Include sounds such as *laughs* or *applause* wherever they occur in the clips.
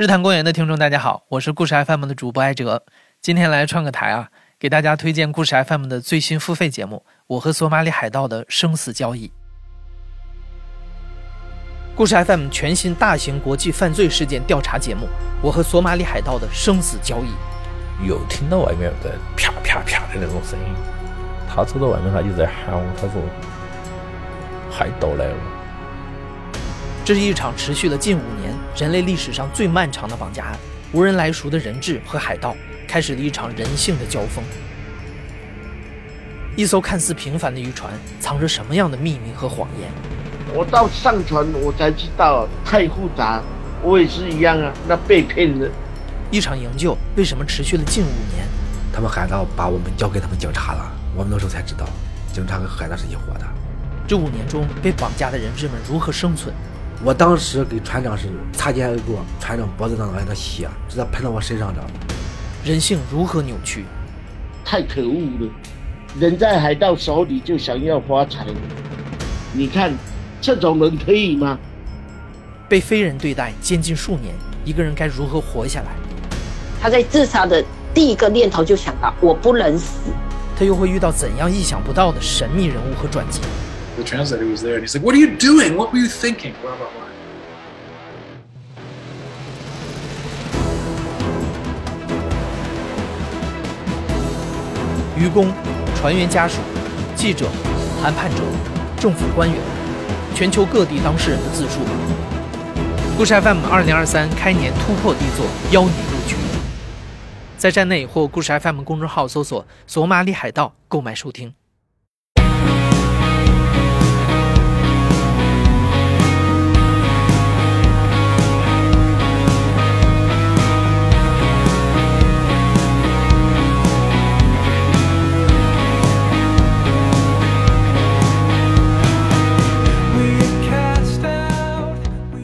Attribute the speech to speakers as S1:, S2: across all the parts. S1: 日坛公园的听众，大家好，我是故事 FM 的主播艾哲，今天来串个台啊，给大家推荐故事 FM 的最新付费节目《我和索马里海盗的生死交易》。故事 FM 全新大型国际犯罪事件调查节目《我和索马里海盗的生死交易》，
S2: 有听到外面有在啪啪啪的那种声音。他走到外面，他就在喊我，他说：“海盗来了
S1: 这是一场持续了近五年、人类历史上最漫长的绑架案，无人来赎的人质和海盗开始了一场人性的交锋。一艘看似平凡的渔船，藏着什么样的秘密和谎言？
S3: 我到上船我才知道太复杂，我也是一样啊，那被骗的。
S1: 一场营救为什么持续了近五年？
S4: 他们海盗把我们交给他们警察了，我们那时候才知道，警察和海盗是一伙的。
S1: 这五年中，被绑架的人质们如何生存？
S4: 我当时给船长是擦肩而过，船长脖子上还有点血，啊直接喷到我身上的。
S1: 人性如何扭曲？
S3: 太可恶了！人在海盗手里就想要发财，你看这种人可以吗？
S1: 被非人对待，监禁数年，一个人该如何活下来？
S5: 他在自杀的第一个念头就想到我不能死。
S1: 他又会遇到怎样意想不到的神秘人物和转机？
S6: the translator was there and he's like, What are you doing? What were you thinking? Blah, blah, blah.
S1: 渔工、船员家属、记者、谈判者、政府官员，全球各地当事人的自述。故事 FM 二零二三开年突破力作，邀你入局。在站内或故事 FM 公众号搜索“索马里海盗”购买收听。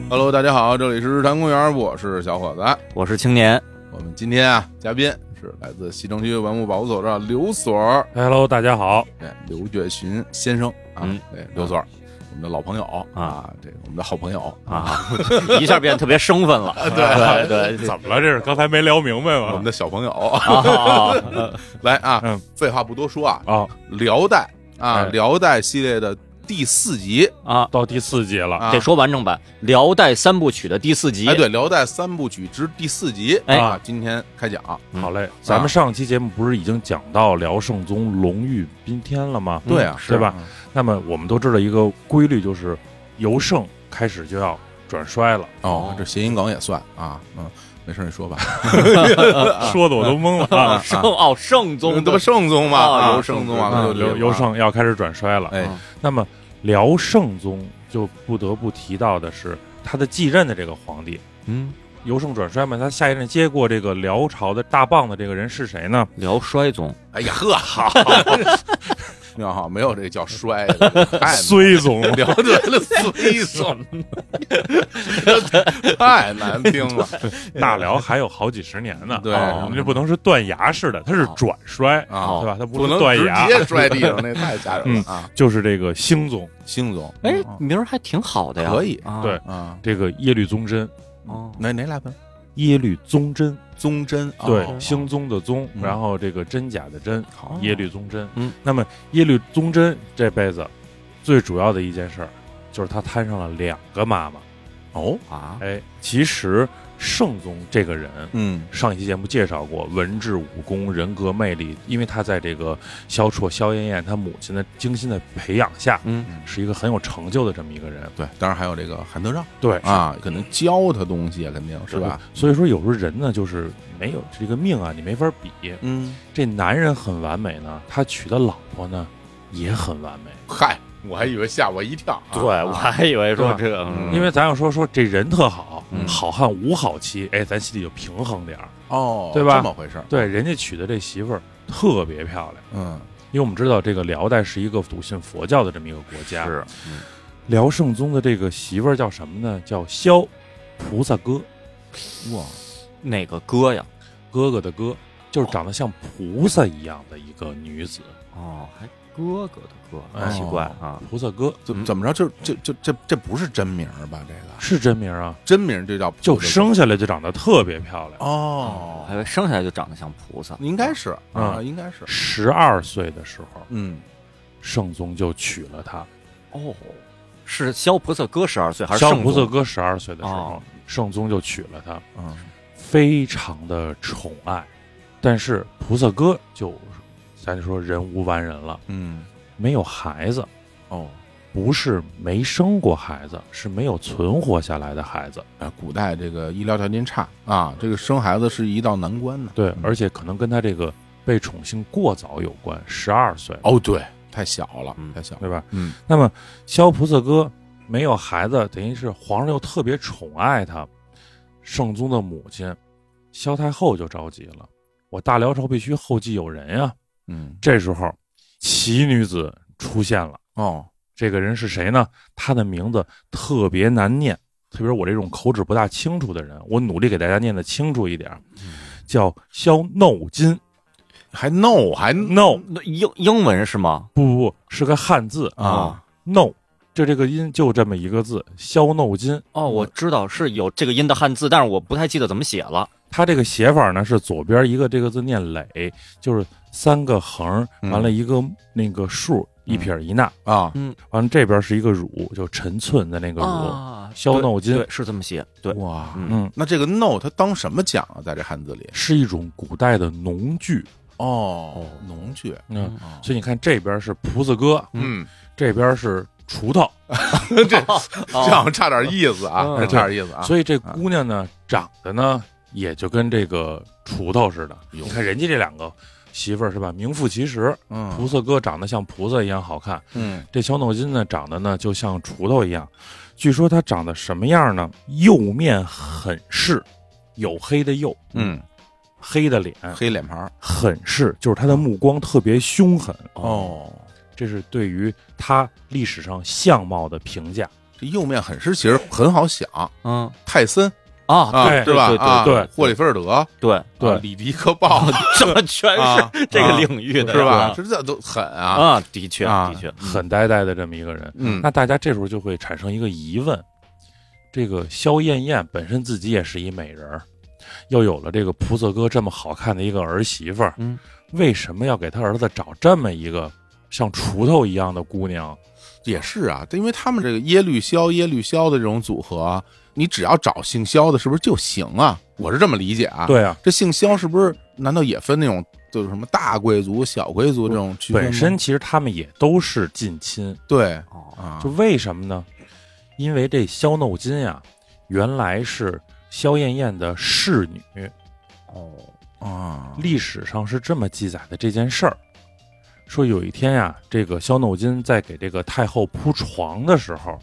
S7: Hello，大家好，这里是日坛公园，我是小伙子。
S8: 我是青年，
S7: 我们今天啊，嘉宾是来自西城区文物保护所的刘所，
S9: Hello，大家好，
S7: 哎，刘觉群先生啊，
S8: 嗯
S7: 哎，刘所，我们的老朋友啊，这个我们的好朋友
S8: 啊， *laughs* 一下变得特别生
S9: *laughs*
S8: 分了。对对对，
S9: 怎么了？这是刚才没聊明白
S7: 我们
S9: 吗？
S7: 的小朋友，
S8: 啊啊啊
S7: *laughs*
S9: *laughs*
S7: 来啊，
S9: 嗯
S7: 废话不多说啊，
S9: 啊，
S7: 辽代啊，
S9: 哎
S7: 辽代系列的第四集
S8: 啊！
S9: 到第四集了，
S7: 啊，
S8: 得说完整版《辽代三部曲》的第四集。
S7: 哎，对，辽代三部曲之第四集
S8: 哎
S7: 啊，今天开讲，
S8: 嗯
S9: 好嘞。咱们上期节目不是已经讲到辽圣宗龙御宾天了吗？
S7: 对
S8: 嗯
S7: 啊，
S9: 对吧？那么我们都知道一个规律，就是由盛开始就要转衰了，
S7: 哦，这谐音梗也算啊，嗯，没事，你说吧，
S9: 说的我都懵
S8: *laughs*
S9: 了啊。
S8: 圣哦，圣
S9: 嗯
S8: 宗
S7: 这不圣宗吗？
S8: 啊
S7: 啊
S8: 由
S7: 圣宗
S8: 圣宗
S7: 完
S9: 啊
S7: 了就
S9: 由由，盛要开始转衰了。
S7: 哎，
S9: 那么辽圣宗就不得不提到的是他的继任的这个皇帝
S8: 嗯，
S9: 由盛转衰嘛，他下一任接过这个辽朝的大棒的这个人是谁呢？
S8: 辽衰宗
S7: 哎呀
S9: *laughs*
S7: 呵，好，妙好，没有这个叫衰的，太
S9: 睢宗。
S7: 聊对 *laughs* 了，衰损，太难听了。
S9: *laughs* 大辽还有好几十年呢。
S7: 对
S9: 啊我们这不能是断崖式的，它是转衰
S7: 啊
S9: 对吧？它不
S7: 不
S9: 是
S7: 能
S9: 断
S7: 直
S9: 崖，嗯
S7: 接摔地上，那太吓人了啊！
S9: 就是这个兴宗，
S7: 星总，
S8: 哎
S7: 嗯，
S8: 名儿还挺好的呀，
S7: 可以
S8: 啊
S9: 对
S7: 啊，
S9: 这个耶律宗真，
S8: 哦
S7: 哪哪俩分？
S9: 耶律宗真，
S7: 宗真，哦
S9: 对，兴宗的宗，
S7: 嗯哦
S9: 然后这个真假的真，
S8: 好
S9: 耶律宗真。
S8: 嗯，
S9: 那么耶律宗真这辈子最主要的一件事儿，就是他摊上了两个妈妈。
S7: 哦，
S8: 啊，
S9: 哎，其实圣宗这个人，
S7: 嗯
S9: 上一期节目介绍过，文治武功、人格魅力，因为他在这个萧绰、萧燕燕他母亲的精心的培养下，
S8: 嗯
S9: 是一个很有成就的这么一个人。
S7: 对，当然还有这个韩德让
S9: 对，
S7: 啊，可能教他东西啊肯定是吧？
S9: 所以说，有时候人呢，就是没有这个命啊，你没法比。
S7: 嗯，
S9: 这男人很完美呢，他娶的老婆呢也很完美。
S7: 嗨，我还以为吓我一跳啊，
S8: 对，我还以为
S9: 对
S8: 说
S9: 吧
S8: 这个
S7: 嗯
S9: 因为咱要说说这人特好，
S8: 嗯
S9: 好汉无好妻，哎，咱心里就平衡点儿。
S7: 哦，
S9: 对吧
S7: 这么回事儿，
S8: 嗯
S9: 对，人家娶的这媳妇儿特别漂亮，
S7: 嗯，
S9: 因为我们知道这个辽代是一个笃信佛教的这么一个国家，
S8: 是嗯
S9: 辽圣宗的这个媳妇儿叫什么呢？叫萧菩萨哥，
S7: 哇，
S8: 那嗯个哥呀，哦
S9: 哥哥的哥，就是长得像菩萨一样的一个女子。
S8: 哦，还哥哥的哥，
S9: 哦
S8: 奇怪啊！
S9: 菩萨哥
S7: 怎怎么着？就这这这这不是真名儿吧？这个
S9: 是真名啊，
S7: 真名儿就叫
S9: 就
S7: 普德
S9: 生下来就长得特别漂亮。
S7: 哦
S8: 还，有生下来就长得像菩萨，
S7: 应该是
S9: 嗯
S7: 啊，应该是，
S9: 十二岁的时候，
S7: 嗯，
S9: 圣宗就娶了她。
S8: 哦，是萧菩萨哥十二岁还是
S9: 萧
S8: 圣
S9: 菩萨
S8: 宗？
S9: 哥十二岁的时候
S8: 哦，
S9: 圣宗就娶了她，
S7: 嗯，
S9: 非常的宠爱。但是菩萨哥就咱说人无完人了，
S7: 嗯，
S9: 没有孩子，
S7: 哦，
S9: 不是没生过孩子，是没有存活下来的孩子。
S7: 啊，古代这个医疗条件差啊，这个生孩子是一道难关呢。
S9: 对
S7: 嗯，
S9: 而且可能跟他这个被宠幸过早有关，十二岁，
S7: 哦，对，太小了
S8: 嗯，
S7: 太小了，
S9: 对吧？
S7: 嗯，
S9: 那么萧菩萨哥没有孩子，等于是皇上又特别宠爱他。圣宗的母亲萧太后就着急了，我大辽朝必须后继有人呀、啊
S7: 嗯，
S9: 这时候，奇女子出现了。
S7: 哦，
S9: 这个人是谁呢？她的名字特别难念，特别是我这种口齿不大清楚的人，我努力给大家念得清楚一点儿，
S7: 嗯
S9: 叫萧耨金。
S7: 还 no 还
S9: no
S8: 哦那英英文是吗？
S9: 不不不，是个汉字
S7: 啊，
S9: no，就这个音就这么一个字，萧耨金。
S7: 嗯
S8: 哦，我知道是有这个音的汉字，但是我不太记得怎么写了。
S9: 它这个写法呢是左边一个这个字念垒，就是三个横，
S7: 嗯
S9: 完了一个那个竖，一撇一捺，
S7: 啊，
S9: 完了这边是一个乳，就陈寸的那
S7: 哦
S9: 个乳。
S8: 啊
S9: 萧耨金
S8: 对，对是这么写。对，
S7: 哇，
S8: 嗯
S9: 嗯，
S7: 那这个 no 它当什么讲啊？在这汉字里，
S9: 是一种古代的农具。
S7: 哦，农具，
S9: 嗯，
S7: 哦
S9: 所以你看这边是菩萨哥，
S7: 嗯，
S9: 这边是锄头，
S7: *laughs* 这样差点意思啊，
S8: 嗯
S7: 这差点意思啊，
S9: 所以这姑娘呢长得呢也就跟这个锄头似的。
S7: 哟
S9: 你看人家这两个媳妇儿是吧，名副其实。
S7: 嗯
S9: 菩萨哥长得像菩萨一样好看，
S7: 嗯，
S9: 这小脑筋呢长得呢就像锄头一样。据说他长得什么样呢？右面很是，黝黑的黝，，
S7: 嗯，
S9: 黑的脸，
S7: 黑脸盘儿
S9: 很是就是他的
S7: 啊
S9: 目光特别凶狠。
S7: 哦，
S9: 这是对于他历史上相貌的评价。
S7: 这右面很是，其实很好想，
S8: 嗯
S7: 泰森
S8: 啊，
S7: 啊，
S9: 对
S7: 是吧？
S8: 对对
S7: 啊
S9: 对对
S7: 霍利菲尔德， *laughs*
S8: 对，
S9: 对
S7: 啊里迪克鲍， *laughs*
S8: 这么全
S7: 啊
S8: 是这个领域的，
S7: 是吧？这这都狠啊，
S8: 啊，的确，
S7: 啊
S8: 的确，
S9: 很呆呆的这么一个人。
S7: 嗯
S9: 那大家这时候就会产生一个疑问：这个萧燕燕本身自己也是一美人儿，又有了这个菩萨哥这么好看的一个儿媳妇儿，
S8: 嗯，
S9: 为什么要给他儿子找这么一个像锄头一样的姑娘？
S7: 也是啊，因为他们这个耶律萧耶律萧的这种组合啊，你只要找姓萧的，是不是就行啊？我是这么理解啊。，
S9: 对啊，
S7: 这姓萧是不是难道也分那种就是什么大贵族、小贵族这种区分吗
S9: 本身其实他们也都是近亲，
S7: 对
S8: 哦，
S7: 啊
S9: 就，为什么呢？因为这萧耨金呀、原来是萧燕燕的侍女，
S7: 哦啊，
S9: 历史上是这么记载的这件事儿，说有一天呀、这个萧耨金在给这个太后铺床的时候，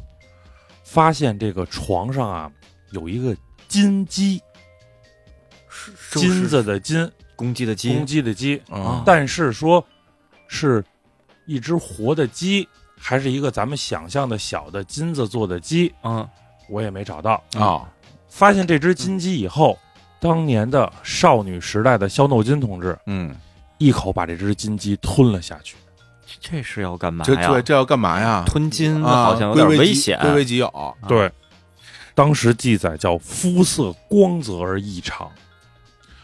S9: 发现这个床上啊有一个金鸡，
S8: 是不是
S9: 金子的金，
S8: 公鸡的
S9: 公
S8: 鸡，
S9: 鸡的鸡，
S7: 啊
S9: 但是说是一只活的鸡，还是一个咱们想象的小的金子做的鸡，
S8: 嗯，
S9: 我也没找到。
S7: 啊，
S9: 发现这只金鸡以后，当年的少女时代的萧耨金同志
S7: 嗯，
S9: 一口把这只金鸡吞了下去。
S8: 这是要干嘛
S7: 这
S8: 呀
S7: 这？这要干嘛呀？
S8: 吞金
S7: 啊，
S8: 好像有点
S7: 归为
S8: 危
S7: 己
S8: 险，
S7: 归为己有。
S8: 啊
S9: 对，当时记载叫肤色光泽而异常，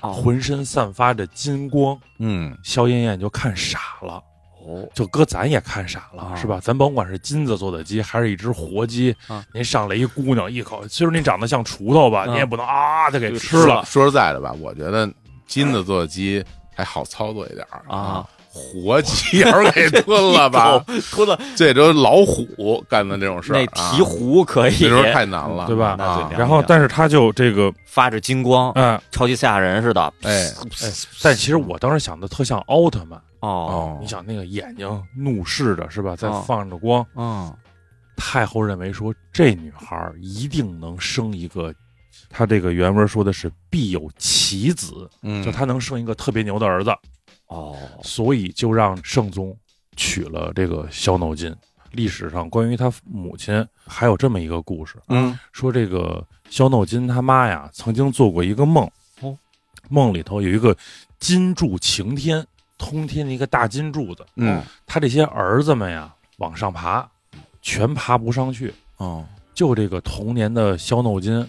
S8: 啊
S9: 浑身散发着金光。
S7: 嗯，
S9: 萧燕燕就看傻了，
S8: 哦，
S9: 就搁咱也看傻了，
S8: 啊
S9: 是吧？咱甭管是金子做的鸡，还是一只活鸡，
S8: 啊
S9: 您上来一姑娘一口，虽然你长得像锄头吧，
S8: 啊
S9: 你也不能啊的给
S8: 就
S9: 吃
S8: 吃
S9: 了
S8: 了。
S7: 说实在的吧，我觉得金子做的鸡还好操作一点儿
S8: 啊，
S7: 活鸡要是给吞了吧，
S8: *laughs* 一口吞了
S7: 这都是老虎干的这种事儿
S8: 那
S7: 啊，
S8: 鹈鹕可以啊
S7: 那时候太啊难了，
S9: 对吧
S8: 那最
S7: 啊
S8: 凉，
S9: 然后，但是他就这个，
S8: 发着金光，
S9: 嗯、
S8: 超级赛亚人似的，
S7: 哎
S9: 但其实我当时想的特像奥特曼，
S8: 哦，
S9: 你想那个眼睛怒视着是吧，在
S8: 哦
S9: 放着光，
S8: 嗯，
S9: 太后认为说这女孩儿一定能生一个，她这个原文说的是必有其子，
S7: 嗯，
S9: 就她能生一个特别牛的儿子，
S8: 哦，
S9: 所以就让圣宗娶了这个萧耨金。历史上关于他母亲还有这么一个故事，
S7: 嗯
S8: 啊
S9: 说这个萧耨金他妈呀曾经做过一个梦，
S8: 哦，
S9: 梦里头有一个金柱擎天，通天的一个大金柱子，
S7: 嗯，
S9: 他这些儿子们呀往上爬，全爬不上去，
S7: 哦，
S9: 就这个童年的肖诺金，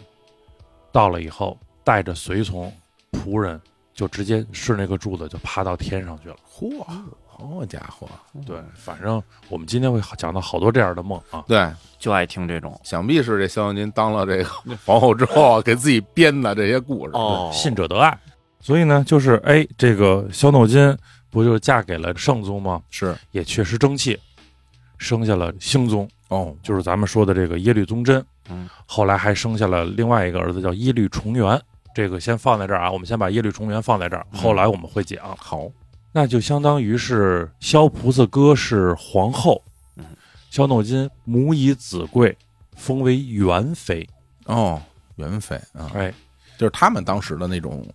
S9: 到了以后带着随从仆人，就直接顺那个柱子就爬到天上去了。
S7: 嚯，好家伙，
S8: 嗯
S9: 对，反正我们今天会讲到好多这样的梦啊。
S7: 对，
S8: 就爱听这种
S7: 想必是这肖像金当了这个皇后之后，啊给自己编的这些故事。
S8: 哦，
S9: 信者得爱。所以呢，就是哎，这个萧诺金不就嫁给了圣宗吗？
S7: 是
S9: 也确实争气，生下了兴宗，
S7: 哦，
S9: 就是咱们说的这个耶律宗真。
S8: 嗯，
S9: 后来还生下了另外一个儿子叫耶律重元。这个先放在这儿啊，我们先把耶律重元放在这儿，
S7: 嗯
S9: 后来我们会讲。
S7: 好，
S9: 那就相当于是萧菩萨哥是皇后
S8: 嗯，
S9: 萧诺金母以子贵，封为元妃。
S7: 哦，元妃啊，
S9: 哎，
S7: 就是他们当时的那种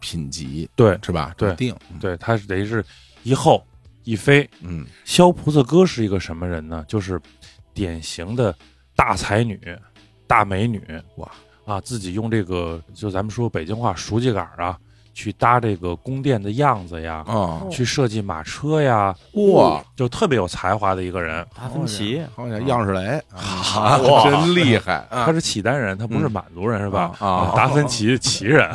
S7: 品级，
S9: 对
S7: 是吧？
S9: 对
S7: 一定，
S9: 对，他是等于是一后一妃，
S7: 嗯，
S9: 萧菩萨哥是一个什么人呢？就是典型的大才女、大美女
S7: 哇
S9: 啊，自己用这个就咱们说北京话熟记杆儿啊，去搭这个宫殿的样子呀，
S7: 哦，
S9: 去设计马车呀，
S7: 哇，
S9: 就特别有才华的一个人。
S8: 达芬
S9: 哦
S8: 奇，
S7: 好像样式雷，
S9: 啊
S7: 哇，真厉害啊！
S9: 他是契丹人，他不是满族人，是吧？
S7: 嗯啊啊
S9: 达芬奇奇人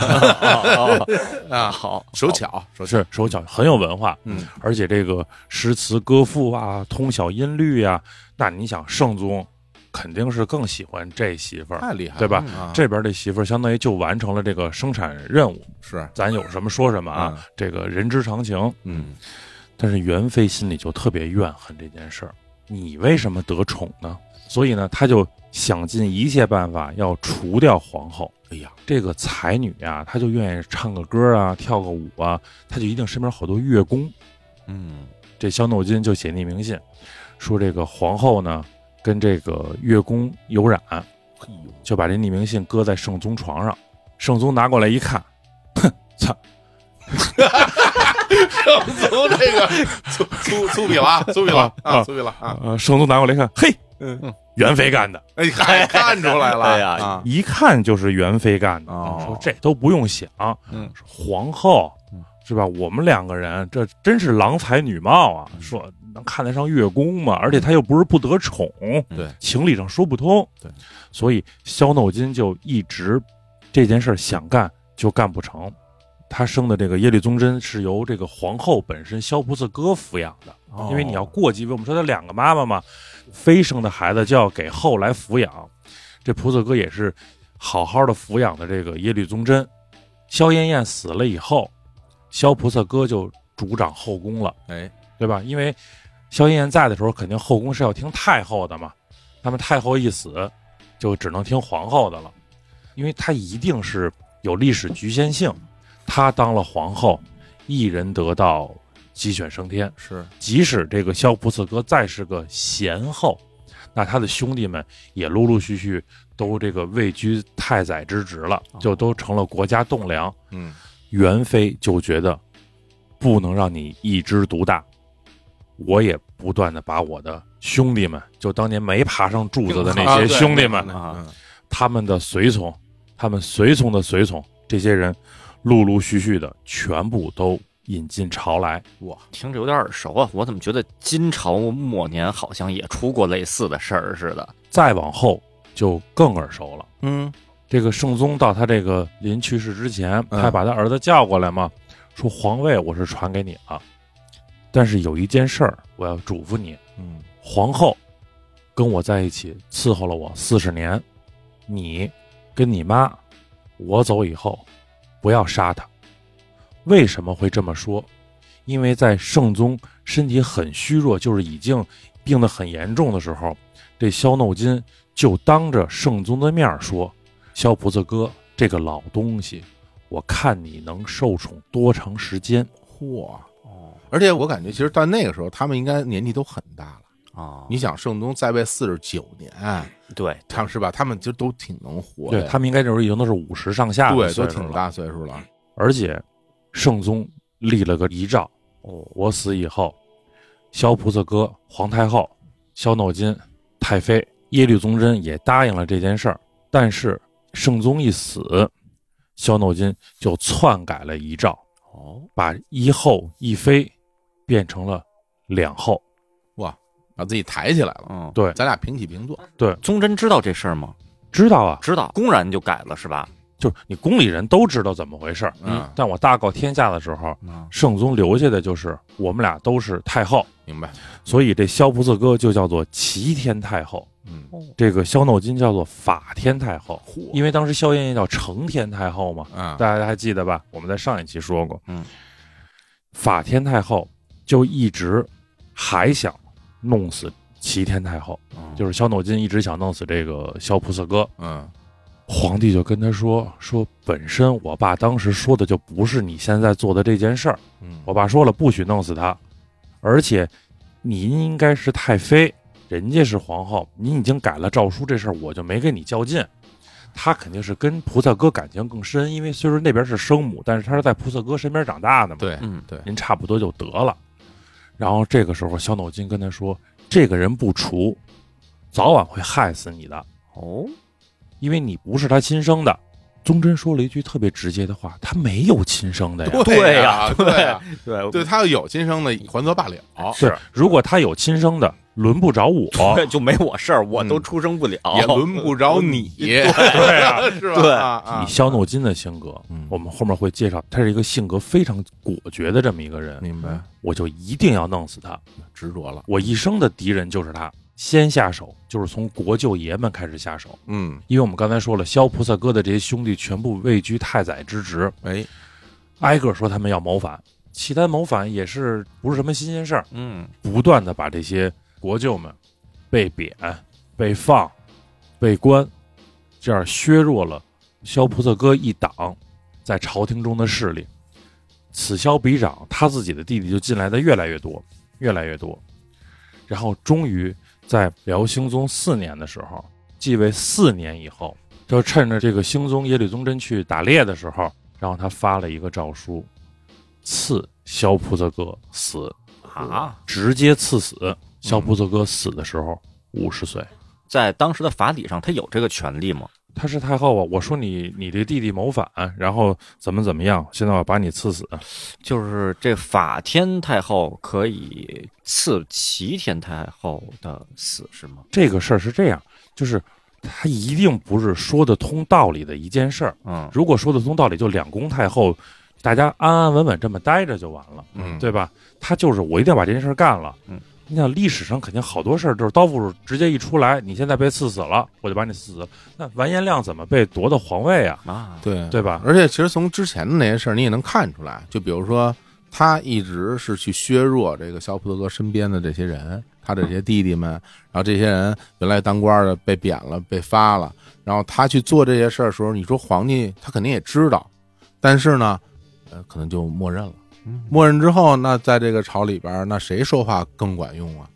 S7: 啊，好，手巧，手巧，
S9: 是手巧很有文化，
S7: 嗯，
S9: 而且这个诗词歌赋啊，通晓音律呀、那你想圣宗肯定是更喜欢这媳妇儿，
S7: 太厉害了，
S9: 对吧
S7: 嗯？啊
S9: 这边这媳妇儿相当于就完成了这个生产任务，
S7: 是，啊
S9: 咱有什么说什么啊，
S7: 嗯
S9: 这个人之常情。
S7: 嗯， *laughs*
S9: 但是元妃心里就特别怨恨这件事儿，你为什么得宠呢？所以呢，她就想尽一切办法要除掉皇后。
S7: 哎呀，
S9: 这个才女啊，她就愿意唱个歌啊，跳个舞啊，她就一定身边好多乐工。
S7: 嗯，
S9: 这萧诺金就写匿名信，说这个皇后呢跟这个乐工有染，就把这匿名信搁在圣宗床上。圣宗拿过来一看，哼，操，
S7: 从这个粗粗粗鄙了，粗鄙了啊，粗鄙了啊！
S9: 呃，圣宗拿过来一看，嘿，元妃干的，
S7: 哎，还看出来了，
S8: 哎呀
S7: 啊，
S9: 一看就是元妃干的。
S7: 哦
S9: 说这都不用想，
S7: 嗯
S9: 说皇后是吧？我们两个人这真是郎才女貌啊！说能看得上乐工吗？而且她又不是不得宠，
S7: 对，
S9: 情理上说不通。
S7: 对，
S9: 所以萧诺金就一直这件事儿想干就干不成。他生的这个耶律宗真是由这个皇后本身萧菩萨哥抚养的，因为你要过继位，我们说他两个妈妈嘛，非生的孩子就要给后来抚养。这菩萨哥也是好好的抚养的这个耶律宗真。萧燕燕死了以后，萧菩萨哥就主掌后宫了。
S7: 哎，
S9: 对吧？因为萧燕燕在的时候，肯定后宫是要听太后的嘛。那么太后一死，就只能听皇后的了，因为她一定是有历史局限性。她当了皇后，一人得道，鸡犬升天。
S7: 是，
S9: 即使这个萧菩萨哥再是个贤后，那他的兄弟们也陆陆续续都这个位居太宰之职了，就都成了国家栋梁。
S7: 哦嗯，
S9: 元妃就觉得不能让你一枝独大，我也不断的把我的兄弟们，就当年没爬上柱子的那些兄弟们，
S7: 啊
S9: 他们的随从，他们随从的随从，这些人陆陆续续的全部都引进朝来。
S8: 听着有点耳熟啊，我怎么觉得金朝末年好像也出过类似的事儿似的？
S9: 再往后就更耳熟了。
S7: 嗯，
S9: 这个圣宗到他这个临去世之前，
S7: 嗯
S9: 他把他儿子叫过来嘛，说皇位我是传给你了，但是有一件事儿我要嘱咐你，
S7: 嗯，
S9: 皇后跟我在一起伺候了我四十年，你跟你妈，我走以后不要杀她。为什么会这么说？因为在圣宗身体很虚弱，就是已经病得很严重的时候，这萧诺金就当着圣宗的面儿说：“萧菩萨哥，这个老东西，我看你能受宠多长时间
S7: 嚯，
S9: 哦
S7: 而且我感觉，其实到那个时候，他们应该年纪都很大了。
S8: 啊
S7: 你想，圣宗在位四十九年，
S8: 对，
S7: 他们是吧？他们就都挺能？”活
S9: 对
S7: 的，
S9: 他们应该就是已经都是五十上下的
S7: 对，
S9: 岁
S7: 都
S9: 数
S7: 挺
S9: 了
S7: 大岁数了。
S9: 而且圣宗立了个遗诏，我死以后，萧菩萨哥、皇太后、萧诺金、太妃、耶律宗真也答应了这件事儿。但是圣宗一死，萧诺金就篡改了遗诏，
S8: 哦，
S9: 把一后一妃变成了两后。
S7: 把自己抬起来了。
S8: 嗯，
S9: 对
S7: 咱俩平起平坐，
S8: 宗真知道这事儿吗？
S9: 知道啊，
S8: 知道，公然就改了是吧？
S9: 就是你宫里人都知道怎么回事儿。
S7: 嗯
S9: 但我大告天下的时候，
S8: 嗯，
S9: 圣宗留下的就是我们俩都是太后，
S7: 明白？
S9: 所以这萧菩萨哥就叫做齐天太后，
S7: 嗯，
S9: 这个萧诺金叫做法天太后，因为当时萧燕燕叫承天太后嘛，
S7: 啊，
S9: 大家还记得吧？我们在上一期说过，
S8: 嗯，
S9: 法天太后就一直还想弄死齐天太后，就是萧诺金一直想弄死这个萧菩萨哥。
S7: 嗯，
S9: 皇帝就跟他说：“说本身我爸当时说的就不是你现在做的这件事儿，
S7: 嗯
S9: 我爸说了不许弄死他，而且您应该是太妃，人家是皇后，您已经改了诏书这事儿，我就没跟你较劲。他肯定是跟菩萨哥感情更深，因为虽说那边是生母，但是他是在菩萨哥身边长大的嘛，
S7: 对，
S8: 嗯
S7: 对，
S9: 您差不多就得了。然后这个时候，小脑筋跟他说：“这个人不除，早晚会害死你的，
S8: 哦，
S9: 因为你不是他亲生的。”宗真说了一句特别直接的话：“他没有亲生的呀。”
S7: 对
S8: 呀
S7: 对呀，
S8: 对
S7: 对他要有亲生的，还则罢了。
S9: 是，如果他有亲生的，轮不着我。
S8: 对， *laughs* 就没我事儿，我
S7: 嗯
S8: 都出生不了，
S7: 也轮不着
S9: 嗯 *laughs*
S7: 你，对啊， *laughs* 是吧？
S8: 对
S7: 啊啊
S9: 以肖诺金的性格，
S7: 嗯
S9: 我们后面会介绍，他是一个性格非常果决的这么一个人，
S7: 明白，
S9: 我就一定要弄死他。
S7: 执着了，
S9: 我一生的敌人就是他，先下手就是从国舅爷们开始下手，
S7: 嗯，
S9: 因为我们刚才说了，萧菩萨哥的这些兄弟全部位居太宰之职，
S7: 哎，
S9: 挨个说他们要谋反，契丹谋反也是不是什么新鲜事儿，
S8: 嗯，
S9: 不断的把这些国舅们被贬、被放、被关，这样削弱了萧菩萨哥一党在朝廷中的势力。此消彼长，他自己的弟弟就进来的越来越多，越来越多。然后终于在辽兴宗四年的时候，继位四年以后，就趁着这个兴宗耶律宗真去打猎的时候，然后他发了一个诏书，赐萧菩萨哥死。
S8: 啊，
S9: 直接赐死。小布泽哥死的时候五十岁，
S8: *laughs* 在当时的法理上，他有这个权利吗？
S9: 他是太后啊。我说你你这弟弟谋反，然后怎么怎么样，现在我把你赐死。
S8: 就是这法天太后可以赐齐天太后的死是吗？
S9: 这个事儿是这样，就是他一定不是说得通道理的一件事儿。
S8: 嗯，
S9: 如果说得通道理，就两宫太后，大家安安稳稳这么待着就完了，
S7: 嗯，
S9: 对吧？他就是我一定要把这件事儿干了。
S8: 嗯，
S9: 你想历史上肯定好多事儿，就是刀斧直接一出来，你现在被赐死了，我就把你赐死了。那完颜亮怎么被夺的皇位啊？
S8: 啊，
S7: 对
S9: 对吧？
S7: 而且其实从之前的那些事儿，你也能看出来，就比如说他一直是去削弱这个萧普特哥身边的这些人，他的这些弟弟们，然后这些人原来当官的被贬了，被发了，然后他去做这些事儿的时候，你说皇帝他肯定也知道，但是呢，呃，可能就默认了。默认之后，那在这个朝里边儿，那谁说话更管用啊？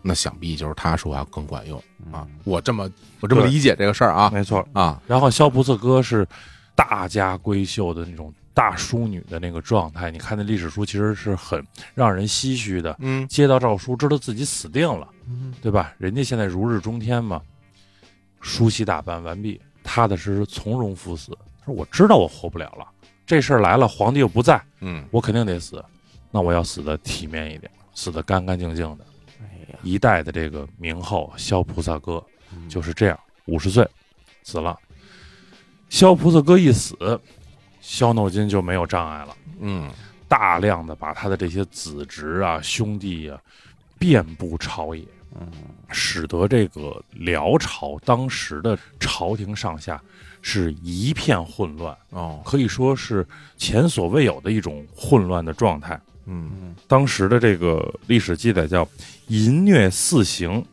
S7: 那想必就是他说话更管用啊！我这么我这么
S9: 对哎
S7: 理解这个事儿啊
S9: 没错，
S7: 啊，
S9: 然后萧菩萨哥是大家闺秀的那种大淑女的那个状态，你看那历史书其实是很让人唏嘘的。
S7: 嗯
S9: 接到诏书，知道自己死定了，对吧？人家现在如日中天嘛，梳洗打扮完毕，踏踏实实从容赴死。他说：“我知道我活不了了，这事儿来了，皇帝又不在，
S7: 嗯，
S9: 我肯定得死。那我要死的体面一点，死的干干净净的。
S8: 哎呀，
S9: 一代的这个名后萧菩萨哥
S7: 嗯
S9: 就是这样，五十岁死了。萧菩萨哥一死，萧诺金就没有障碍了，
S7: 嗯，
S9: 大量的把他的这些子侄啊、兄弟啊，遍布朝野，使得这个辽朝当时的朝廷上下是一片混乱，
S7: 哦，
S9: 可以说是前所未有的一种混乱的状态。
S7: 嗯。
S9: 当时的这个历史记载叫“淫虐四行，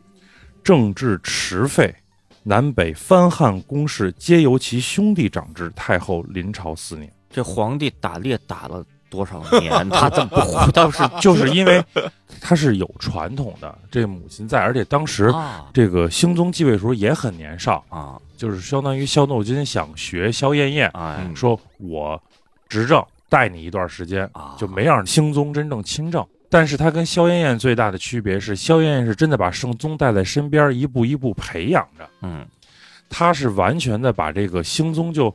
S9: 政治持废，南北藩汉公室皆由其兄弟长之。太后临朝四年，
S8: 这皇帝打猎打了多少年？他怎么不？他是
S9: *laughs* 就是因为他是有传统的，这母亲在，而且当时
S8: 啊
S9: 这个兴宗继位的时候也很年少，
S8: 啊，
S9: 就是相当于萧诺金想学萧燕燕，
S8: 哎
S7: 嗯
S9: 说我执政带你一段时间，
S8: 啊，
S9: 就没让兴宗真正亲政。但是他跟萧燕燕最大的区别是，萧燕燕是真的把圣宗带在身边，一步一步培养着，
S8: 嗯
S9: 他是完全的把这个兴宗就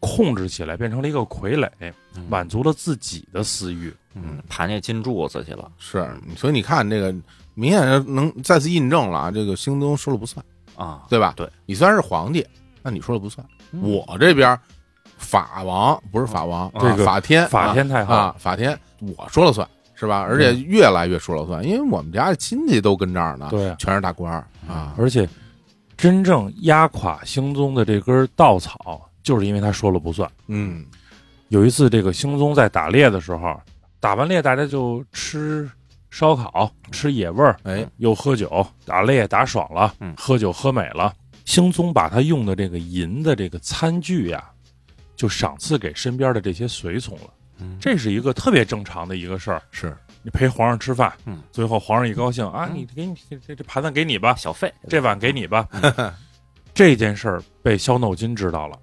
S9: 控制起来，变成了一个傀儡，
S8: 嗯
S9: 满足了自己的私欲。
S8: 嗯，盘那金柱子去了。
S7: 是，所以你看这个，明显能再次印证了啊，这个兴宗说了不算，
S8: 啊，
S7: 对吧？
S8: 对，
S7: 你虽然是皇帝，那你说了不算。
S8: 嗯
S7: 我这边儿法王不是法王，
S9: 嗯这个
S7: 啊法天
S9: 法天太嗯
S7: 啊
S9: 后
S7: 啊，法天我说了算是吧？而且越来越说了算，因为我们家亲戚都跟这儿呢，
S9: 对嗯
S7: 全是大官儿啊。
S9: 而且，真正压垮兴宗的这根稻草，就是因为他说了不算。
S7: 嗯，
S9: 有一次，这个兴宗在打猎的时候，打完猎大家就吃烧烤、吃野味儿，
S7: 哎，
S9: 又喝酒，打猎打爽了，
S8: 嗯
S9: 喝酒喝美了。兴宗把他用的这个银的这个餐具呀、就赏赐给身边的这些随从了。
S8: 嗯
S9: 这是一个特别正常的一个事儿。
S7: 是
S9: 你陪皇上吃饭，
S8: 嗯
S9: 最后皇上一高兴啊，
S8: 嗯
S9: 你给你这这这盘子给你吧，
S8: 小费
S9: 这碗给你吧。
S8: *laughs*
S9: 这件事儿被萧诺金知道了，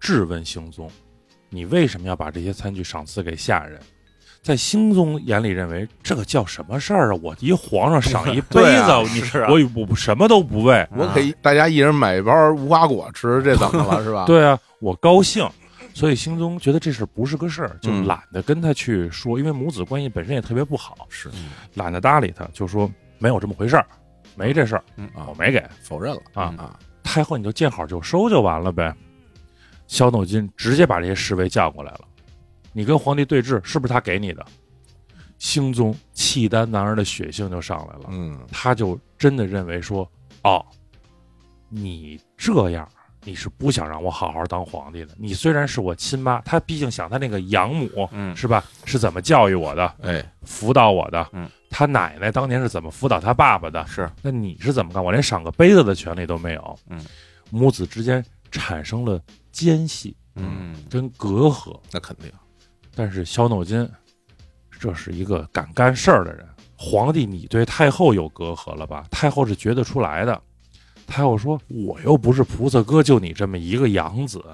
S9: 质问兴宗：“你为什么要把这些餐具赏赐给下人？”在兴宗眼里，认为这个叫什么事儿啊？我一皇上赏一杯
S7: 对
S9: 子，
S7: 啊
S9: 你
S8: 是啊
S9: 我我什么都不为。啊
S7: 我给大家一人买一包无花果吃，这怎
S9: *laughs*
S7: 么了是吧？，
S9: 对啊，我高兴，所以兴宗觉得这事儿不是个事儿，就
S7: 嗯
S9: 懒得跟他去说，因为母子关系本身也特别不好，
S7: 是
S9: 懒得搭理他，就说没有这么回事儿，没这事儿，
S7: 啊
S9: 我，没给。
S7: 否认了
S9: 啊
S7: 啊，
S9: 太后你就见好就收就完了呗。萧斗金直接把这些侍卫叫过来了，你跟皇帝对峙，是不是他给你的？兴宗契丹男儿的血性就上来了，
S7: 嗯
S9: 他就真的认为说，哦，你这样，你是不想让我好好当皇帝的。你虽然是我亲妈，他毕竟想他那个养母，
S8: 嗯
S9: 是吧？是怎么教育我的，
S7: 哎，
S9: 辅导我的，
S8: 嗯，
S9: 他奶奶当年是怎么辅导他爸爸的？
S8: 是，
S9: 那你是怎么干？我连赏个杯子的权利都没有。
S8: 嗯，
S9: 母子之间产生了间隙
S8: 嗯，
S9: 跟隔阂，
S7: 那肯定
S9: 但是萧诺金，这是一个敢干事儿的人。皇帝，你对太后有隔阂了吧？太后是觉得出来的。太后说：“我又不是菩萨哥，就你这么一个养子，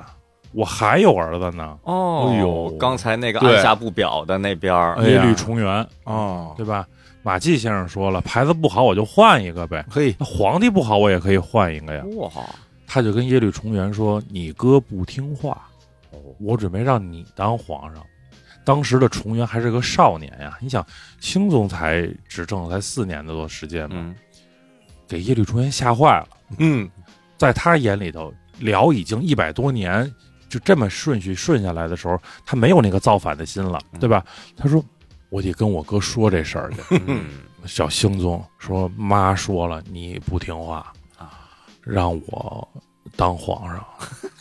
S9: 我还有儿子 *laughs* 呢。
S8: 哦
S9: 哎呦
S8: 刚才那个
S7: 对
S8: 按下不表的那边儿，
S9: 耶律重元，
S7: 哦，
S9: 对吧？马季先生说了，牌子不好我就换一个呗。
S7: 嘿，
S9: 那皇帝不好我也可以换一个呀。
S8: 哇，
S9: 他就跟耶律重元说：“你哥不听话，我准备让你当皇上。”当时的重元还是个少年呀，你想，兴宗才执政才四年多的时间嘛，
S8: 嗯，
S9: 给耶律重元吓坏了。
S7: 嗯，
S9: 在他眼里头，辽已经一百多年，就这么顺序顺下来的时候，他没有那个造反的心了，对吧？他说：“我得跟我哥说这事儿去。”
S8: 嗯
S9: *laughs* 小兴宗说：“妈说了，你不听话
S8: 啊，
S9: 让我当皇上。
S7: *laughs*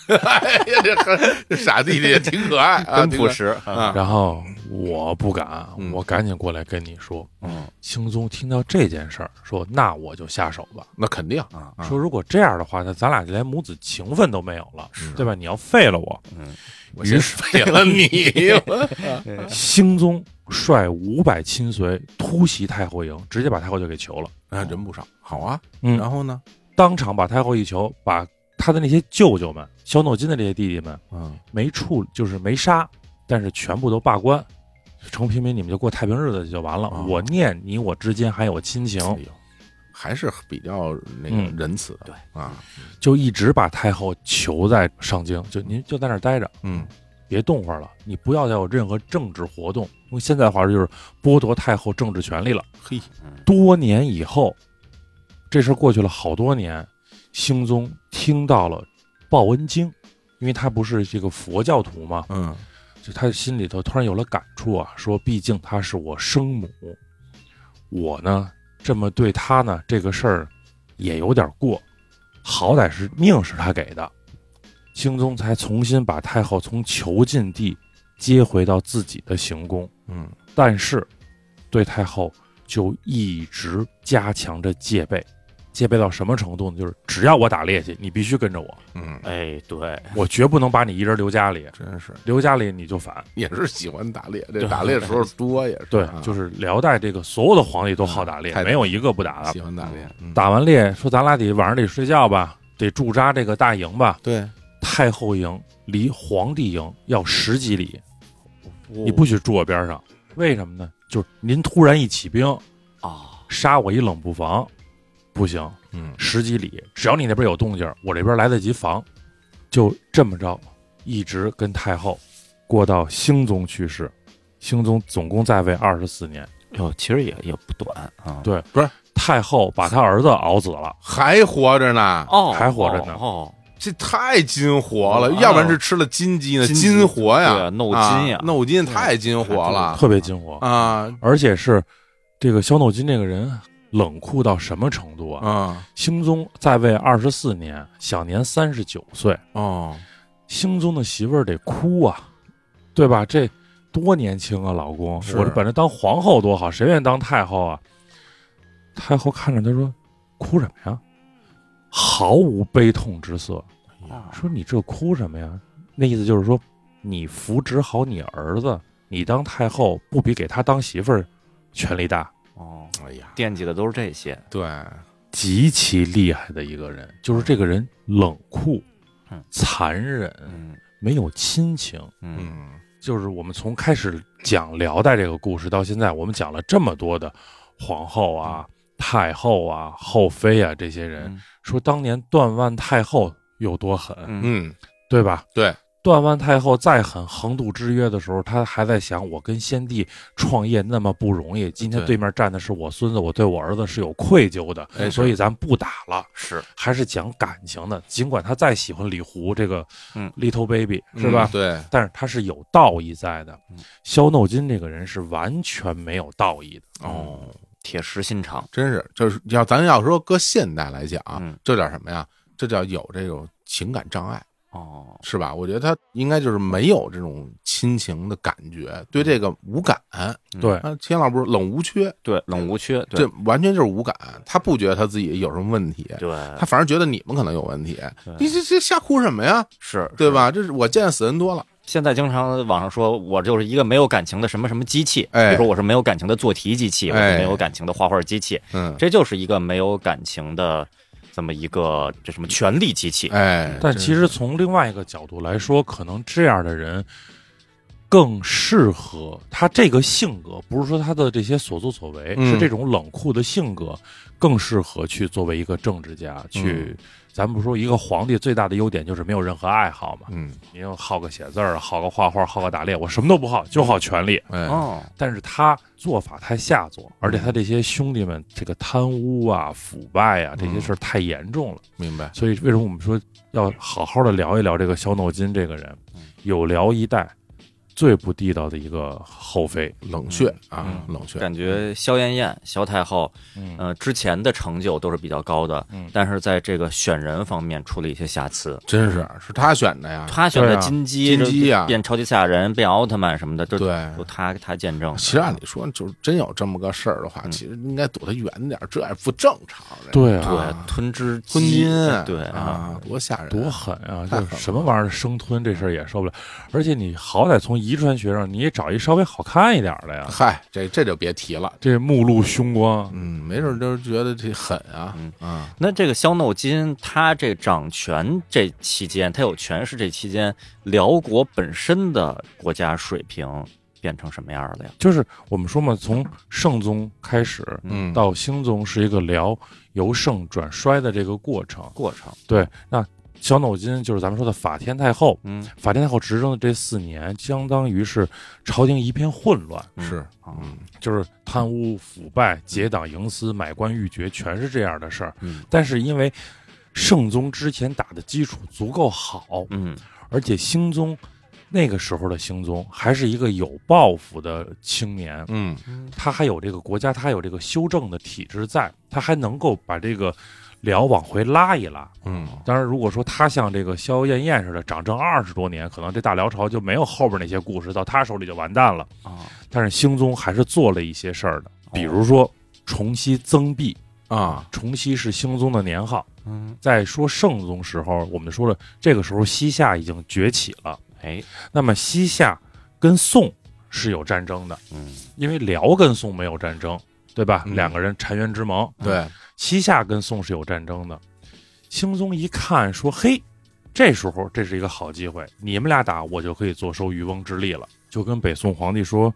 S7: 哎呀，这很这傻弟弟也挺可爱，啊
S8: 真朴实嗯
S7: 啊，
S9: 然后我不敢
S7: 嗯，
S9: 我赶紧过来跟你说。
S8: 嗯
S9: 兴宗听到这件事儿，说：“那我就下手吧。
S7: 那肯定
S8: 啊，
S9: 说如果这样的话，那咱俩连母子情分都没有了，对吧？你要废了我。
S8: 嗯，
S7: 我先废了你， *laughs* 我
S9: 兴宗率五百亲随突袭太后营，直接把太后就给囚了。
S7: 啊，人不少，好啊。
S9: 嗯
S7: 然后呢？
S9: 当场把太后一囚，把他的那些舅舅们、萧诺金的这些弟弟们
S7: 嗯，
S9: 没处就是没杀，但是全部都罢官，成平民你们就过太平日子就完了。
S7: 哦
S9: 我念你我之间还有亲情，
S7: 哎呦，还是比较那个
S9: 嗯
S7: 仁慈的，
S8: 对
S7: 啊，
S9: 就一直把太后囚在上京，就您就在那儿待着，
S7: 嗯，
S9: 别动会儿了，你不要再有任何政治活动，用现在的话就是剥夺太后政治权利了。
S7: 嘿，
S9: 多年以后，这事儿过去了好多年，兴宗听到了报恩经，因为他不是这个佛教徒嘛，
S7: 嗯，
S9: 就他心里头突然有了感触啊，说毕竟她是我生母，我呢这么对她呢，这个事儿也有点过，好歹是命是他给的。兴宗才重新把太后从囚禁地接回到自己的行宫，
S7: 嗯，
S9: 但是对太后就一直加强着戒备，戒备到什么程度呢？就是只要我打猎去，你必须跟着我，
S7: 嗯，
S8: 哎，对，
S9: 我绝不能把你一人留家里，
S7: 真是
S9: 留家里你就反。
S7: 也是喜欢打猎，这
S9: 对
S7: 打猎的时候多也是，
S9: 对
S7: 啊，
S9: 就是辽代这个所有的皇帝都好打猎，
S7: 太
S9: 没有一个不打的
S7: 喜。欢打猎，嗯
S9: 打完猎说咱俩得晚上得睡觉吧，得驻扎这个大营吧。
S7: 对，
S9: 太后营离皇帝营要十几里，
S7: 哦
S9: 你不许住我边上，为什么呢？就是您突然一起兵
S8: 啊，
S9: 杀我一冷不防，不行，
S7: 嗯，
S9: 十几里，只要你那边有动静，我这边来得及防。就这么着，一直跟太后过到兴宗去世。兴宗总共在位二十四年，
S8: 哟，其实也也不短啊。
S9: 对，
S7: 不是
S9: 太后把他儿子熬死了，
S7: 还活着呢，
S8: 哦，
S9: 还活着呢
S8: 哦，
S7: 这太金活了，
S8: 哦
S7: 要不然是吃了金鸡呢，
S8: 金鸡
S7: 金活
S8: 对
S7: 呀
S8: 啊，弄
S7: 啊
S8: 金呀
S7: 弄金太金活了
S9: 特别惊活。
S7: 啊
S9: 而且是这个萧诺金这个人冷酷到什么程度啊？
S7: 啊
S9: 兴宗在位二十四年，享年三十九岁，
S7: 哦，
S9: 兴宗的媳妇儿得哭啊，对吧？这多年轻啊，老公，
S7: 是
S9: 我这把这当皇后多好，谁愿意当太后啊？太后看着他说：“哭什么呀？”毫无悲痛之色，说：“你这哭什么呀？”那意思就是说，你扶植好你儿子，你当太后不比给他当媳妇儿权力大？
S8: 哦，
S7: 哎呀，
S8: 惦记的都是这些。
S7: 对，
S9: 极其厉害的一个人，就是这个人冷酷
S8: 嗯、
S9: 残忍，
S8: 嗯
S9: 没有亲情。
S8: 嗯
S7: 嗯
S9: 就是我们从开始讲辽代这个故事到现在，我们讲了这么多的皇后啊、太后啊、后妃啊这些人，
S8: 嗯
S9: 说当年段万太后有多狠，
S8: 嗯
S7: 嗯，
S9: 对吧？
S7: 对，
S9: 段万太后再狠，横渡之约的时候，她还在想，我跟先帝创业那么不容易，今天
S7: 对
S9: 对面站的是我孙子，我对我儿子是有愧疚的，
S7: 哎是
S9: 所以咱不打了。
S8: 是
S9: 还是讲感情的，尽管他再喜欢李胡这个，
S8: 嗯
S9: ，Little Baby 是吧？
S7: 嗯对，
S9: 但是他是有道义在的
S8: 嗯。
S9: 肖诺金这个人是完全没有道义的。
S7: 哦，
S8: 铁石心肠。
S7: 真是，就是要咱要说搁现代来讲啊
S8: 嗯，
S7: 这叫什么呀？这叫有这种情感障碍。
S8: 哦，
S7: 是吧？我觉得他应该就是没有这种亲情的感觉，对这个无感。
S8: 嗯
S9: 对
S7: 啊，钱老不是冷无缺，
S8: 对，冷无缺，对
S7: 这完全就是无感。他不觉得他自己有什么问题，
S8: 对
S7: 他，反而觉得你们可能有问题
S8: 对。
S7: 你这这瞎哭什么呀？
S8: 是
S7: 对？
S8: 是
S7: 吧？这是我见死人多了。
S8: 现在经常网上说我就是一个没有感情的什么什么机器，
S7: 哎
S8: 比如说我是没有感情的做题机器，我
S7: 哎
S8: 是没有感情的画画机器，
S7: 嗯，
S8: 这就是一个没有感情的这么一个这什么权力机器。
S7: 哎，
S9: 但其实从另外一个角度来说，可能这样的人更适合他这个性格，不是说他的这些所作所为，
S7: 嗯
S9: 是这种冷酷的性格更适合去作为一个政治家
S7: 嗯
S9: 去。咱不说一个皇帝最大的优点就是没有任何爱好嘛，
S7: 嗯，
S9: 你又好个写字儿，好个画画，好个打猎，我什么都不好，就好权力。
S7: 哎，
S8: 哦，
S9: 但是他做法太下作，而且
S7: 嗯
S9: 他这些兄弟们这个贪污啊、腐败啊这
S7: 嗯
S9: 些事儿太严重了，
S7: 明白。
S9: 所以为什么我们说要好好的聊一聊这个肖诺金这个人，有聊一代最不地道的一个后妃，
S7: 冷血啊，
S9: 嗯
S7: 冷血。
S8: 感觉萧燕燕、萧太后，
S9: 嗯
S8: 呃，之前的成就都是比较高的，
S9: 嗯
S8: 但是在这个选人方面出了一些瑕疵。
S7: 真是是他选的呀。
S8: 他选
S9: 对
S8: 的
S9: 啊
S8: 金鸡，
S7: 金鸡啊
S8: 变超级赛亚人，变奥特曼什么的，都
S7: 对
S8: 都他他见证的。
S7: 其实按理说，就是真有这么个事儿的话，其实应该躲他远点儿，这也不正常。这
S9: 嗯对啊
S7: 啊
S8: 对，吞之鸡
S7: 吞金，
S8: 对
S7: 啊，，多吓人啊，
S9: 多狠啊！
S7: 太
S9: 就
S7: 狠了
S9: 是什么玩意儿生吞这事儿也受不了，而且你好歹从遗传学上你也找一稍微好看一点儿的呀，
S7: 嗨，这这就别提了。
S9: 这目露凶光，
S7: 嗯，没准就是觉得这狠啊，
S8: 嗯
S7: 啊，
S8: 那这个萧诺金，他这掌权这期间，他有权势这期间，辽国本身的国家水平变成什么样了呀？
S9: 就是我们说嘛，从圣宗开始，
S7: 嗯，
S9: 到兴宗是一个辽由盛转衰的这个过程。
S8: 过程，
S9: 对，那小脑筋就是咱们说的法天太后，
S8: 嗯，
S9: 法天太后执政的这四年，相当于是朝廷一片混乱，
S7: 是，
S8: 啊
S7: 嗯，
S9: 就是贪污腐败、结党营私、买官鬻爵，全是这样的事儿。
S8: 嗯
S9: 但是因为圣宗之前打的基础足够好，
S8: 嗯，
S9: 而且兴宗那个时候的兴宗还是一个有抱负的青年，
S7: 嗯，
S9: 他还有这个国家，他还有这个修正的体制在，他还能够把这个辽往回拉一拉。
S7: 嗯，
S9: 当然，如果说他像这个萧燕燕似的掌政二十多年，可能这大辽朝就没有后边那些故事，到他手里就完蛋了。
S8: 啊，
S9: 但是兴宗还是做了一些事儿的，比
S8: 哦
S9: 如说重熙增币，
S7: 啊，
S9: 重熙是兴宗的年号。
S8: 嗯，
S9: 在说圣宗时候，我们说了，这个时候西夏已经崛起了。
S8: 哎，
S9: 那么西夏跟宋是有战争的，
S8: 嗯，
S9: 因为辽跟宋没有战争，对吧？
S7: 嗯
S9: 两个人澶渊之盟，
S7: 对，
S9: 西夏跟宋是有战争的。兴宗一看说：“嘿，这时候这是一个好机会，你们俩打，我就可以坐收渔翁之利了。”就跟北宋皇帝说：“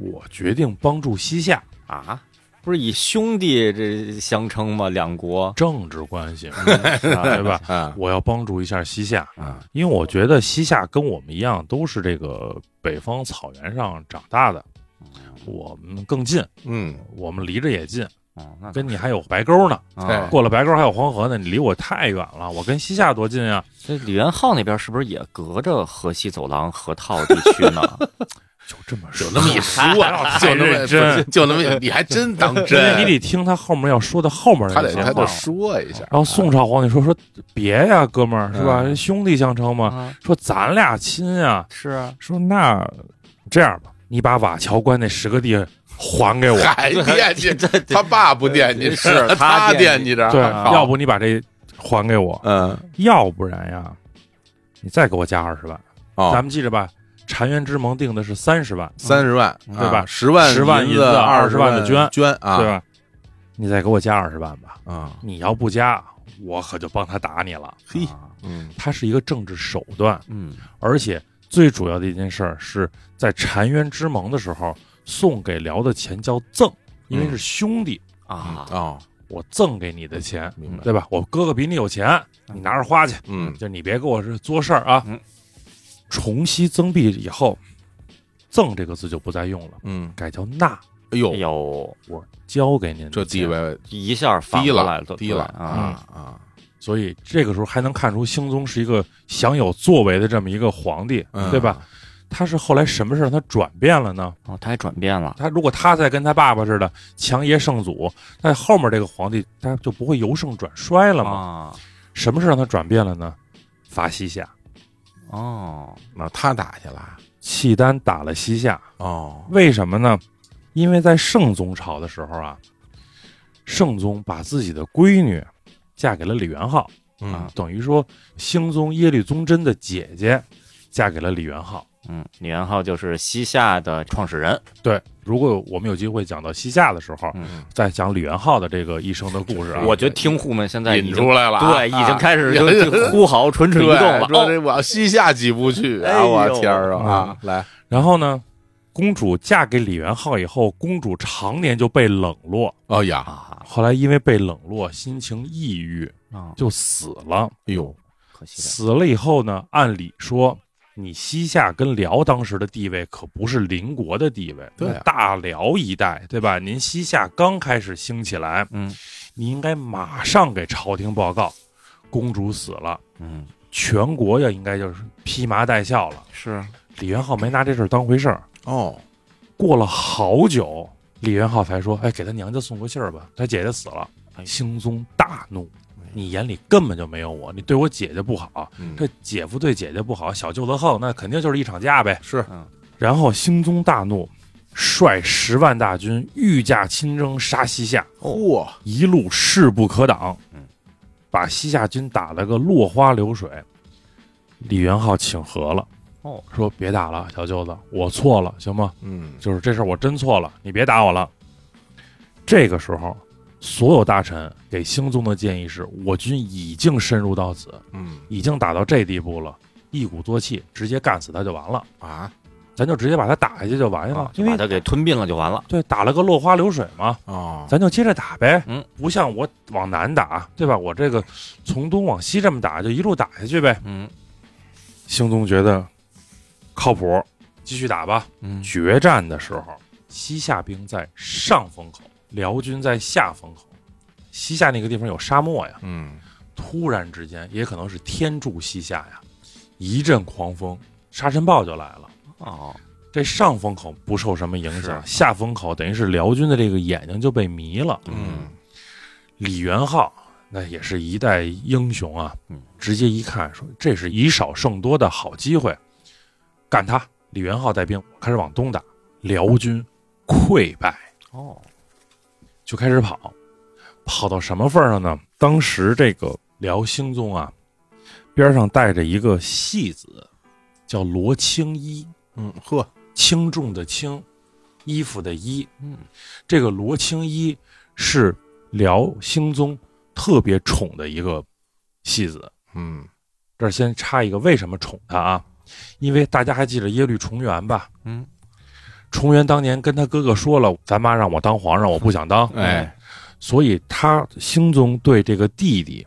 S9: 我决定帮助西夏，
S8: 啊，不是以兄弟这相称吗？两国
S9: 政治关系，嗯是吧对吧？
S7: 啊，
S9: 我要帮助一下西夏
S7: 啊，
S9: 因为我觉得西夏跟我们一样，都是这个北方草原上长大的，我们更近，
S7: 嗯，
S9: 我们离着也近，
S8: 哦，那
S9: 跟你还有白沟呢，
S7: 哎
S8: 啊，
S9: 过了白沟还有黄河呢，你离我太远了，我跟西夏多近啊！
S8: 这李元昊那边是不是也隔着河西走廊、河套地区
S9: *laughs*
S8: 呢？
S9: 就这么说，
S7: 那么一说
S9: *laughs*
S7: 啊，
S9: 太
S7: 就那么
S9: 认真
S7: 就那么，你还
S9: *laughs*
S7: 真当
S9: 因为
S7: 真，
S9: 你啊得听他后面要说的后面
S7: 他
S9: 那
S7: 得
S9: 些
S7: 他
S9: 话。
S7: 得说一下，
S9: 然后宋朝皇帝说说别呀，哥们儿是吧？
S7: 嗯
S9: 兄弟相称嘛。
S8: 啊，
S9: 说咱俩亲呀，
S8: 是啊，
S9: 说那这样吧，你把瓦桥关那十个地还给我，
S7: 还惦记
S8: 这这
S7: 他爸不惦记，
S8: 是
S7: *laughs* 他
S8: 他
S7: 惦
S8: 惦
S7: 记着，
S9: 对，
S7: 好
S9: 要不你把这还给我，
S7: 嗯
S9: 要不然呀，你再给我加二十万。咱
S7: 哦，
S9: 们记着吧，澶渊之盟定的是三十万，嗯
S7: 三十万啊
S9: 对吧
S7: 十万
S9: 10万
S7: 银
S9: 银子
S7: 二十
S9: 20万
S7: 的
S9: 的捐
S7: 捐啊，
S9: 对吧？你再给我加二十万吧，
S7: 啊，
S9: 你要不加，我可就帮他打你了。
S7: 嘿
S8: 啊
S7: 嗯
S9: 它是一个政治手段，
S8: 嗯，
S9: 而且最主要的一件事儿是在澶渊之盟的时候，送给辽的钱叫赠，因为是兄弟，
S8: 啊，
S7: 哦，
S9: 我赠给你的钱，
S7: 明白，
S9: 对吧？我哥哥比你有钱，你拿着花去，
S7: 嗯
S9: 就你别给我是作事儿啊。
S8: 嗯
S9: 重熙增币以后，“赠”这个字就不再用了，
S7: 嗯，
S9: 改叫“纳
S7: 哎
S8: 哎
S7: 呦，
S8: 呦，”，
S9: 我交给您的
S7: 这地
S9: 钱。
S7: 位
S8: 一下反
S7: 低
S8: 过来
S7: 了
S8: 了，，对
S7: 低了
S9: 嗯
S8: 啊，
S7: 啊，
S9: 所以这个时候还能看出兴宗是一个享有作为的这么一个皇帝，
S7: 嗯
S9: 对吧？他是后来什么事儿让他转变了呢？
S8: 哦，他还转变了，
S9: 他如果他再跟他爸爸似的强爷圣祖，那后面这个皇帝他就不会由盛转衰了吗？
S8: 啊，
S9: 什么事让他转变了呢？伐西夏，
S8: 哦，
S7: 那他打去了，
S9: 契丹打了西夏，
S7: 哦，
S9: 为什么呢？因为在圣宗朝的时候啊，圣宗把自己的闺女嫁给了李元昊，
S7: 嗯
S8: 啊
S9: 等于说兴宗耶律宗真的姐姐嫁给了李元昊。
S8: 嗯，李元昊就是西夏的创始人，
S9: 对，如果我们有机会讲到西夏的时候，
S8: 嗯
S9: 再讲李元昊的这个一生的故事啊。
S8: 我觉得听户们现在已
S7: 引
S8: 经
S7: 出来了啊，
S8: 对，已经开
S7: *laughs*
S8: 始
S7: 啊
S8: 就 *laughs* 就呼嚎蠢
S7: 对
S8: 蠢欲动了，
S7: 说
S8: 哦，
S7: 这我要西夏挤不去
S8: 哎
S7: 啊！
S8: 呦
S7: 我天儿啊啊！来，
S9: 然后呢，公主嫁给李元昊以后，公主常年就被冷落，
S7: 哦呀，
S8: 啊，
S9: 后来因为被冷落，心情抑郁，
S8: 啊
S9: 就死了。
S7: 哎呦，
S8: 可惜了，
S9: 死了以后呢，按理说。你西夏跟辽当时的地位可不是邻国的地位，
S7: 对啊
S9: 大辽一带，对吧？您西夏刚开始兴起来，
S8: 嗯
S9: 你应该马上给朝廷报告，公主死了，
S8: 嗯，
S9: 全国呀应该就是披麻戴孝了。
S8: 是
S9: 李元昊没拿这事儿当回事儿，
S7: 哦，
S9: 过了好久，李元昊才说：“哎，给他娘家送个信儿吧，他姐姐死了。”
S7: 哎
S9: 兴宗大怒：“你眼里根本就没有我，你对我姐姐不好，
S7: 嗯
S9: 这姐夫对姐姐不好，小舅子横，那肯定就是一场架呗。”
S7: 是
S8: 嗯。
S9: 然后兴宗大怒，率十万大军御驾亲征杀西夏，
S7: 嚯，
S9: 一路势不可挡
S8: 嗯，
S9: 把西夏军打了个落花流水。李元昊请和了，
S8: 哦，
S9: 说别打了，小舅子，我错了，行吗？
S7: 嗯，
S9: 就是这事儿我真错了，你别打我了。这个时候，所有大臣给兴宗的建议是：我军已经深入到此，
S7: 嗯
S9: 已经打到这地步了，一鼓作气，直接干死他就完了，
S7: 啊
S9: 咱就直接把他打下去就完了，
S8: 啊，就
S9: 因为
S8: 把他给吞并了就完了，
S9: 对打了个落花流水嘛。
S7: 哦，
S9: 咱就接着打呗。
S8: 嗯，
S9: 不像我往南打，对吧？我这个从东往西这么打，就一路打下去呗。
S8: 嗯
S9: 兴宗觉得靠谱，继续打吧。
S8: 嗯，
S9: 决战的时候，西夏兵在上风口，辽军在下风口。西夏那个地方有沙漠呀，
S7: 嗯
S9: 突然之间，也可能是天助西夏呀，一阵狂风，沙尘暴就来了。
S8: 哦，
S9: 这上风口不受什么影响，
S8: 是
S9: 下风口等于是辽军的这个眼睛就被迷了。
S7: 嗯
S9: 李元昊那也是一代英雄啊
S8: 嗯，
S9: 直接一看说这是以少胜多的好机会，干他！李元昊带兵开始往东打，辽军溃败，
S8: 哦，
S9: 就开始跑，跑到什么份儿上呢？当时这个辽兴宗啊，边上带着一个戏子，叫罗青衣，
S7: 嗯，呵，
S9: 轻重的轻，衣服的衣。
S8: 嗯，
S9: 这个罗青衣是辽兴宗特别宠的一个戏子。
S7: 嗯
S9: 这儿先插一个，为什么宠他啊？因为大家还记得耶律重元吧？
S8: 嗯，
S9: 重元当年跟他哥哥说了，咱妈让我当皇上，我不想当，
S7: 哎，
S9: 所以他兴宗对这个弟弟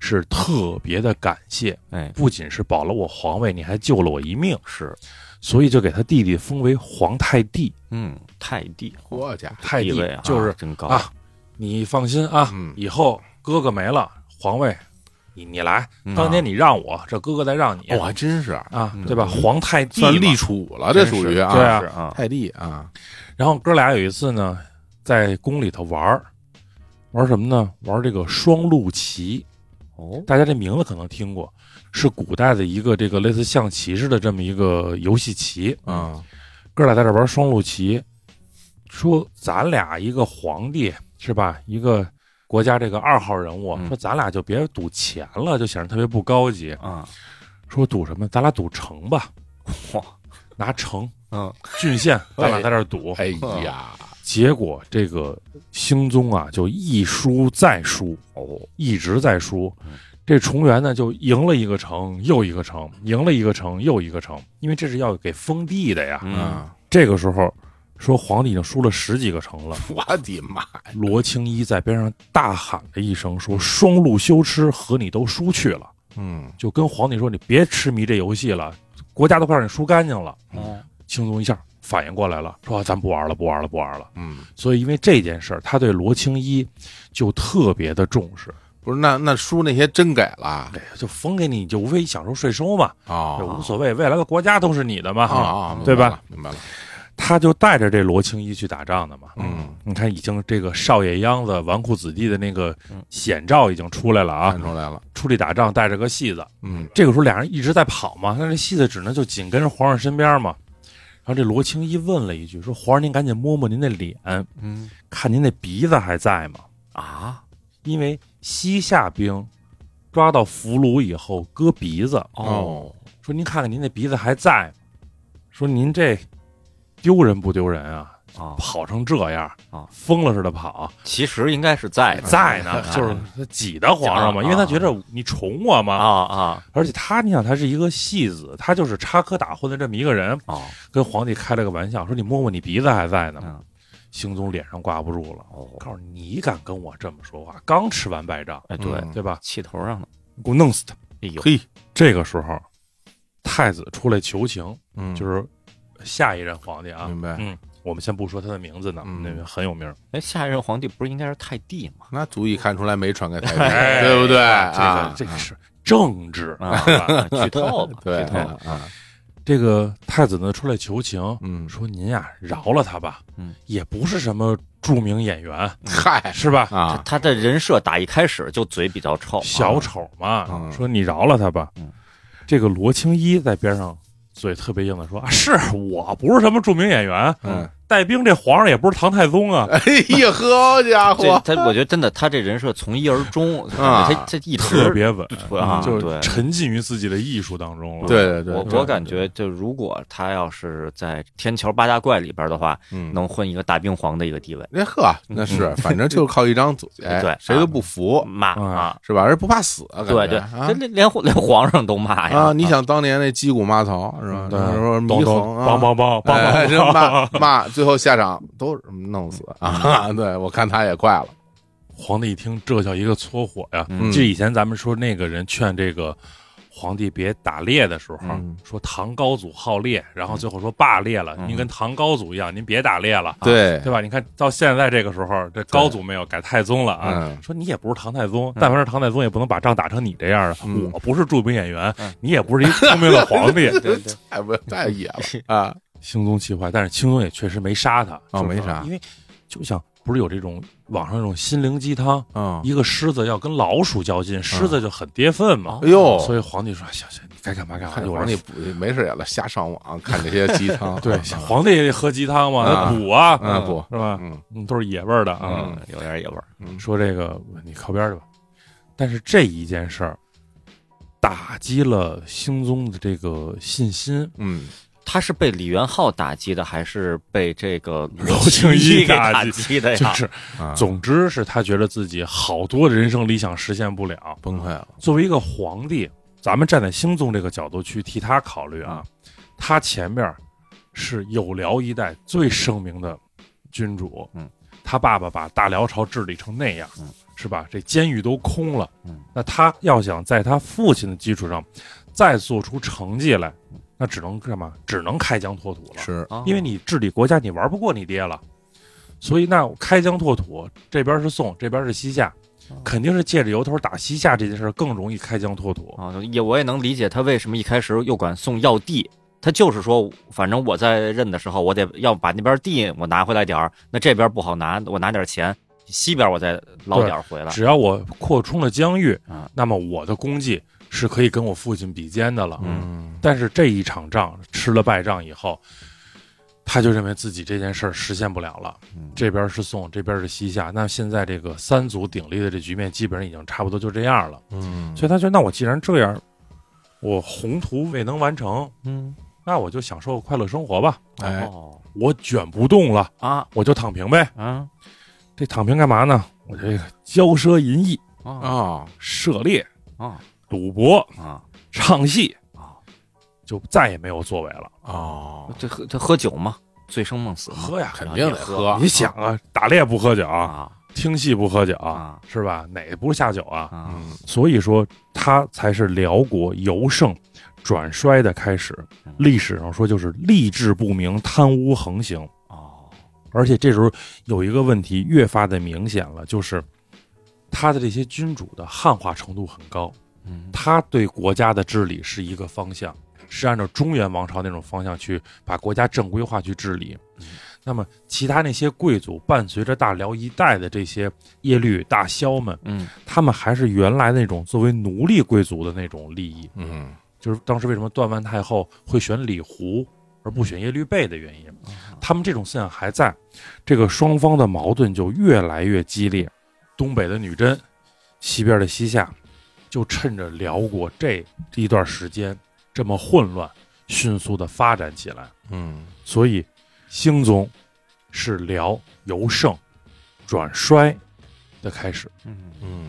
S9: 是特别的感谢，
S8: 哎，
S9: 不仅是保了我皇位，你还救了我一命，
S8: 是，
S9: 所以就给他弟弟封为皇太帝。
S8: 嗯，太帝
S7: 我家伙
S9: 太
S8: 地
S9: 帝
S8: 位啊
S9: 就是
S8: 真高
S9: 啊，你放心啊，
S7: 嗯
S9: 以后哥哥没了，皇位你你来
S8: 嗯，
S9: 当年你让我，这哥哥再让你
S7: 哦，还真是
S9: 啊
S8: 嗯，
S9: 对吧？皇太帝
S7: 算
S9: 嘛
S7: 立储了，这
S9: 真是
S7: 属于啊，
S9: 对啊
S8: 是啊，
S7: 泰帝啊，
S9: 然后哥俩有一次呢，在宫里头玩儿，玩什么呢？玩这个双陆棋。
S8: 哦，
S9: 大家这名字可能听过，是古代的一个这个类似象棋似的这么一个游戏棋。
S8: 啊
S7: 嗯，
S9: 哥俩在这玩双陆棋，说咱俩一个皇帝是吧？一个国家这个二号人物，
S8: 嗯
S9: 说咱俩就别赌钱了，就显得特别不高级。
S8: 啊，
S9: 说赌什么？咱俩赌城吧，
S8: 嚯，
S9: 拿城
S8: 嗯，
S9: 郡县，咱俩在这儿赌。
S7: 哎呀，
S9: 结果这个兴宗啊，就一输再输，
S8: 哦，
S9: 一直在输。这重元呢，就赢了一个城又一个城，赢了一个城又一个城，因为这是要给封地的呀。
S8: 嗯，
S7: 嗯，
S9: 这个时候，说皇帝已经输了十几个城了。
S7: 我的妈呀，
S9: 罗青衣在边上大喊了一声，说：“双路修吃，和你都输去了。
S7: 嗯”，
S9: 就跟皇帝说：“你别痴迷这游戏了，国家都快让你输干净了。
S8: 哦，”
S9: 庆宗一下反应过来了，说：“咱不玩了，不玩了，不玩了。”
S7: 嗯，
S9: 所以因为这件事儿，他对罗青衣就特别的重视，
S7: 不是，那那书那些真给了
S9: 哎呀，就封给你，你就无非享受税收嘛，这
S7: 哦
S9: 无所谓，未来的国家都是你的嘛，
S7: 啊啊，
S9: 对吧？
S7: 明白了，
S9: 他就带着这罗青衣去打仗的嘛。
S7: 嗯，
S9: 你看，已经这个少爷秧子纨绔子弟的那个险兆已经出来了啊
S7: 看！出来了，
S9: 出去打仗带着个戏子，
S7: 嗯，
S9: 这个时候俩人一直在跑嘛，那这戏子只能就紧跟着皇上身边嘛。然后这罗青衣问了一句，说：“皇上，您赶紧摸摸您的脸，
S8: 嗯
S9: 看您那鼻子还在吗？”
S8: 啊，
S9: 因为西夏兵抓到俘虏以后割鼻子，
S7: 哦，
S9: 说您看看您那鼻子还在吗，说您这丢人不丢人啊？
S8: 啊，
S9: 跑成这样
S8: 啊
S9: 疯了似的跑，
S8: 其实应该是在
S9: 在呢，
S8: 哎
S9: 就是他挤得皇上嘛，
S8: 啊
S9: 因为他觉得你宠我
S8: 啊
S9: 嘛。
S8: 啊
S9: 而且他，你想，他是一个戏子，他就是插科打诨的这么一个人，
S8: 哦，
S9: 跟皇帝开了个玩笑，说你摸摸你鼻子还在呢吗
S8: 嗯？
S9: 兴宗脸上挂不住了，
S8: 哦
S9: 告诉你你敢跟我这么说话，刚吃完败仗，
S8: 哎，对，
S7: 嗯
S9: 对吧？
S8: 气头上了，
S9: 给我弄死他！
S8: 哎呦，
S7: 嘿，
S9: 这个时候，太子出来求情，
S7: 嗯，
S9: 就是下一任皇帝啊。
S7: 明白
S9: 嗯，我们先不说他的名字呢，
S7: 嗯
S9: 那个很有名儿。
S8: 哎，下一任皇帝不是应该是太帝吗？
S7: 那足以看出来没传给太
S9: 哎
S7: 帝， *laughs* 对不对啊
S9: 这个？这个是政治。
S8: 啊，
S9: *laughs*
S8: 剧透吧，
S7: 对
S8: 剧透吧，
S7: 啊，
S9: 这个太子呢出来求情，
S7: 嗯，
S9: 说您呀饶了他吧，
S8: 嗯，
S9: 也不是什么著名演员，
S7: 嗨
S9: 是吧？
S8: 他
S7: 啊，
S8: 他的人设打一开始就嘴比较臭，
S9: 小啊丑嘛，
S7: 嗯
S9: 说你饶了他吧。
S8: 嗯
S9: 这个罗青衣在边上嘴特别硬的说：“啊，是我不是什么著名演员，
S7: 嗯，
S9: 带兵这皇上也不是唐太宗啊，
S7: *laughs* 哎呀，好家
S8: 这
S7: 伙，
S8: 他，我觉得真的，他这人设从一而终，
S7: 啊
S8: 他他一直
S9: 特别稳，嗯
S8: 啊，
S9: 就
S8: 对
S9: 是沉浸于自己的艺术当中了。
S7: 对对对，
S8: 我我感觉，就如果他要是在《天桥八大怪》里边的话，
S7: 嗯
S8: 能混一个大兵皇的一个地位，
S7: 那哎呵，那是，反正就是靠一张嘴，
S8: *laughs* 对
S7: 谁都不服，
S8: 骂
S9: 嗯
S8: 啊，
S7: 是吧？人不怕死，感觉
S8: 对对，
S7: 哎啊
S8: 这连连连皇上都骂呀
S7: 啊！你想当年那击鼓骂曹是吧？
S9: 嗯对
S7: 那时候
S9: 咚
S7: 祢
S9: 咚
S7: 衡啊，
S9: 梆梆梆梆
S7: 哎
S9: 梆
S7: 真
S9: 梆，
S7: 骂骂，最后下场都是弄死
S9: 嗯
S7: 啊！ *laughs* 对我看他也怪了，
S9: 皇帝一听，这叫一个搓火呀！
S7: 嗯
S9: 记得以前咱们说那个人劝这个皇帝别打猎的时候，
S7: 嗯
S9: 说唐高祖好猎，然后最后说罢猎了，您跟唐高祖一样，您别打猎了。
S7: 对
S9: 啊对吧？你看到现在这个时候，这高祖没有改太宗了啊。
S7: 嗯
S9: 说你也不是唐太宗，但凡是唐太宗，也不能把仗打成你这样的。
S7: 嗯
S9: 我不是著名演员，你也不是一聪明的皇帝。
S7: 太不太野了啊！
S9: *laughs* 兴宗气坏，但是兴宗也确实没杀他，
S7: 哦
S9: 就是
S7: 没杀
S9: 因为就像不是有这种网上那种心灵鸡汤，
S7: 嗯，
S9: 一个狮子要跟老鼠较劲，狮子就很跌份嘛。
S7: 哎呦，
S9: 所以皇帝说：“行行，你该干嘛干嘛。”
S7: 看
S9: 有
S7: 皇
S9: 人
S7: 帝不没事也了，瞎上网看这些鸡汤，
S9: *laughs* 对皇帝也得喝鸡汤嘛，他
S7: 啊
S9: 补啊，
S7: 嗯补
S9: 是吧？
S7: 嗯
S9: 嗯，都是野味儿的啊。
S8: 嗯，有点野味儿，
S9: 说这个你靠边儿去吧。但是这一件事儿打击了兴宗的这个信心，
S7: 嗯，
S8: 他是被李元昊打击的，还是被这个
S9: 罗庆一
S8: 给打
S9: 击
S8: 击的呀？
S9: 就是
S7: 啊
S9: 总之是他觉得自己好多人生理想实现不了，
S7: 崩溃了，
S9: 作为一个皇帝，咱们站在兴宗这个角度去替他考虑啊，他前面
S6: 是有辽一代最盛名的君主，
S8: 嗯，
S6: 他爸爸把大辽朝治理成那样，
S8: 嗯，
S6: 是吧？这监狱都空了，
S8: 嗯，
S6: 那他要想在他父亲的基础上再做出成绩来，那只能干嘛？只能开疆拓土了，
S7: 是
S8: 哦
S6: 因为你治理国家你玩不过你爹了，所以那开疆拓土，这边是宋，这边是西夏，肯定是借着由头打西夏这件事儿更容易开疆拓土。
S8: 啊，也我也能理解他为什么一开始又管送要地，他就是说，反正我在任的时候，我得要把那边地我拿回来点儿，那这边不好拿，我拿点钱，西边我再捞点儿回来。
S6: 只要我扩充了疆域
S8: 啊，
S6: 那么我的功绩是可以跟我父亲比肩的了。
S7: 嗯，
S6: 但是这一场仗吃了败仗以后，他就认为自己这件事儿实现不了了。
S8: 嗯
S6: 这边是宋，这边是西夏，那现在这个三足鼎立的这局面基本上已经差不多就这样了。
S7: 嗯，
S6: 所以他觉得，那我既然这样，我宏图未能完成，
S8: 嗯，
S6: 那我就享受快乐生活吧。
S7: 哎，
S8: 哦
S6: 我卷不动了，
S8: 啊
S6: 我就躺平呗。
S8: 啊
S6: 这躺平干嘛呢？我这个骄奢淫逸、
S8: 啊
S7: 哦，
S6: 涉猎、
S8: 啊
S6: 赌博、
S8: 啊！
S6: 唱戏
S8: 啊，
S6: 就再也没有作为了。
S7: 哦，
S8: 这喝这喝酒嘛，醉生梦死嘛
S6: 喝呀，
S7: 肯定得喝，
S6: 你想啊，打猎不喝酒，
S8: 啊
S6: 听戏不喝酒，
S8: 啊
S6: 是吧？哪不是下酒啊？
S8: 啊！
S7: 嗯，
S6: 所以说，它才是辽国由盛转衰的开始
S8: 嗯。
S6: 历史上说就是吏治不明，贪污横行。
S8: 哦，
S6: 而且这时候有一个问题越发的明显了，就是他的这些君主的汉化程度很高，
S8: 嗯
S6: 他对国家的治理是一个方向，是按照中原王朝那种方向去把国家正规化去治理。那么，其他那些贵族伴随着大辽一代的这些耶律大萧们，
S8: 嗯
S6: 他们还是原来那种作为奴隶贵族的那种利益，
S7: 嗯，
S6: 就是当时为什么段万太后会选李胡而不选耶律倍的原因。他们这种思想还在，这个双方的矛盾就越来越激烈。东北的女真，西边的西夏，就趁着辽国这一段时间这么混乱，迅速的发展起来。
S7: 嗯，
S6: 所以，兴宗是辽由盛转衰的开始。
S8: 嗯
S7: 嗯，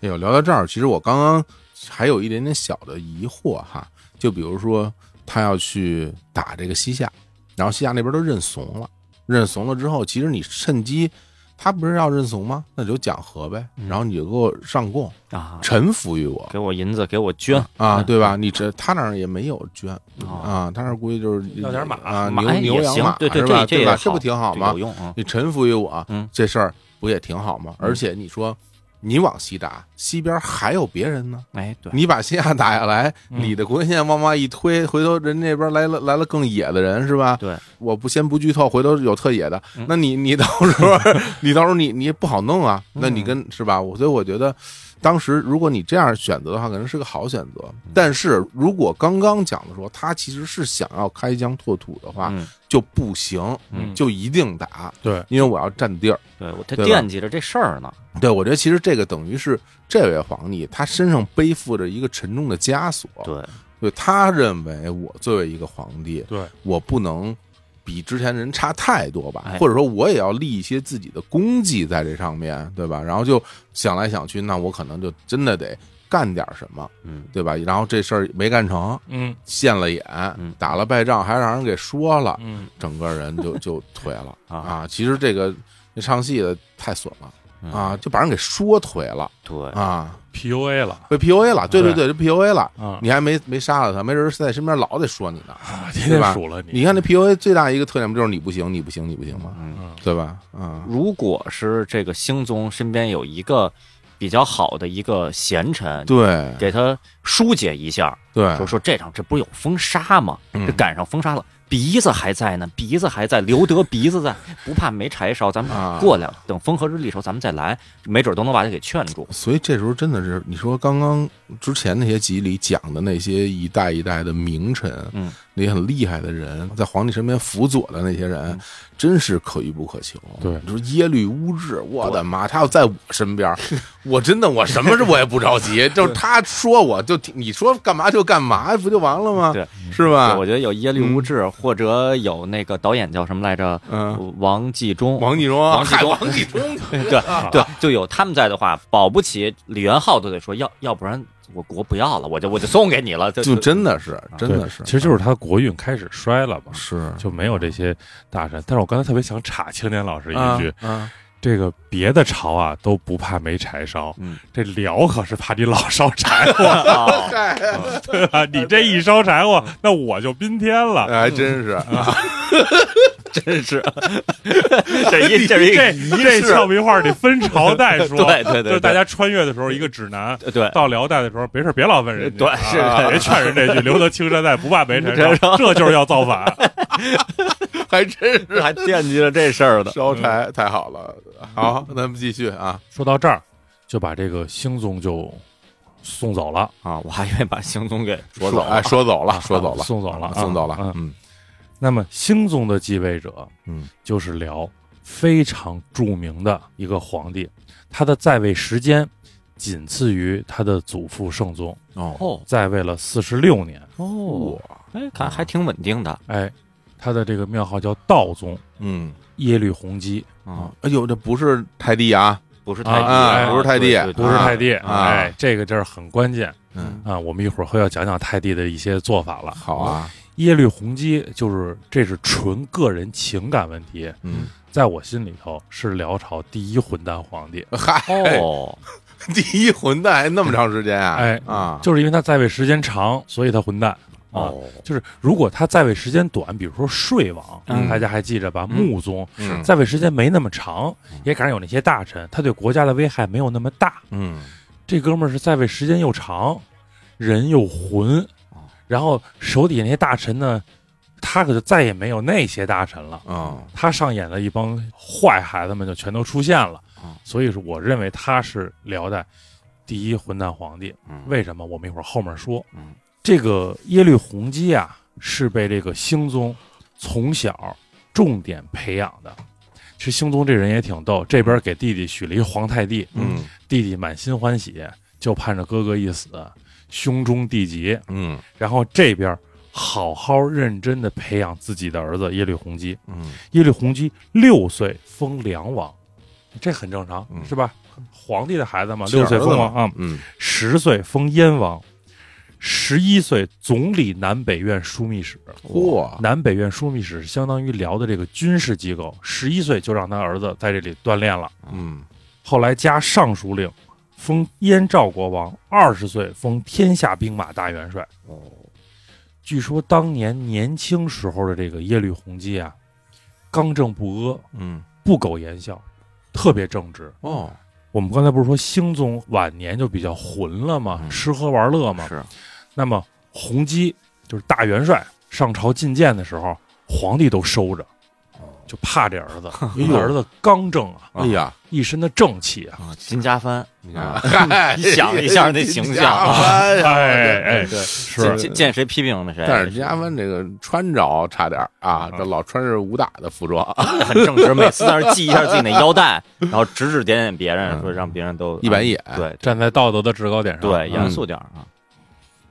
S7: 哎呦，聊到这儿，其实我刚刚还有一点点小的疑惑哈，就比如说他要去打这个西夏，然后西夏那边都认怂了，认怂了之后，其实你趁机，他不是要认怂吗？那就讲和呗，然后你就给我上供，
S8: 嗯啊，嗯
S7: 臣服于我
S8: 给我银子，给我捐
S7: 啊，对吧？你这他那儿也没有捐
S8: 啊，
S7: 啊，他那儿估计就是
S6: 要点马
S7: 啊，
S8: 马
S7: 牛
S8: 哎
S7: 牛
S8: 也
S7: 羊
S8: 行
S7: 马
S8: 对对
S7: 是
S8: 这
S7: 吧？
S8: 这
S7: 对
S8: 也
S7: 吧？
S8: 好
S7: 这不挺好
S8: 这
S7: 吗
S8: 有？用啊
S7: 你臣服于我，
S8: 嗯
S7: 这事儿不也挺好吗？而且你说你往西打，西边还有别人呢，
S8: 哎对，
S7: 你把西亚打下来，
S6: 嗯
S7: 你的国境线往外一推，回头人那边来了来了更野的人是吧？
S8: 对，
S7: 我不先不剧透，回头有特野的，
S8: 嗯
S7: 那你你到时候 *laughs* 你到时候你你也不好弄啊，
S8: 嗯
S7: 那你跟是吧？我所以我觉得。当时如果你这样选择的话，可能是个好选择。
S8: 嗯
S7: 但是如果刚刚讲的说他其实是想要开疆拓土的话，
S8: 嗯
S7: 就不行，
S8: 嗯
S7: 就一定打，
S6: 对，
S7: 因为我要占地儿。
S8: 对我他
S7: 对吧
S8: 惦记着这事儿呢，
S7: 对，我觉得其实这个等于是这位皇帝他身上背负着一个沉重的枷锁，
S8: 对，
S7: 对他认为我作为一个皇帝，
S6: 对
S7: 我不能比之前人差太多吧，
S8: 哎
S7: 或者说我也要立一些自己的功绩在这上面，对吧？然后就想来想去，那我可能就真的得干点什么，
S8: 嗯
S7: 对吧？然后这事儿没干成，
S6: 嗯
S7: 现了眼
S8: 嗯，
S7: 打了败仗，还让人给说了，
S6: 嗯，
S7: 整个人就就颓了
S8: 啊
S7: 啊！其实这个这唱戏的太损了。
S8: 嗯
S7: 啊，就把人给说颓了
S8: 对，
S7: 啊，
S6: PUA 了
S7: 被 PUA 了，对对
S6: 对
S7: 对，就 PUA 了，
S6: 啊，
S7: 你还没没杀了他，没准儿在身边老得说你呢。
S6: 天
S7: 对
S6: 天
S7: 吧
S6: 数了你，
S7: 你看这 PUA 最大一个特点不就是你不行，你不行，你不行吗？
S8: 嗯。
S6: 嗯，
S7: 对吧？啊，
S8: 如果是这个兴宗身边有一个比较好的一个贤臣，
S7: 对
S8: 给他疏解一下，
S7: 对
S8: 说，说这场这不是有风沙吗？
S7: 嗯
S8: 这赶上风沙了，鼻子还在呢，鼻子还在，留得鼻子在，不怕没柴烧。咱
S7: 啊
S8: 们过两、等风和日丽时候，咱们再来，没准都能把他给劝住。
S7: 所以这时候真的是，你说刚刚之前那些集里讲的那些一代一代的名臣，
S8: 嗯，
S7: 那些很厉害的人，在皇帝身边辅佐的那些
S8: 嗯
S7: 人，真是可遇不可求。
S6: 对
S7: 你说耶律乌质，我的妈，他要在我
S8: *laughs*
S7: 身边，我真的我什么事我也不着急，就是他说我就听你说干嘛就这干嘛呀？不就完了吗？
S8: 对，
S7: 是吧
S8: 对我？觉得有耶律无志，或者有那个导演叫什么来着？
S7: 嗯，
S8: 王纪中。
S7: 王继忠，
S8: 王继
S7: 嗨
S8: 忠
S7: 王继忠，
S8: 对 *laughs*
S7: *laughs*
S8: 对，就有他们在的话，保不齐李元昊都得说要，要不然我国不要了，我就我就送给你了。就
S7: 就真的是，真
S6: 啊对
S7: 的是，
S6: 其实就是他国运开始衰了吧，
S7: 是
S6: 就没有这些大神。但是我刚才特别想插青年老师一句，
S7: 啊，
S6: 这个别的朝啊都不怕没柴烧，
S8: 嗯
S6: 这辽可是怕你老烧柴火，
S8: 哦
S6: 对吧？你这一烧柴火，那我就宾天了。
S7: 哎，还真是，
S8: 真是，
S6: *laughs*
S8: 这一这一
S6: 这这俏皮话得分朝代
S8: *laughs*
S6: 说，
S8: 对对对
S6: 就是
S8: 对
S6: 大家穿越的时候一个指南。
S8: 对
S6: 到辽代的时候，没事别老问人家，
S8: 对是
S6: 啊别劝人这句“留得青山在，不怕没柴烧”，这就是要造反。
S7: 还真是
S8: 还惦记着这事儿呢。
S7: 烧柴太好了。好，
S8: 嗯
S7: 那咱们继续啊，
S6: 说到这儿，就把这个兴宗就送走了，
S8: 啊，我还以为把行宗给
S7: 说走，哎，说走了，说走了，
S6: 送走了，
S7: 送走了
S6: 嗯，
S7: 嗯
S6: 那么兴宗的继位者，
S7: 嗯，
S6: 就是辽非常著名的一个皇
S7: 啊
S6: 帝，他的在位时间仅次于他的祖父圣宗，
S7: 哦
S8: 哦
S6: 在位了四十六年。
S8: 哦，哎，看还挺稳定的
S6: 哎，他的这个庙号叫道宗
S7: 嗯
S6: 耶律洪基，
S8: 啊，
S7: 哎呦，这不是泰迪啊，
S8: 不是
S6: 啊
S8: 太
S6: 啊不
S7: 是太帝
S6: 不是太帝。
S7: 啊
S6: 哎，这个这儿很关键
S7: 嗯，
S6: 啊，我们一会儿会要讲讲太帝的一些做法了。
S7: 好，啊，
S6: 耶律洪基就是这是纯个人情感问题，
S7: 嗯，
S6: 在我心里头是辽朝第一混蛋皇帝。
S7: *laughs* 嗨，
S8: 哦，
S7: 第一混蛋还那么长时间啊，
S6: 哎
S7: 啊，
S6: 就是因为他在位时间长，所以他混蛋。啊，
S8: 哦，
S6: 就是如果他在位时间短，比如说睡王，
S7: 嗯
S6: 大家还记着吧？
S8: 嗯
S6: 穆宗
S7: 是
S6: 在位时间没那么长，也赶上有那些大臣，他对国家的危害没有那么大。
S7: 嗯
S6: 这哥们儿是在位时间又长，人又混，
S7: 啊
S6: 然后手底下那些大臣呢，他可就再也没有那些大臣了。
S7: 哦，
S6: 他上演的一帮坏孩子们就全都出现了
S7: 啊
S8: 哦，
S6: 所以说我认为他是辽代第一混蛋皇帝。
S8: 嗯
S6: 为什么？我们一会儿后面说
S8: 嗯。
S6: 这个耶律洪基啊，是被这个兴宗从小重点培养的。其实兴宗这人也挺逗，这边给弟弟许了一皇太帝，
S7: 嗯
S6: 弟弟满心欢喜，就盼着哥哥一死，胸中弟疾。
S7: 嗯
S6: 然后这边好好认真的培养自己的儿子耶律洪基，
S7: 嗯，
S6: 耶律洪基六岁封梁王，这很正常，
S7: 嗯
S6: 是吧？皇帝的孩子嘛，
S7: 亲
S6: 六岁
S7: 儿子
S6: 封王
S7: 嘛
S6: 啊，
S7: 嗯
S6: 十岁封燕王，十一岁总理南北院枢密使。 *laughs*
S7: 嚯
S6: 南北院枢密使相当于辽的这个军事机构，十一岁就让他儿子在这里锻炼了。
S7: 嗯
S6: 后来加尚书令，封燕赵国王，二十岁封天下兵马大元帅。哦，据说当年年轻时候的这个耶律洪基啊，刚正不阿，
S7: 嗯
S6: 不苟言笑，特别正直。
S7: 哦
S6: 我们刚才不是说兴宗晚年就比较混了吗？
S7: 嗯
S6: 吃喝玩乐嘛。
S8: 是啊
S6: 那么洪基就是大元帅上朝觐见的时候，皇帝都收着，就怕这儿
S7: *laughs*
S6: 子，因为儿子刚正啊，
S7: 哦哎呀，
S6: 一身的正气啊。
S8: 啊，金家帆，
S7: 你
S8: 啊
S7: 看，
S8: 你想一下那形象啊
S7: 哎呀
S6: 哎哎
S7: 对，
S8: 见
S7: 是
S8: 见见谁批评了谁，
S7: 但是加班这个穿着差点儿啊，这老穿着武打的服装，
S8: 很正直，每次在那儿系一下自己那腰带，然后指指点点别人，
S7: 嗯
S8: 说让别人都啊
S7: 一板一眼
S8: 对
S6: 站在道德的制高点上。
S8: 对，
S6: 啊
S8: 严肃点儿啊，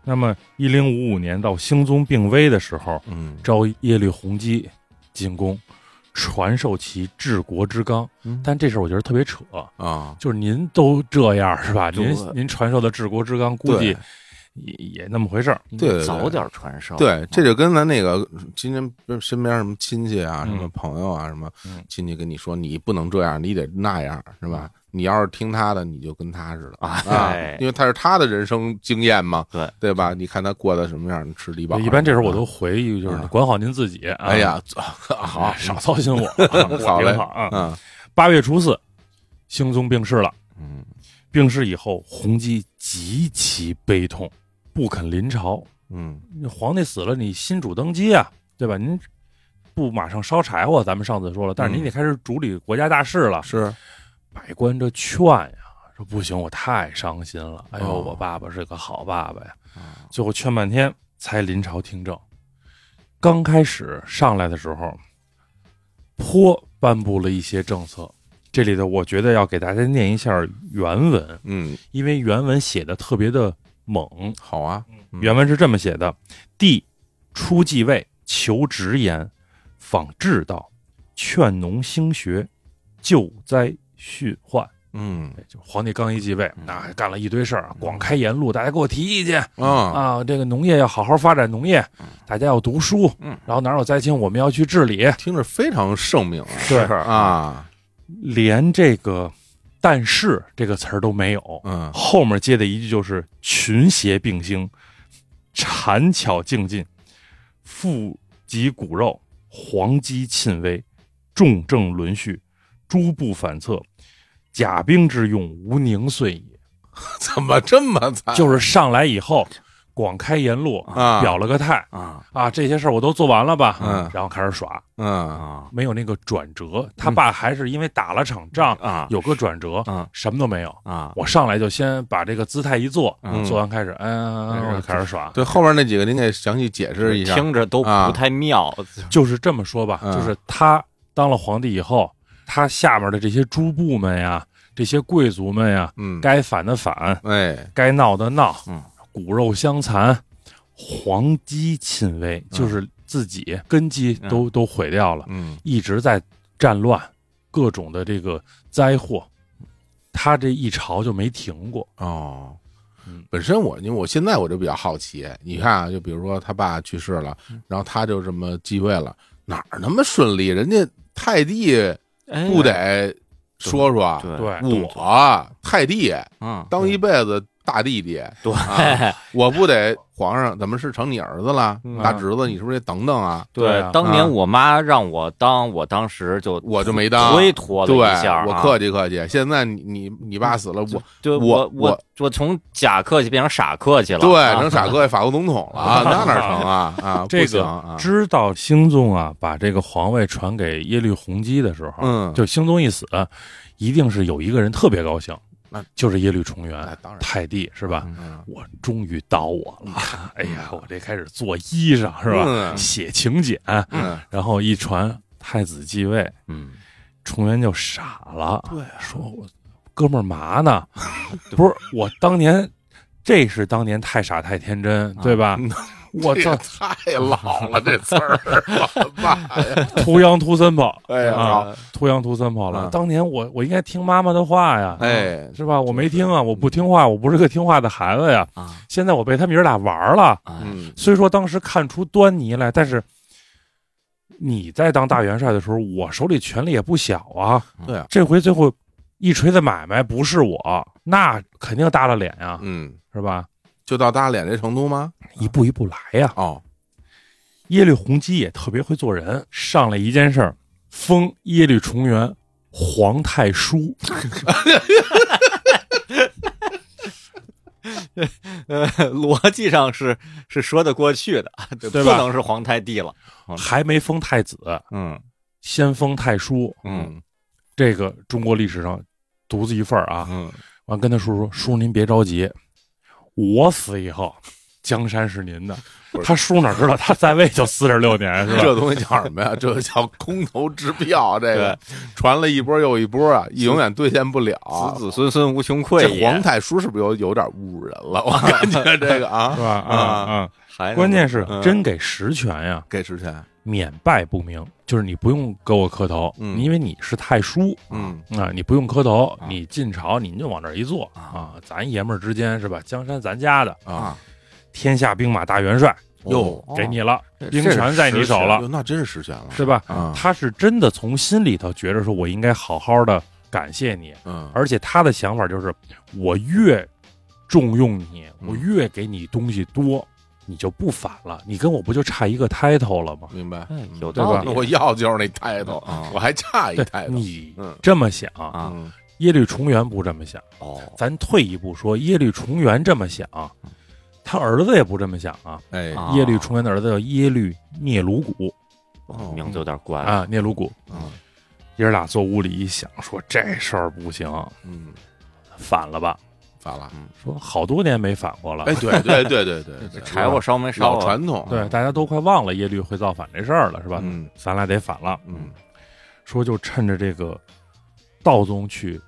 S6: 那么，一零五五年到兴宗病危的时候，
S7: 嗯
S6: 招耶律洪基进宫，传授其治国之纲。
S7: 嗯
S6: 但这事儿我觉得特别扯，
S7: 啊，
S6: 就是您都这样是吧？您
S8: 对
S6: 您传授的治国之纲，估计也也那么回事儿。
S8: 应
S7: 对对
S8: 该
S7: 对
S8: 早点传嗯授，
S7: 对，这就跟咱那个今天不是身边什么亲戚啊、
S6: 嗯
S7: 什么朋友啊、什么
S6: 嗯
S7: 亲戚跟你说，你不能这样，你得那样，是吧？你要是听他的，你就跟他似的啊
S8: 嗯哎，
S7: 因为他是他的人生经验嘛，
S8: 对
S7: 对吧？你看他过得什么样，你吃低保。
S6: 一般这时候我都回一句，就是
S7: 啊
S6: 管好您自己。啊
S7: 哎，呀， *laughs* 好，
S8: 哎
S6: 少操心
S7: *laughs*
S6: 我，啊我
S7: 好嘞
S6: 挺好啊。
S7: 嗯
S6: 八月初四，兴宗病逝了。
S7: 嗯
S6: 病逝以后，洪基极其悲痛，不肯临朝。
S7: 嗯
S6: 皇帝死了，你新主登基啊，对吧？您不马上烧柴火，咱们上次说了，但是您
S7: 嗯
S6: 得开始主理国家大事了。
S7: 是
S6: 百官这劝呀，说不行，我太伤心了。哎呦，
S7: 哦
S6: 我爸爸是个好爸爸呀。最后劝半天才临朝听政。刚开始上来的时候，颇颁布了一些政策。这里的我觉得要给大家念一下原文，
S7: 嗯
S6: 因为原文写的特别的猛。
S7: 好啊，嗯
S6: 原文是这么写的：帝出继位，求直言，仿治道，劝农兴学，救灾恤患。
S7: 嗯
S6: 哎就皇帝刚一继位，那干了一堆事儿，啊广开言路，大家给我提意见
S8: 嗯
S7: 啊，
S6: 啊！这个农业要好好发展农业，大家要读书，
S7: 嗯
S6: 然后哪有灾情我们要去治理。
S7: 听着非常圣明啊，
S6: 是
S7: 啊， *laughs*
S6: 连这个“但是”这个词儿都没有，
S7: 嗯，
S6: 后面接的一句就是“群邪并兴，缠巧竞进，腹及骨肉，黄鸡侵威，重症轮续，诸不反侧，甲兵之用，无宁遂也。”
S7: 怎么这么惨？
S6: 就是上来以后，广开言路，
S7: 哎啊
S6: 表了个态
S8: 啊
S6: 啊，这些事儿我都做完了吧，
S7: 嗯
S6: 然后开始耍，
S7: 嗯
S8: 啊
S6: 没有那个转折。他爸还是因为打了场仗，
S8: 啊
S6: 有个转折，
S7: 嗯
S8: 啊
S6: 什么都没有。
S8: 啊！
S6: 我上来就先把这个姿态一做，
S7: 嗯
S6: 做完开始，嗯，嗯嗯我就开始耍。
S7: 对，后面那几个您给详细解释一下。
S8: 听着都
S7: 啊
S8: 不太妙，
S6: 就是这么说吧，
S7: 嗯
S6: 就是他当了皇帝以后，他下面的这些诸部们呀，这些贵族们呀，
S7: 嗯，
S6: 该反的反，
S7: 哎，
S6: 该闹的闹，
S8: 嗯
S6: 骨肉相残，黄鸡侵威，就是自己根基都、都毁掉了，
S7: 嗯
S6: 一直在战乱，各种的这个灾祸，他这一朝就没停过。
S7: 哦
S6: 嗯，
S7: 本身我因为我现在我就比较好奇，你看啊，就比如说他爸去世了，
S8: 嗯
S7: 然后他就这么继位了，哪儿那么顺利？人家太帝
S8: 哎
S7: 不得说说，
S8: 对
S6: 对
S7: 我太帝
S8: 嗯
S7: 当一辈子大弟弟，
S8: 对
S7: 啊我不得皇上怎么是成你儿子了？
S8: 嗯
S7: 大侄子，你是不是得等等啊？
S6: 对啊
S8: 当
S7: 啊
S8: 年我妈让我当，我当时就
S7: 我就没当
S8: 推脱了
S7: 对，
S8: 一下啊，
S7: 我客气客气。现在你你你爸死了，我
S8: 对
S7: 我
S8: 我
S7: 我
S8: 我我从假客气变成傻客气了，
S7: 对
S8: 啊
S7: 成傻哥法国总统了啊，那哪成啊啊？
S6: 这
S7: 不行
S6: 个
S7: 啊，
S6: 知道兴宗啊，把这个皇位传给耶律洪基的时候，
S7: 嗯
S6: 就兴宗一死，一定是有一个人特别高兴，
S7: 那
S6: 就是耶律重元、
S7: 哎当然
S6: 太帝是吧？
S7: 嗯
S6: 我终于到我了， *laughs* 哎呀，我这开始做衣裳是吧？
S7: 嗯
S6: 写请柬，
S7: 嗯
S6: 然后一传太子继位，
S8: 嗯，
S6: 重元就傻了，对、说我哥们儿嘛呢？不是我当年，这是当年太傻太天真，对吧？
S7: *laughs*
S6: 我
S7: 这也
S6: 操，
S7: 太老了，这词儿，我的妈呀！
S6: 图羊图森跑，
S7: 哎呀
S6: 啊，图羊图森跑
S7: 啊
S6: 了。当年我我应该听妈妈的话呀，
S7: 哎，
S6: 是吧？我没听啊，我不听话，我不是个听话的孩子呀。
S8: 啊
S6: 现在我被他们爷儿俩玩儿了，
S7: 嗯
S6: 虽说当时看出端倪来，但是你在当大元帅的时候，我手里权力也不小啊。
S7: 对啊
S6: 这回最后一锤子买卖不是我，那肯定耷拉脸呀、
S7: 嗯，
S6: 是吧？
S7: 就到大脸这程度吗？
S6: 一步一步来呀、
S7: 哦，
S6: 耶律洪基也特别会做人，上来一件事儿，封耶律重元皇太叔。
S8: 呃， *laughs* 逻辑上是是说得过去的，啊对
S6: 对
S8: 不
S6: 吧
S8: 能是皇太帝了，
S6: 还没封太子，
S7: 啊嗯
S6: 先封太叔。
S7: 嗯
S6: 这个中国历史上独自一份儿啊。
S7: 嗯，
S6: 完跟他叔叔叔您别着急，我死以后，江山是您的。他叔哪知道他在位就四十六
S7: *laughs*
S6: 年是吧？
S7: 这东西叫什么呀？这叫空头支票，这个传了一波又一波啊，永远兑现不了。啊
S8: 子子孙孙无穷匮
S7: 这
S8: 也。
S7: 皇太叔是不是有有点侮辱人了？我感觉这个啊，
S6: *laughs* 是吧？啊
S7: 啊
S6: 啊！
S8: 还能
S6: 关键是
S7: 嗯
S6: 真给实权呀，
S7: 给实权，
S6: 免败不明，就是你不用给我磕头，
S7: 嗯
S6: 因为你是太叔
S7: 嗯
S6: 啊，你不用磕头，你进朝你就往那儿一坐啊，咱爷们儿之间是吧？江山咱家的，
S7: 啊，哦
S6: 天下兵马大元帅哦
S7: 哟，
S6: 给你了，
S8: 这
S6: 兵权在你手了
S7: 哟，，那真是实权了，
S6: 是吧？
S7: 啊，
S6: 他是真的从心里头觉着说，我应该好好的感谢你，
S8: 啊
S7: 嗯，
S6: 而且他的想法就是，我越重用你，
S7: 嗯
S6: 我越给你东西多，你就不反了，你跟我不就差一个 title 了吗？
S7: 明白，嗯
S8: 哎有
S6: 对吧
S8: 道理
S7: 那我要就是那态度
S8: 啊，
S7: 我还差一
S6: 嗯对
S7: 态，度，
S6: 你
S7: 嗯
S6: 这么想，
S8: 啊
S7: 嗯
S6: 耶律重元不这么想。
S8: 哦，
S6: 咱退一步说，耶律重元这么想，他儿子也不这么想啊。
S7: 哎，
S8: 啊
S6: 耶律重元的儿子叫耶律聂鲁古
S7: 哦
S8: 名字有点怪
S6: 啊，聂鲁古。
S7: 嗯
S6: 爷儿俩坐屋里一想，说这事儿不行，
S7: 嗯，
S6: 反了吧？
S7: 反了，
S6: 说好多年没反过了。啊
S7: 哎，对对对 *laughs* 对对对，
S8: 柴火烧没烧
S7: 老
S8: 啊
S7: 传统，
S6: 对，，大家都快忘了耶律会造反这事儿了，是吧？
S7: 嗯
S6: 咱俩得反了。
S7: 嗯，
S6: 说就趁着这个道宗去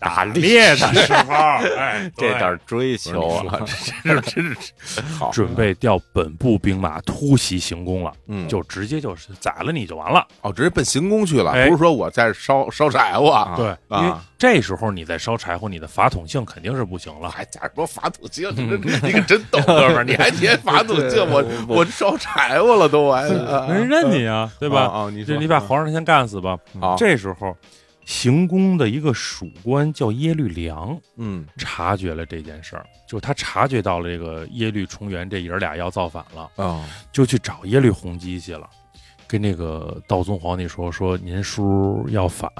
S8: 打
S6: 猎
S8: 猎
S6: 的时 *laughs* 候，哎，对
S8: 这点儿追
S7: 不是你
S8: 求啊，
S7: 说这这
S6: *laughs*
S7: 真是好，
S6: 准备调本部兵马突袭行宫了，
S7: 嗯，
S6: 就直接就是宰了你就完了。
S7: 哦，直接奔行宫去了，
S6: 哎
S7: 不是说我在这烧烧柴火啊，
S6: 对，因为
S7: 啊，
S6: 这时候你在烧柴火，你的法统性肯定是不行了。
S7: 还假说法土经，你
S6: 嗯
S7: 你可真懂，哥们儿，
S6: *laughs*
S7: 你还提法土经，我我烧柴火了都，还
S6: 嗯没人认你啊，对吧？
S7: 呃哦，哦你
S6: 就
S7: 说嗯
S6: 你把皇上先干死吧。嗯
S7: 好，
S6: 这时候，行宫的一个属官叫耶律良
S7: 嗯
S6: 察觉了这件事儿，就他察觉到了这个耶律重元这爷儿俩要造反了，
S7: 哦，
S6: 就去找耶律洪基去了，跟这个道宗皇帝说说您叔要反。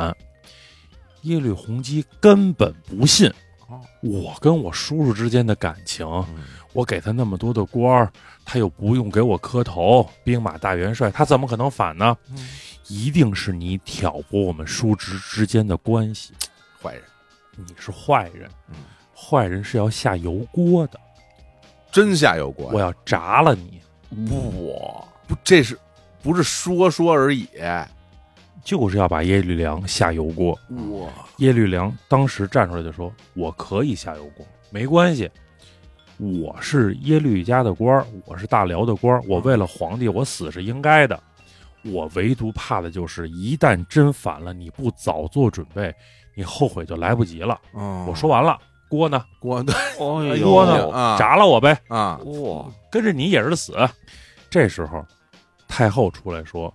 S6: 耶律洪基根本不信
S7: 哦，
S6: 我跟我叔叔之间的感情，
S7: 嗯
S6: 我给他那么多的官儿，他又不用给我磕头，兵马大元帅，他怎么可能反呢？
S7: 嗯
S6: 一定是你挑拨我们叔侄之间的关系，
S7: 坏人，
S6: 你是坏人
S7: 嗯，
S6: 坏人是要下油锅的，
S7: 真下有国，
S6: 我要炸了你，
S7: 哇，不，这是不是说说而已？
S6: 就是要把耶律良下油锅。
S7: 哇，
S6: 耶律良当时站出来就说：“我可以下油锅，没关系，我是耶律家的官儿，我是大辽的官儿，我为了皇帝，我死是应该的。我唯独怕的就是，一旦真反了，你不早做准备，你后悔就来不及了。”我
S7: 我
S6: 说完了，锅呢？
S7: 我
S8: 哎
S6: 锅
S7: 呢
S6: 呢？
S7: 啊
S6: 炸了哦我呗，
S7: *laughs* 啊，
S8: 哇，
S6: 跟着你也是死。这时候，太后出来说：“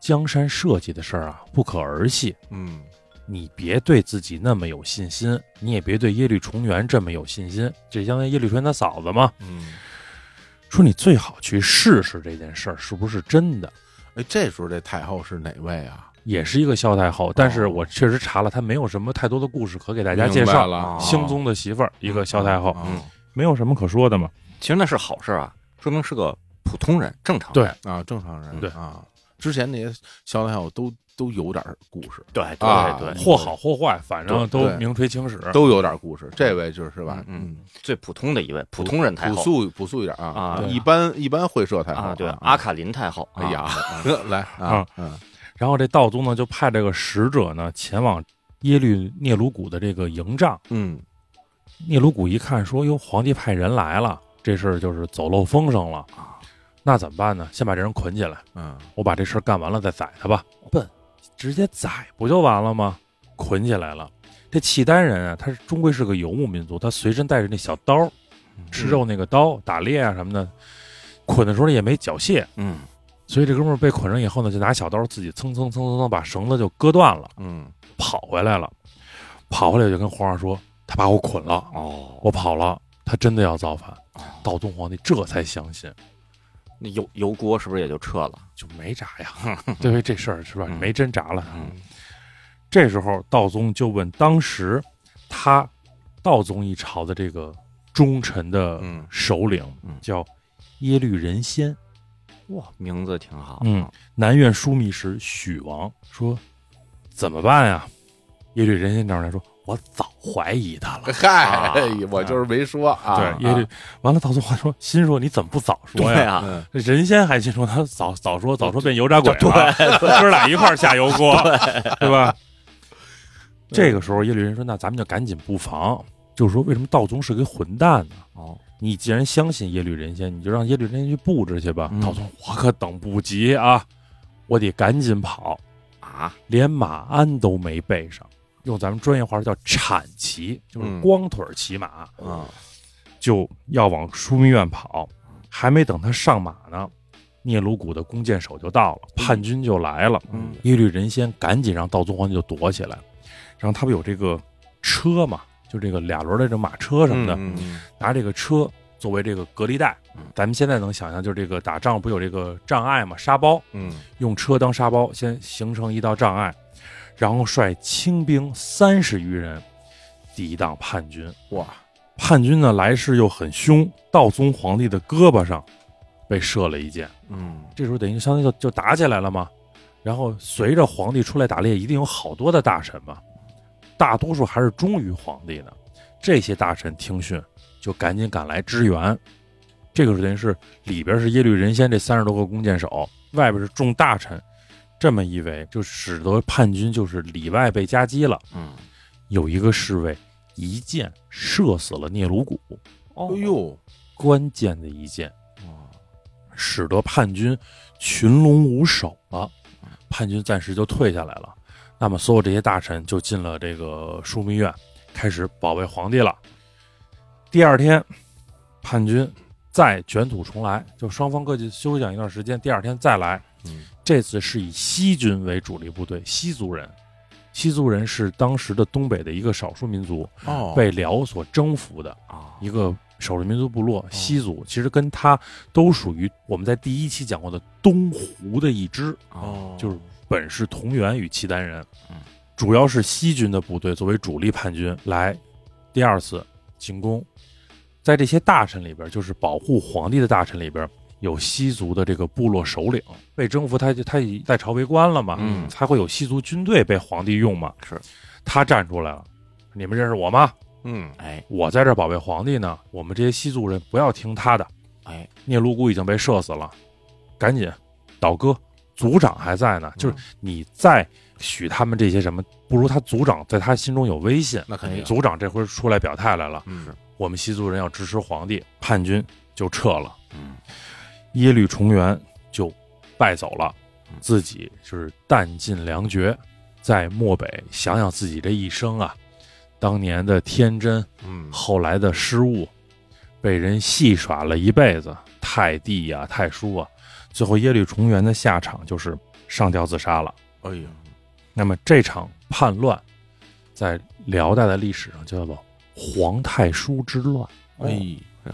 S6: 江山社稷的事儿啊，不可儿戏。
S7: 嗯
S6: 你别对自己那么有信心，你也别对耶律重元这么有信心。这相当于耶律重元他嫂子嘛，
S7: 嗯，
S6: 说你最好去试试这件事儿是不是真的。
S7: 哎，这时候这太后是哪位啊？
S6: 也是一个萧太后，但是
S7: 哦
S6: 我确实查了，她没有什么太多的故事可给大
S7: 大
S6: 家介绍。
S7: 了，哦
S6: 兴宗的媳妇儿，一个萧太后，
S7: 嗯
S6: 没有什么可说的嘛。
S8: 其实那是好事啊，说明是个普通人，正常人
S6: 对
S7: 啊，正常人
S6: 对
S7: 啊，之前那些萧太后都都有点故事，
S8: 对
S7: 啊
S8: 对对，
S6: 或好或坏，反正
S7: 对
S6: 都
S7: 对
S6: 名垂青史。
S7: 都有点故事，这位就是吧，
S8: 嗯，最普通的一位普通人太
S7: 朴
S8: 后
S7: 素朴素一点啊
S8: 啊
S7: 一般一般会社太后
S8: 啊，对阿，卡琳太后，
S7: 哎呀
S8: 啊，，
S7: 来啊，嗯
S6: 然后这道宗呢，就派这个使者呢前往耶律聂鲁谷的这个营帐。
S7: 嗯
S6: 聂鲁古一看说：“哟，皇帝派人来了，这事儿就是走漏风声了。那怎么办呢？先把这人捆起来，
S7: 嗯
S6: 我把这事儿干完了再宰他吧。笨，直接宰不就完了吗？捆起来了。这契丹人啊，他是终归是个游牧民族，他随身带着那小刀，吃肉那个刀，打猎啊什么的。捆的时候也没缴械，
S7: 嗯
S6: 所以这哥们儿被捆上以后呢，就拿小刀自己蹭蹭蹭蹭蹭把绳子就割断了，
S7: 嗯
S6: 跑回来了。跑回来就跟皇上说，他把我捆了。
S8: 哦，
S6: 我跑了，他真的要造反。道宗皇帝这才相信，
S8: 那油油锅是不是也就撤了？
S6: 就没炸呀， *laughs* 对于这事儿是吧？
S8: 嗯
S6: 没真炸了。
S8: 嗯
S6: 这时候道宗就问当时他道宗一朝的这个忠臣的
S7: 嗯
S6: 首领、
S8: 嗯
S6: 叫耶律仁先，
S8: 哇，哦名字挺好，
S6: 嗯，南院枢密使许王说怎么办呀？耶律仁先站出来说：“我早怀疑他了。”
S7: 嗯嗨，哎我就是没说啊，
S6: 对，耶律完了，道宗皇帝说：“心说你怎么不早说
S8: 对
S6: 呀？”
S8: 啊，
S7: 嗯
S6: 人先还心说他早早说早说变油炸鬼了，哥俩一块儿下油锅，对吧？这个时候耶律仁说：“那咱们就赶紧布防。”就是说，为什么道宗是个混蛋呢？
S8: 哦，
S6: 你既然相信耶律仁先，你就让耶律仁先去布置去吧。
S8: 嗯
S6: 道宗，我可等不及啊，我得赶紧跑，
S8: 啊，
S6: 连马鞍都没备上。用咱们专业话说叫铲骑，就是
S7: 嗯
S6: 光腿儿骑马。
S7: 啊
S6: 就要往枢密院跑。还没等他上马呢，聂鲁谷的弓箭手就到了，叛军就来了。
S7: 嗯
S6: 耶律仁先赶紧让道宗皇帝就躲起来，然后他不有这个车嘛，就这个俩轮的这马车什么的，
S7: 嗯
S6: 拿这个车作为这个隔离带。咱们现在能想象，就是这个打仗不有这个障碍嘛，沙包，
S7: 嗯
S6: 用车当沙包，先形成一道障碍，然后率清兵三十余人抵挡叛军。
S7: 哇，
S6: 叛军呢来势又很凶，道宗皇帝的胳膊上被射了一箭，
S7: 嗯
S6: 这时候等于相当于就就打起来了嘛。然后随着皇帝出来打猎，一定有好多的大臣嘛，大多数还是忠于皇帝的。这些大臣听讯就赶紧赶来支援。这个是等于是里边是耶律仁先这三十多个弓箭手，外边是众大臣，这么一围，就使得叛军就是里外被夹击了。
S8: 嗯，
S6: 有一个侍卫一箭射死了聂鲁古，
S7: 哎呦，
S6: 关键的一箭，
S7: 哦
S6: 使得叛军群龙无首了，叛军暂时就退下来了。那么所有这些大臣就进了这个枢密院，开始保卫皇帝了。第二天，叛军再卷土重来，就双方各自休养一段时间，第二天再来。
S7: 嗯
S6: 这次是以西军为主力部队，西族人，西族人是当时的东北的一个少数民族，
S7: 哦，
S6: 被辽所征服的
S8: 啊
S6: 一个少数民族部
S7: 哦
S6: 落西族，其实跟他都属于我们在第一期讲过的东胡的一支，啊
S7: 哦，
S6: 就是本是同源与契丹人
S7: 嗯，
S6: 主要是西军的部队作为主力叛军来第二次进攻。在这些大臣里边，就是保护皇帝的大臣里边，有西族的这个部落首领被征服，他就他已在朝为官了嘛，
S7: 嗯
S6: 才会有西族军队被皇帝用嘛。
S8: 是，
S6: 他站出来了，你们认识我吗？
S7: 嗯，
S8: 哎
S6: 我在这儿保卫皇帝呢，我们这些西族人不要听他的。
S8: 哎，
S6: 聂鲁古已经被射死了，赶紧倒戈，族长还在
S7: 嗯
S6: 呢。就是你再许他们这些什么，不如他族长在他心中有威信。
S7: 那肯定
S6: 族长这回出来表态来了，
S7: 嗯
S6: 我们西族人要支持皇帝，叛军就撤了。
S8: 嗯，
S6: 耶律重元就败走了，
S7: 嗯
S6: 自己就是弹尽粮绝，在漠北想想自己这一生啊，当年的天真，
S7: 嗯，
S6: 后来的失误，被人戏耍了一辈子，太帝呀、太叔啊，最后耶律重元的下场就是上吊自杀了。
S7: 哎呀，
S6: 那么这场叛乱，在辽代的历史上叫做皇太叔之乱。
S7: 哎。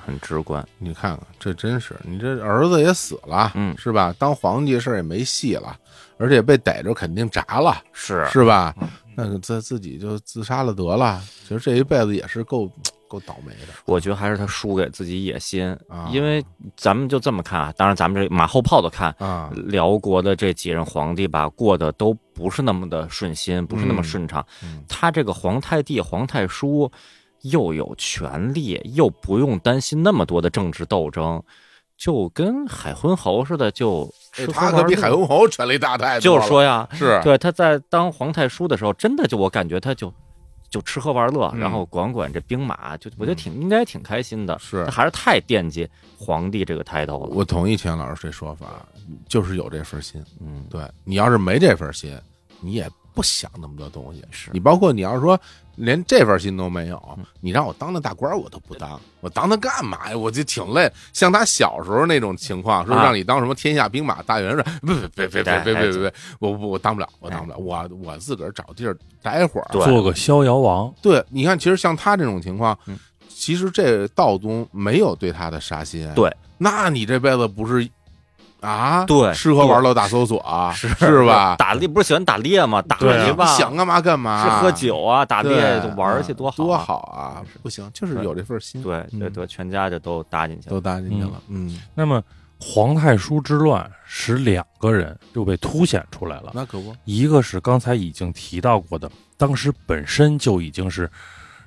S8: 很直观，
S7: 你看看，这真是你这儿子也死了，
S8: 嗯
S7: 是吧？当皇帝事儿也没戏了，而且被逮着肯定炸了，
S8: 是
S7: 是吧？那个自自己就自杀了得了。其实这一辈子也是够够倒霉的。
S8: 我觉得还是他输给自己野心
S7: 啊，
S8: 因为咱们就这么看啊，当然咱们这马后炮的看，
S7: 啊，
S8: 辽国的这几任皇帝吧，过得都不是那么的顺心，不是那么顺畅。
S7: 嗯
S8: 他这个皇太帝、皇太叔又有权力，又不用担心那么多的政治斗争，就跟海昏侯似的，就吃喝
S7: 哎他
S8: 玩
S7: 可比
S8: 乐
S7: 海昏侯权力大太多
S8: 就
S7: 了。
S8: 是说呀，
S7: 是
S8: 对，他在当皇太叔的时候，真的就我感觉他就就吃喝玩乐，
S7: 嗯
S8: 然后管管这兵马，就我觉得挺应该挺开心的。
S7: 是
S8: 他还是太惦记皇帝这个抬头了。
S7: 我同意钱老师这说法，就是有这份心。
S8: 嗯，
S7: 对你要是没这份心，你也不想那么多东西。
S8: 是
S7: 你包括你要是说连这份心都没有
S8: 嗯，
S7: 你让我当那大官儿我都不当，我当他干嘛呀？我就挺累。像他小时候那种情况，说
S8: 啊
S7: 让你当什么天下兵马大元帅，不不别别别别
S8: 对
S7: 别
S8: 哎
S7: 别别，我不我当不了，我当不了，我我自个儿找地儿待会儿。
S8: 对
S6: 做个逍遥王，
S7: 对，你看，其实像他这种情况
S8: 嗯，
S7: 其实这道宗没有对他的杀心。
S8: 对，
S7: 那你这辈子不是啊？
S8: 对
S7: 吃喝玩乐大搜索啊，是吧？
S8: 打猎不是喜欢打猎吗？打
S6: 对啊
S8: 猎吧，
S7: 想干嘛干嘛，
S8: 是喝酒啊，打
S7: 对
S8: 猎就玩儿去，多好
S7: 多
S8: 多。
S7: 好啊！不行，就是有这份心，
S8: 对对对，全家就都搭进去了。
S7: 都搭进去了。嗯，
S6: 那么皇太叔之乱使两个人就被凸显出来了。
S7: 那可不，
S6: 一个是刚才已经提到过的，当时本身就已经是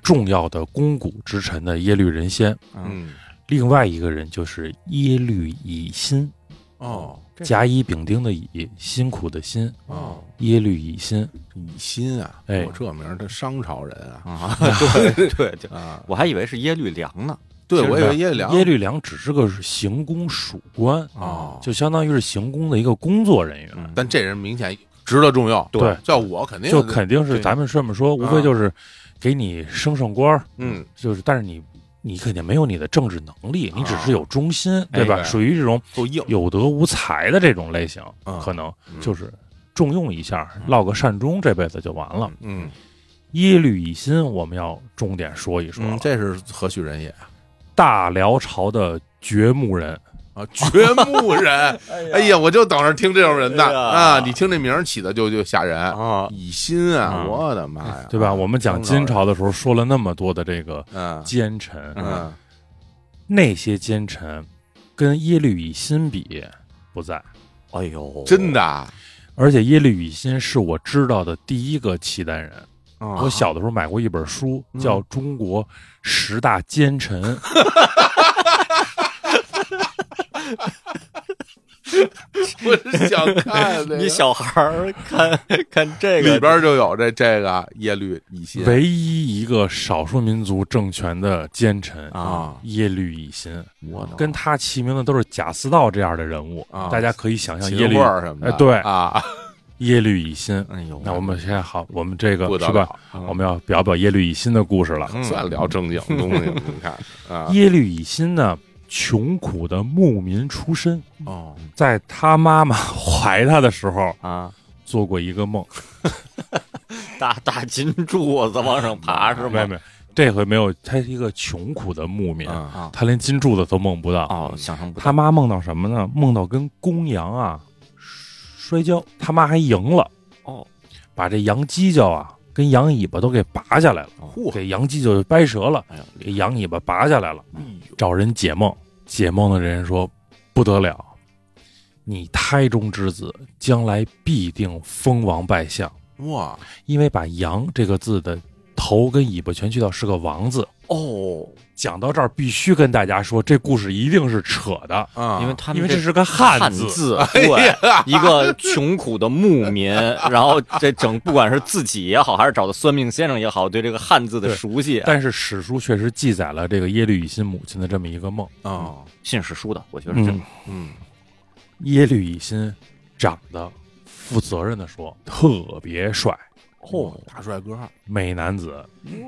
S6: 重要的肱骨之臣的耶律仁先；
S7: 嗯，
S6: 另外一个人就是耶律乙辛，
S7: 哦
S6: 甲乙丙丁的乙，辛苦的辛，
S7: 哦，
S6: 耶律乙辛。
S7: 以心啊，
S6: 哎
S7: 我这名儿，这商朝人啊
S8: 啊， *laughs* 对对对，
S7: 啊，
S8: 我还以为是耶律良呢。
S7: 对
S8: 其实
S7: 我以为耶律良
S6: 耶律良只是个行宫属官，
S7: 哦
S6: 就相当于是行宫的一个工作人员。
S8: 嗯
S7: 但这人明显值得重用，
S6: 对
S7: 叫我肯定
S6: 就肯定是
S7: 对啊
S6: 咱们这么说，无非就是给你升升官儿，
S7: 嗯，
S6: 就是但是你你肯定没有你的政治能力，你只
S7: 啊
S6: 是有忠心，对吧？
S7: 对
S6: 属于这种
S7: 够硬，
S6: 有德无才的这种类型，
S7: 啊
S6: 可能
S7: 嗯
S6: 就是重用一下，落个善终，这辈子就完了。
S7: 嗯
S6: 耶律乙辛，我们要重点说一说了
S7: 嗯，这是何许人也
S6: 大辽朝的掘墓人，
S7: 啊？ *laughs* 掘墓人，哎呀，我就等着听这种人的
S8: 哎呀
S7: 啊！你听这名儿起的就就吓人，
S8: 啊，
S7: 以心啊，
S8: 嗯
S7: 我的妈呀，
S6: 对吧？我们讲金
S7: 商啊朝
S6: 朝
S7: 人，
S6: 的时候说了那么多的这个
S7: 嗯
S6: 奸臣，
S8: 啊
S7: 嗯，
S6: 那些奸臣跟耶律乙辛比不在。
S8: 哎呦，
S7: 真的啊，
S6: 而且耶律乙辛是我知道的第一个契丹人。
S7: 我
S6: 我小的时候买过一本书，
S7: 嗯
S6: 叫《中国十大奸臣》。
S7: *laughs* 我是想看这个
S8: *laughs* 你小孩儿看看这个
S7: 里边就有这这个耶律乙辛
S6: 唯一一个少数民族政权的奸臣
S8: 啊，
S6: 耶律乙辛，
S7: 我的
S6: 跟他齐名的都是贾似道这样的人物
S7: 啊，
S6: 大家可以想象
S7: 秦
S6: 耶律
S7: 桧儿什么的，
S6: 哎对
S7: 啊，
S6: 耶律乙辛。
S8: 哎呦，
S6: 那我们现在好，我们这个
S7: 不得
S6: 是吧
S7: 了？嗯
S6: 我们要表表耶律乙辛的故事了。
S7: *laughs*
S8: 嗯
S7: 算聊正经东西，你看啊，
S6: 耶律乙辛呢，穷苦的牧民出身，
S7: 哦，
S6: 在他妈妈怀他的时候
S8: 啊，
S6: 做过一个梦，
S8: 大大金柱子往上爬是
S6: 没有
S8: 吗？
S6: 没有，这回没有，他是一个穷苦的牧民，
S7: 啊
S8: 啊，
S6: 他连金柱子都梦不到。
S8: 哦，想象不到
S6: 他妈梦到什么呢？梦到跟公羊啊摔跤，他妈还赢了
S8: 哦，
S6: 把这羊犄角啊跟羊尾巴都给拔下来了，
S7: 嚯，
S6: 给羊犄角就掰折了，
S8: 哎呦，
S6: 给羊尾巴拔下来了，找人解梦。解梦的人说：“不得了，你胎中之子将来必定封王拜相，
S7: 哇，
S6: 因为把‘羊’这个字的头跟尾巴全去掉，是个‘王’字。”
S8: 哦，
S6: 讲到这儿，必须跟大家说，这故事一定是扯的，
S7: 啊，
S8: 因为他
S6: 因
S8: 们
S6: 为这
S8: 是
S6: 是个
S8: 汉
S6: 汉字。
S8: *laughs* 字，对，一个穷苦的牧民，然后这整不管是自己也好，还是找的算命先生也好，对这个汉字的
S6: 对
S8: 熟悉，
S6: 但是史书确实记载了这个耶律乙辛母亲的这么一个梦。
S7: 啊，
S8: 信史书的，我觉得是真的。
S7: 嗯，
S6: 耶律乙辛长得负责任的说，特别帅，
S7: 嚯，大帅哥，
S6: 美男子，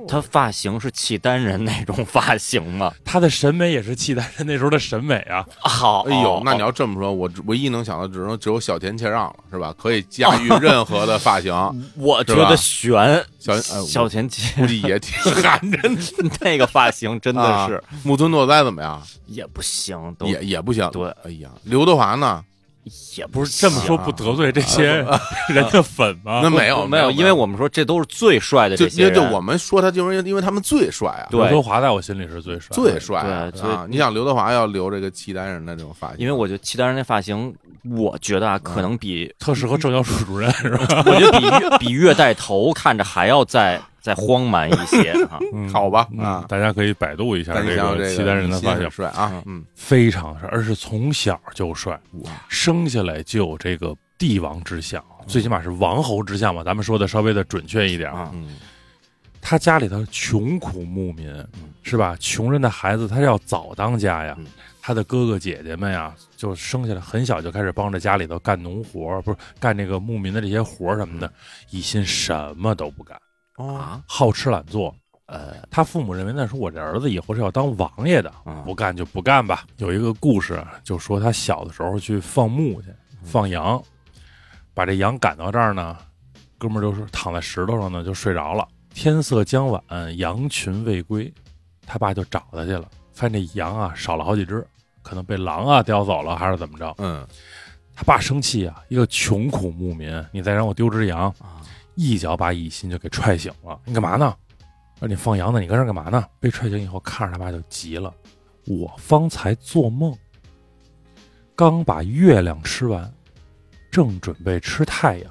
S8: 他发型是契丹人那种发型吗？
S6: 他的审美也是契丹人那时候的审美啊。
S8: 好，
S7: 哎呦
S8: 哦，
S7: 那你要这么说，我只唯一能想到只能只有小田切让了，是吧？可以驾
S8: 哦
S7: 驭任何的发
S8: *laughs*
S7: 型，
S8: 我觉
S7: 是吧
S8: 得悬，
S7: 小哎我
S8: 小田切
S7: 估计也
S8: *laughs*
S7: 挺寒碜的。
S8: 那个发型真的是
S7: 啊木村拓哉怎么样？
S8: 也不行，都
S7: 也也不行。
S8: 对
S7: 哎呀，刘德华呢？
S8: 也不是
S6: 这么说不得罪这些 *laughs* 人的粉吗？
S7: 啊那没有
S8: 没有，因为我们说这都是最帅的
S7: 就
S8: 这
S7: 因
S8: 些
S7: 为
S8: 人，
S7: 就我们说他，就是因为因为他们最帅啊，
S8: 对
S6: 刘德华在我心里是最帅的，
S7: 最帅啊
S8: 对所以
S7: 啊！你想刘德华要留这个契丹人的这种发型，
S8: 因为我觉得契丹人那发型，我觉得啊，可能比
S6: 特适合政教处主任是吧？
S8: 我觉得比月比月带头看着还要再再荒蛮一些哈。
S7: 好吧
S6: 嗯
S7: 啊，，
S6: 大家可以百度一下
S7: 但你想
S6: 个
S7: 这
S6: 契丹人的发
S7: 你
S6: 型
S7: 很，帅啊，嗯，
S6: 非常帅，而是从小就帅，
S7: 哇，嗯
S6: 生下来就有这个帝王之相，最起码是王侯之相嘛。咱们说的稍微的准确一点啊。
S7: 嗯
S6: 他家里头穷苦牧民，
S7: 嗯
S6: 是吧？穷人的孩子他要早当家呀，他的哥哥姐姐们呀，就生下来很小就开始帮着家里头干农活，不是干这个牧民的这些活什么
S7: 嗯
S6: 的。一心什么都不干，
S8: 啊
S7: 哦，
S6: 好吃懒做。呃，他父母认为那时候我这儿子以后是要当王爷的，不干就不干吧。有一个故事就说他小的时候去放牧去，放羊，把这羊赶到这儿呢，哥们儿就是躺在石头上呢就睡着了。天色将晚，羊群未归，他爸就找他去了，发现这羊啊少了好几只，可能被狼啊叼走了还是怎么着。
S7: 嗯，
S6: 他爸生气啊，一个穷苦牧民，你再让我丢只羊，一脚把乙辛就给踹醒了。你干嘛呢？让你放羊呢，你跟这儿干嘛呢？被踹醒以后，看着他爸就急了。我方才做梦，刚把月亮吃完，正准备吃太阳，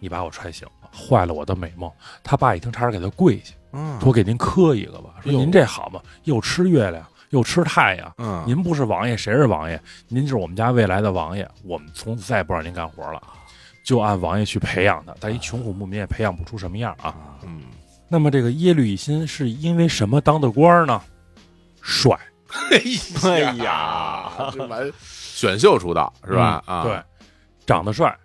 S6: 你把我踹醒了，坏了我的美梦。他爸一听，差点给他跪下，
S7: 嗯
S6: 说：“给您磕一个吧。”说：“您这好嘛，又吃月亮，又吃太阳，
S7: 嗯，
S6: 您不是王爷，谁是王爷？您就是我们家未来的王爷，我们从此再也不让您干活了，就按王爷去培养他。
S7: 啊
S6: 但一穷苦牧民也培养不出什么样啊。
S7: 嗯，
S6: 那么这个耶律乙辛是因为什么当的官儿呢？帅
S7: 哎
S6: *laughs*
S7: 呀，这完选秀出道是吧？
S6: 嗯
S7: 啊，
S6: 对，，长得帅，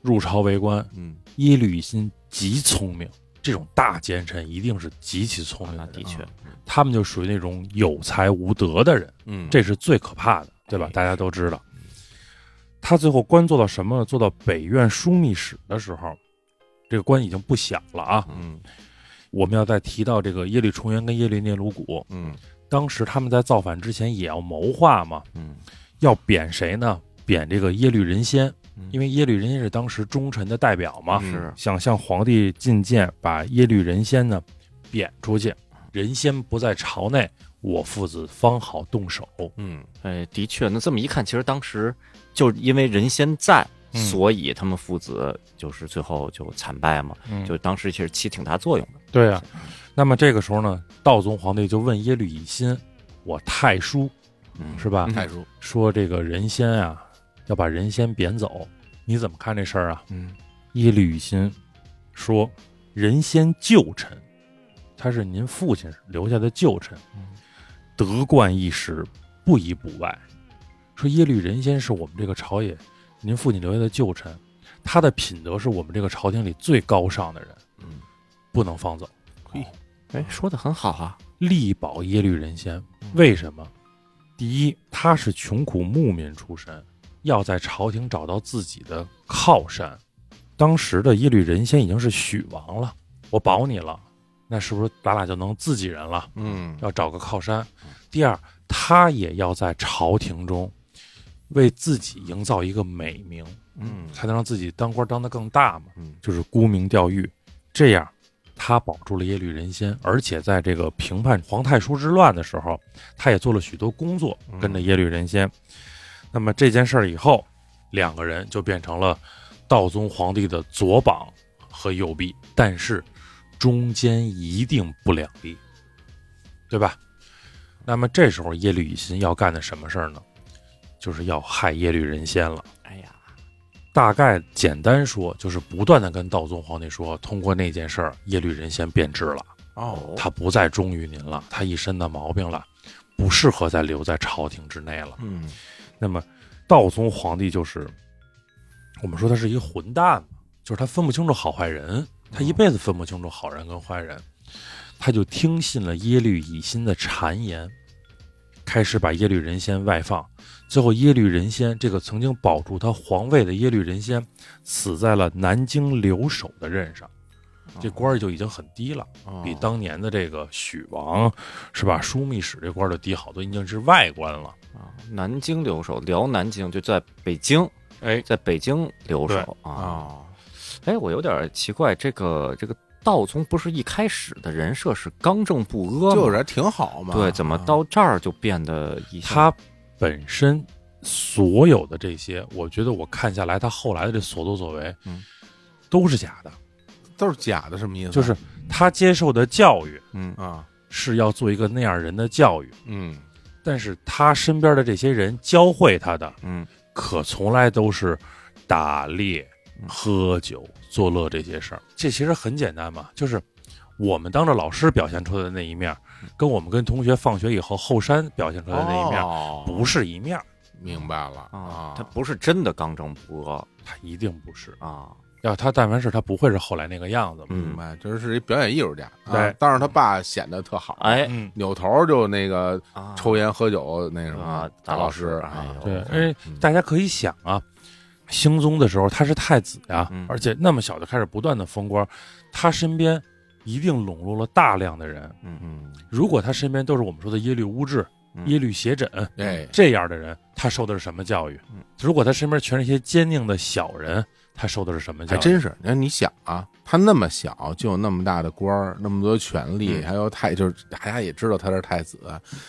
S6: 入朝为官。
S7: 嗯，
S6: 耶律乙辛极聪明，这种大奸臣一定是极其聪明的
S8: 那
S7: 啊
S6: 人，啊
S8: 的确，
S6: 他们就属于那种有才无德的人。
S7: 嗯，哎
S6: 这是最可怕的，对吧？大家都知道，他最后官做到什么呢？做到北院枢密使的时候，这个官已经不小了啊。
S7: 嗯
S6: 我们要再提到这个耶律重元跟耶律聂鲁古，
S7: 嗯
S6: 当时他们在造反之前也要谋划嘛，
S7: 嗯，
S6: 要贬谁呢？贬这个耶律仁先
S7: 嗯，
S6: 因为耶律仁先是当时忠臣的代表嘛，
S7: 嗯是
S6: 想向皇帝进谏，把耶律仁先呢贬出去。仁先不在朝内，我父子方好动手。
S7: 嗯，
S8: 哎，的确，那这么一看，其实当时就是因为人先在，
S6: 嗯
S8: 所以他们父子就是最后就惨败嘛，
S6: 嗯
S8: 就当时其实起挺大作用的。
S6: 对啊，那么这个时候呢，道宗皇帝就问耶律乙辛：“我太叔
S8: 嗯，
S6: 是吧？
S7: 太叔，
S6: 说这个仁先啊，要把人先贬走。你怎么看这事儿啊？
S9: 嗯，
S6: 耶律雨欣说：“人先旧臣，他是您父亲留下的旧臣，
S9: 嗯
S6: 得冠一时，不以补外。”说耶律仁先是我们这个朝野，您父亲留下的旧臣，他的品德是我们这个朝廷里最高尚的人，
S9: 嗯，
S6: 不能放走。
S8: 哎，说的很好啊，
S6: 力保耶律仁先。为什么？第一，他是穷苦牧民出身，要在朝廷找到自己的靠山。当时的耶律仁先已经是许王了，我保你了，那是不是咱俩就能自己人了？
S7: 嗯，
S6: 要找个靠山。第二，他也要在朝廷中为自己营造一个美名，
S7: 嗯
S6: 才能让自己当官当得更大嘛。
S7: 嗯
S6: 就是沽名钓誉，这样他保住了耶律仁先，而且在这个平叛皇太叔之乱的时候，他也做了许多工作，跟着耶律仁先。那么这件事儿以后，两个人就变成了道宗皇帝的左膀和右臂，但是中间一定不两立，对吧？那么这时候耶律乙辛要干的什么事儿呢？就是要害耶律仁先了。
S8: 哎呀，
S6: 大概简单说，就是不断的跟道宗皇帝说，通过那件事儿，耶律仁先变质了，
S7: 哦，
S6: 他不再忠于您了，他一身的毛病了，不适合再留在朝廷之内了。
S7: 嗯
S6: 那么，道宗皇帝就是我们说他是一个混蛋嘛，就是他分不清楚好坏人，他
S7: 哦
S6: 一辈子分不清楚好人跟坏人，他就听信了耶律乙辛的谗言，开始把耶律仁先外放。最后，耶律仁先这个曾经保住他皇位的耶律仁先，死在了南京留守的任上，这官儿就已经很低了，
S7: 哦
S6: 比当年的这个许王是吧，枢密使这官儿就低好多，已经是外官了。
S8: 啊南京留守，辽南京就在北京，
S6: 哎，
S8: 在北京留
S6: 对
S8: 守啊。
S7: 哦，
S8: 哎，我有点奇怪，这个这个道宗不是一开始的人设是刚正不阿吗？
S7: 就啊人挺好嘛，
S8: 对，怎么
S7: 啊
S8: 到这儿就变得一下
S6: 他本身所有的这些，我觉得我看下来，他后来的这所作所为，
S7: 嗯，
S6: 都是假的。
S7: 都是假的？什么意思？
S6: 就是他接受的教育
S8: 嗯
S7: 啊，
S6: 是要做一个那样人的教育，
S7: 嗯
S6: 但是他身边的这些人教会他的，
S8: 嗯，
S6: 可从来都是打猎、喝酒、作乐这些事儿。这其实很简单嘛，就是我们当着老师表现出来的那一面，
S8: 嗯
S6: 跟我们跟同学放学以后后山表现出来的那一面、
S7: 哦
S6: 不是一面儿，
S7: 明白了
S8: 啊，他不是真的刚正不阿
S6: 他一定不是。
S8: 啊，
S6: 要他但凡是他不会是后来那个样子嘛。
S8: 嗯
S7: 明白，这是一表演艺术家，啊
S6: 对
S7: 但是他爸显得特好，，
S8: 哎
S6: 嗯，
S7: 扭头就那个
S8: 啊
S7: 抽烟喝酒那什么
S8: 啊，
S7: 打
S8: 打
S7: 老
S8: 老
S7: 师
S8: 师
S7: 啊
S8: 哎，呦
S6: 对，
S7: 嗯
S6: 而且大家可以想啊，兴宗的时候他是太子呀、
S8: 嗯
S6: 而且那么小就开始不断的封官，他身边一定笼络了大量的人。
S7: 嗯，
S6: 如果他身边都是我们说的耶律乌质、
S8: 嗯
S6: 耶律斜轸
S7: 哎，嗯
S6: 这样的人，他受的是什么教育？如果他身边全是一些奸佞的小人，他受的是什么教
S7: 还
S6: 育？
S7: 哎真是。那你想啊，他那么小就有那么大的官儿，那么多权力，
S8: 嗯
S7: 还有太就是大家也知道他是太子，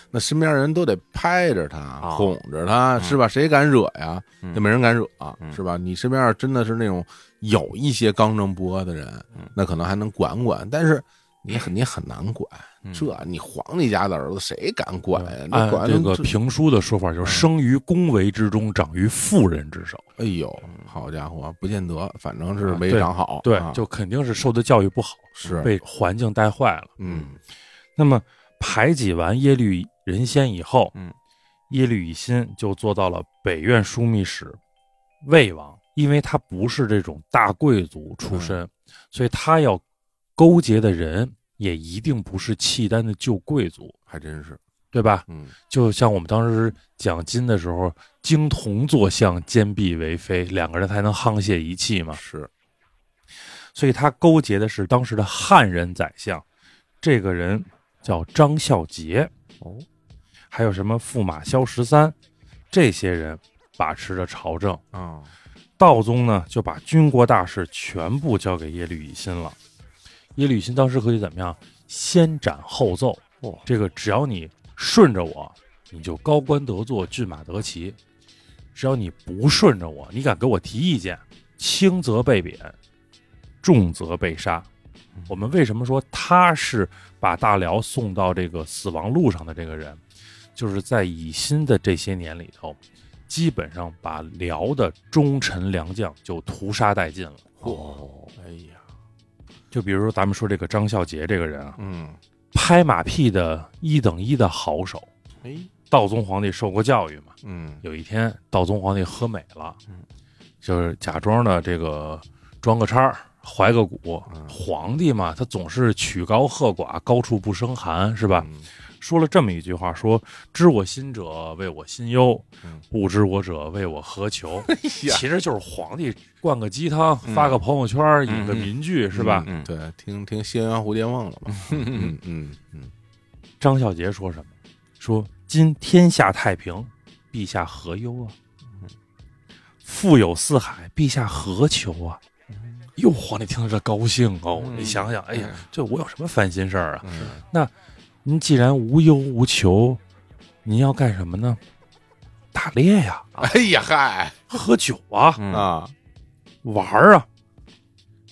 S7: 那身边人都得拍着他，
S8: 啊
S7: 哄着他，是
S6: 嗯
S7: 吧？谁敢惹呀？
S8: 嗯
S7: 就没人敢惹、啊
S8: 嗯
S7: 是吧？你身边要真的是那种有一些刚正不阿的人，
S6: 嗯
S7: 那可能还能管管，但是。你很你很难管，
S6: 嗯
S7: 这你皇帝家的儿子谁敢管呀？那
S6: 按
S7: 管
S6: 嗯啊这个
S7: 这嗯
S6: 评书的说法，就是生于宫闱之中，长于妇人之手。
S7: 哎呦，好家伙，不见得，反正是
S6: 嗯啊
S7: 没
S6: 对
S7: 长好，
S6: 对
S7: 啊，
S6: 就肯定是受的教育不好，
S7: 是
S6: 被环境带坏了。
S7: 嗯
S6: 那么排挤完耶律仁先以后，
S8: 嗯，
S6: 耶律乙辛就做到了北院枢密使、魏王，因为他不是这种大贵族出身，所以他要勾结的人也一定不是契丹的旧贵族，
S7: 还真是，
S6: 对吧？
S7: 嗯
S6: 就像我们当时讲金的时候，金铜作相，坚壁为妃，两个人才能沆瀣一气嘛。
S7: 是，
S6: 所以他勾结的是当时的汉人宰相，这个人叫张孝杰。
S8: 哦，
S6: 还有什么驸马萧十三，这些人把持着朝政。
S7: 啊，
S6: 道宗呢就把军国大事全部交给耶律乙辛了。耶律乙辛当时可以怎么样？先斩后奏。
S8: 哦
S6: 这个只要你顺着我，你就高官得坐，骏马得骑；只要你不顺着我，你敢给我提意见，轻则被贬，重则被杀。我们为什么说他是把大辽送到这个死亡路上的这个人？就是在乙辛的这些年里头，基本上把辽的忠臣良将就屠杀殆尽了。
S7: 嚯，哎呀，
S6: 就比如说咱们说这个张孝杰这个人啊，
S7: 嗯，
S6: 拍马屁的一等一的好手。
S7: 哎，
S6: 道宗皇帝受过教育嘛，
S7: 嗯
S6: 有一天道宗皇帝喝美了
S7: 嗯，
S6: 就是假装的这个装个叉儿，怀个骨
S7: 嗯。
S6: 皇帝嘛，他总是曲高和寡，高处不胜寒，是吧？
S7: 嗯
S6: 说了这么一句话，说知我心者为我心忧
S7: 嗯，哎
S6: 不知我者为我何
S7: *laughs*
S6: 求。
S7: 呀
S6: 其实就是皇帝灌个鸡汤，
S7: 嗯
S6: 发个朋友圈，引个
S7: 嗯嗯
S6: 民句，是吧？
S7: 嗯，嗯对，听听新鸳鸯蝴蝶梦了嘛，嗯嗯嗯，
S6: 张孝杰说什么？说今天下太平，陛下何忧啊？
S7: 嗯
S6: 富有四海，陛下何求啊？哟，皇帝听到这高兴哦！
S7: 嗯
S6: 你想想，哎呀
S7: 嗯，
S6: 这我有什么烦心事儿啊？
S7: 嗯
S6: 您既然无忧无求，您要干什么呢？打猎呀、
S7: 哎呀嗨
S6: 喝酒啊，
S9: 嗯
S7: 啊
S6: 玩儿啊。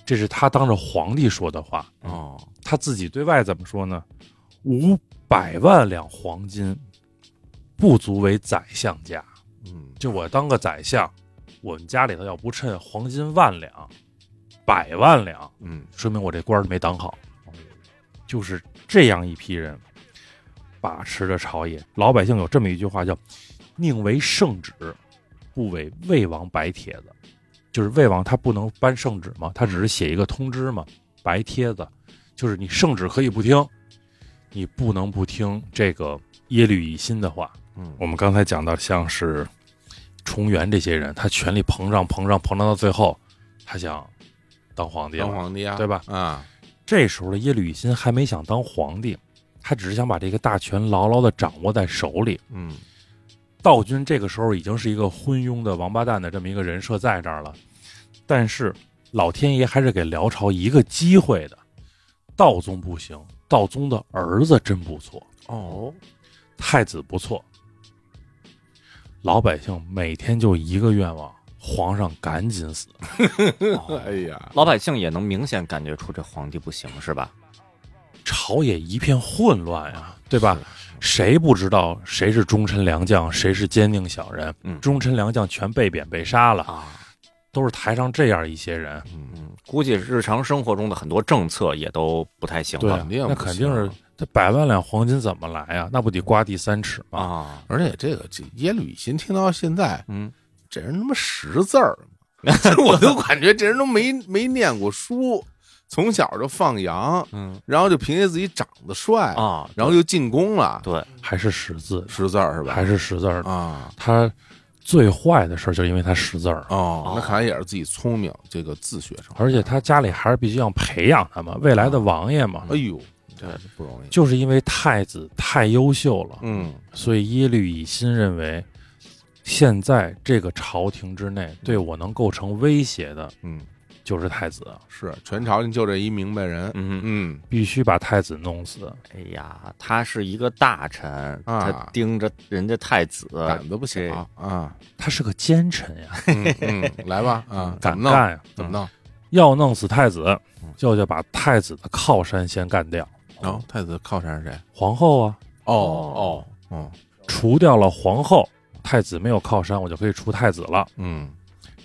S6: 这是他当着皇帝说的话，
S7: 哦，
S6: 他自己对外怎么说呢？五百万两黄金，不足为宰相家。
S7: 嗯
S6: 就我当个宰相，我们家里头要不趁黄金万两、百万两，
S7: 嗯
S6: 说明我这官儿没当好。就是这样一批人，把持着朝野。老百姓有这么一句话叫“宁为圣旨，不为魏王白帖子”，就是魏王他不能颁圣旨嘛，他只是写一个通知嘛，白帖子就是你圣旨可以不听，你不能不听这个耶律乙辛的话。
S7: 嗯
S6: 我们刚才讲到，像是重元这些人，他权力膨胀、膨胀、膨胀到最后，他想当皇帝了
S7: 当皇帝啊，
S6: 对吧？
S7: 啊，
S6: 这时候的耶律乙辛还没想当皇帝，他只是想把这个大权牢牢的掌握在手里。
S7: 嗯
S6: 道君这个时候已经是一个昏庸的王八蛋的这么一个人设在这儿了，但是老天爷还是给辽朝一个机会的。道宗不行，道宗的儿子真不错，
S7: 哦，
S6: 太子不错。老百姓每天就一个愿望：皇上赶紧死。
S7: 哎呀，
S8: 老百姓也能明显感觉出这皇帝不行是吧？
S6: 朝野一片混乱呀、对吧？谁不知道谁是忠臣良将，谁是奸佞小人？
S8: 嗯
S6: 忠臣良将全被贬被杀了，
S8: 啊，
S6: 都是台上这样一些人。
S7: 嗯，
S8: 估计日常生活中的很多政策也都不太行
S6: 对
S8: 了
S6: 啊，
S7: 肯定不
S6: 那肯定是
S7: 行
S6: 这百万两黄金怎么来呀、那不得刮第三尺吗？
S8: 啊。 *laughs*
S7: 而且这个这耶律乙辛听到现在，
S8: 嗯，
S7: 这人他妈识字儿，其实我就感觉这人都没没念过书，从小就放羊，
S8: 嗯
S7: 然后就凭借自己长得帅，
S8: 啊，
S7: 然后就进宫了，
S8: 对，
S6: 还是识字，
S7: 识字儿是吧？
S6: 还是识字儿呢？
S7: 啊。
S6: 他最坏的事儿就是因为他识字儿，啊
S7: 哦
S8: 哦，
S7: 那看来也是自己聪明，这个自学成。
S6: 而且，他家里还是必须要培养他嘛，未来的王爷嘛。
S7: 哎呦，这不容易。
S6: 就是因为太子太优秀了，
S7: 嗯
S6: 所以耶律乙辛认为，现在这个朝廷之内对我能构成威胁的
S7: 嗯，
S6: 就是太子，啊
S7: 是全朝就这一明白人。
S8: 嗯，
S7: 嗯，
S6: 必须把太子弄死。
S8: 哎呀，他是一个大臣，
S7: 啊
S8: 他盯着人家太子，
S7: 胆子不小
S8: 这
S7: 啊。
S6: 他是个奸臣
S7: *laughs*
S6: 呀，
S7: 嗯嗯，来吧啊，怎
S6: 敢
S7: 么弄？
S6: 干呀！
S7: 怎么弄？
S6: 要弄死太子，就得把太子的靠山先干掉，
S7: 然后太子靠山是谁？
S6: 皇后啊，
S7: 哦哦哦，
S6: 除掉了皇后，太子没有靠山，我就可以除太子了。
S7: 嗯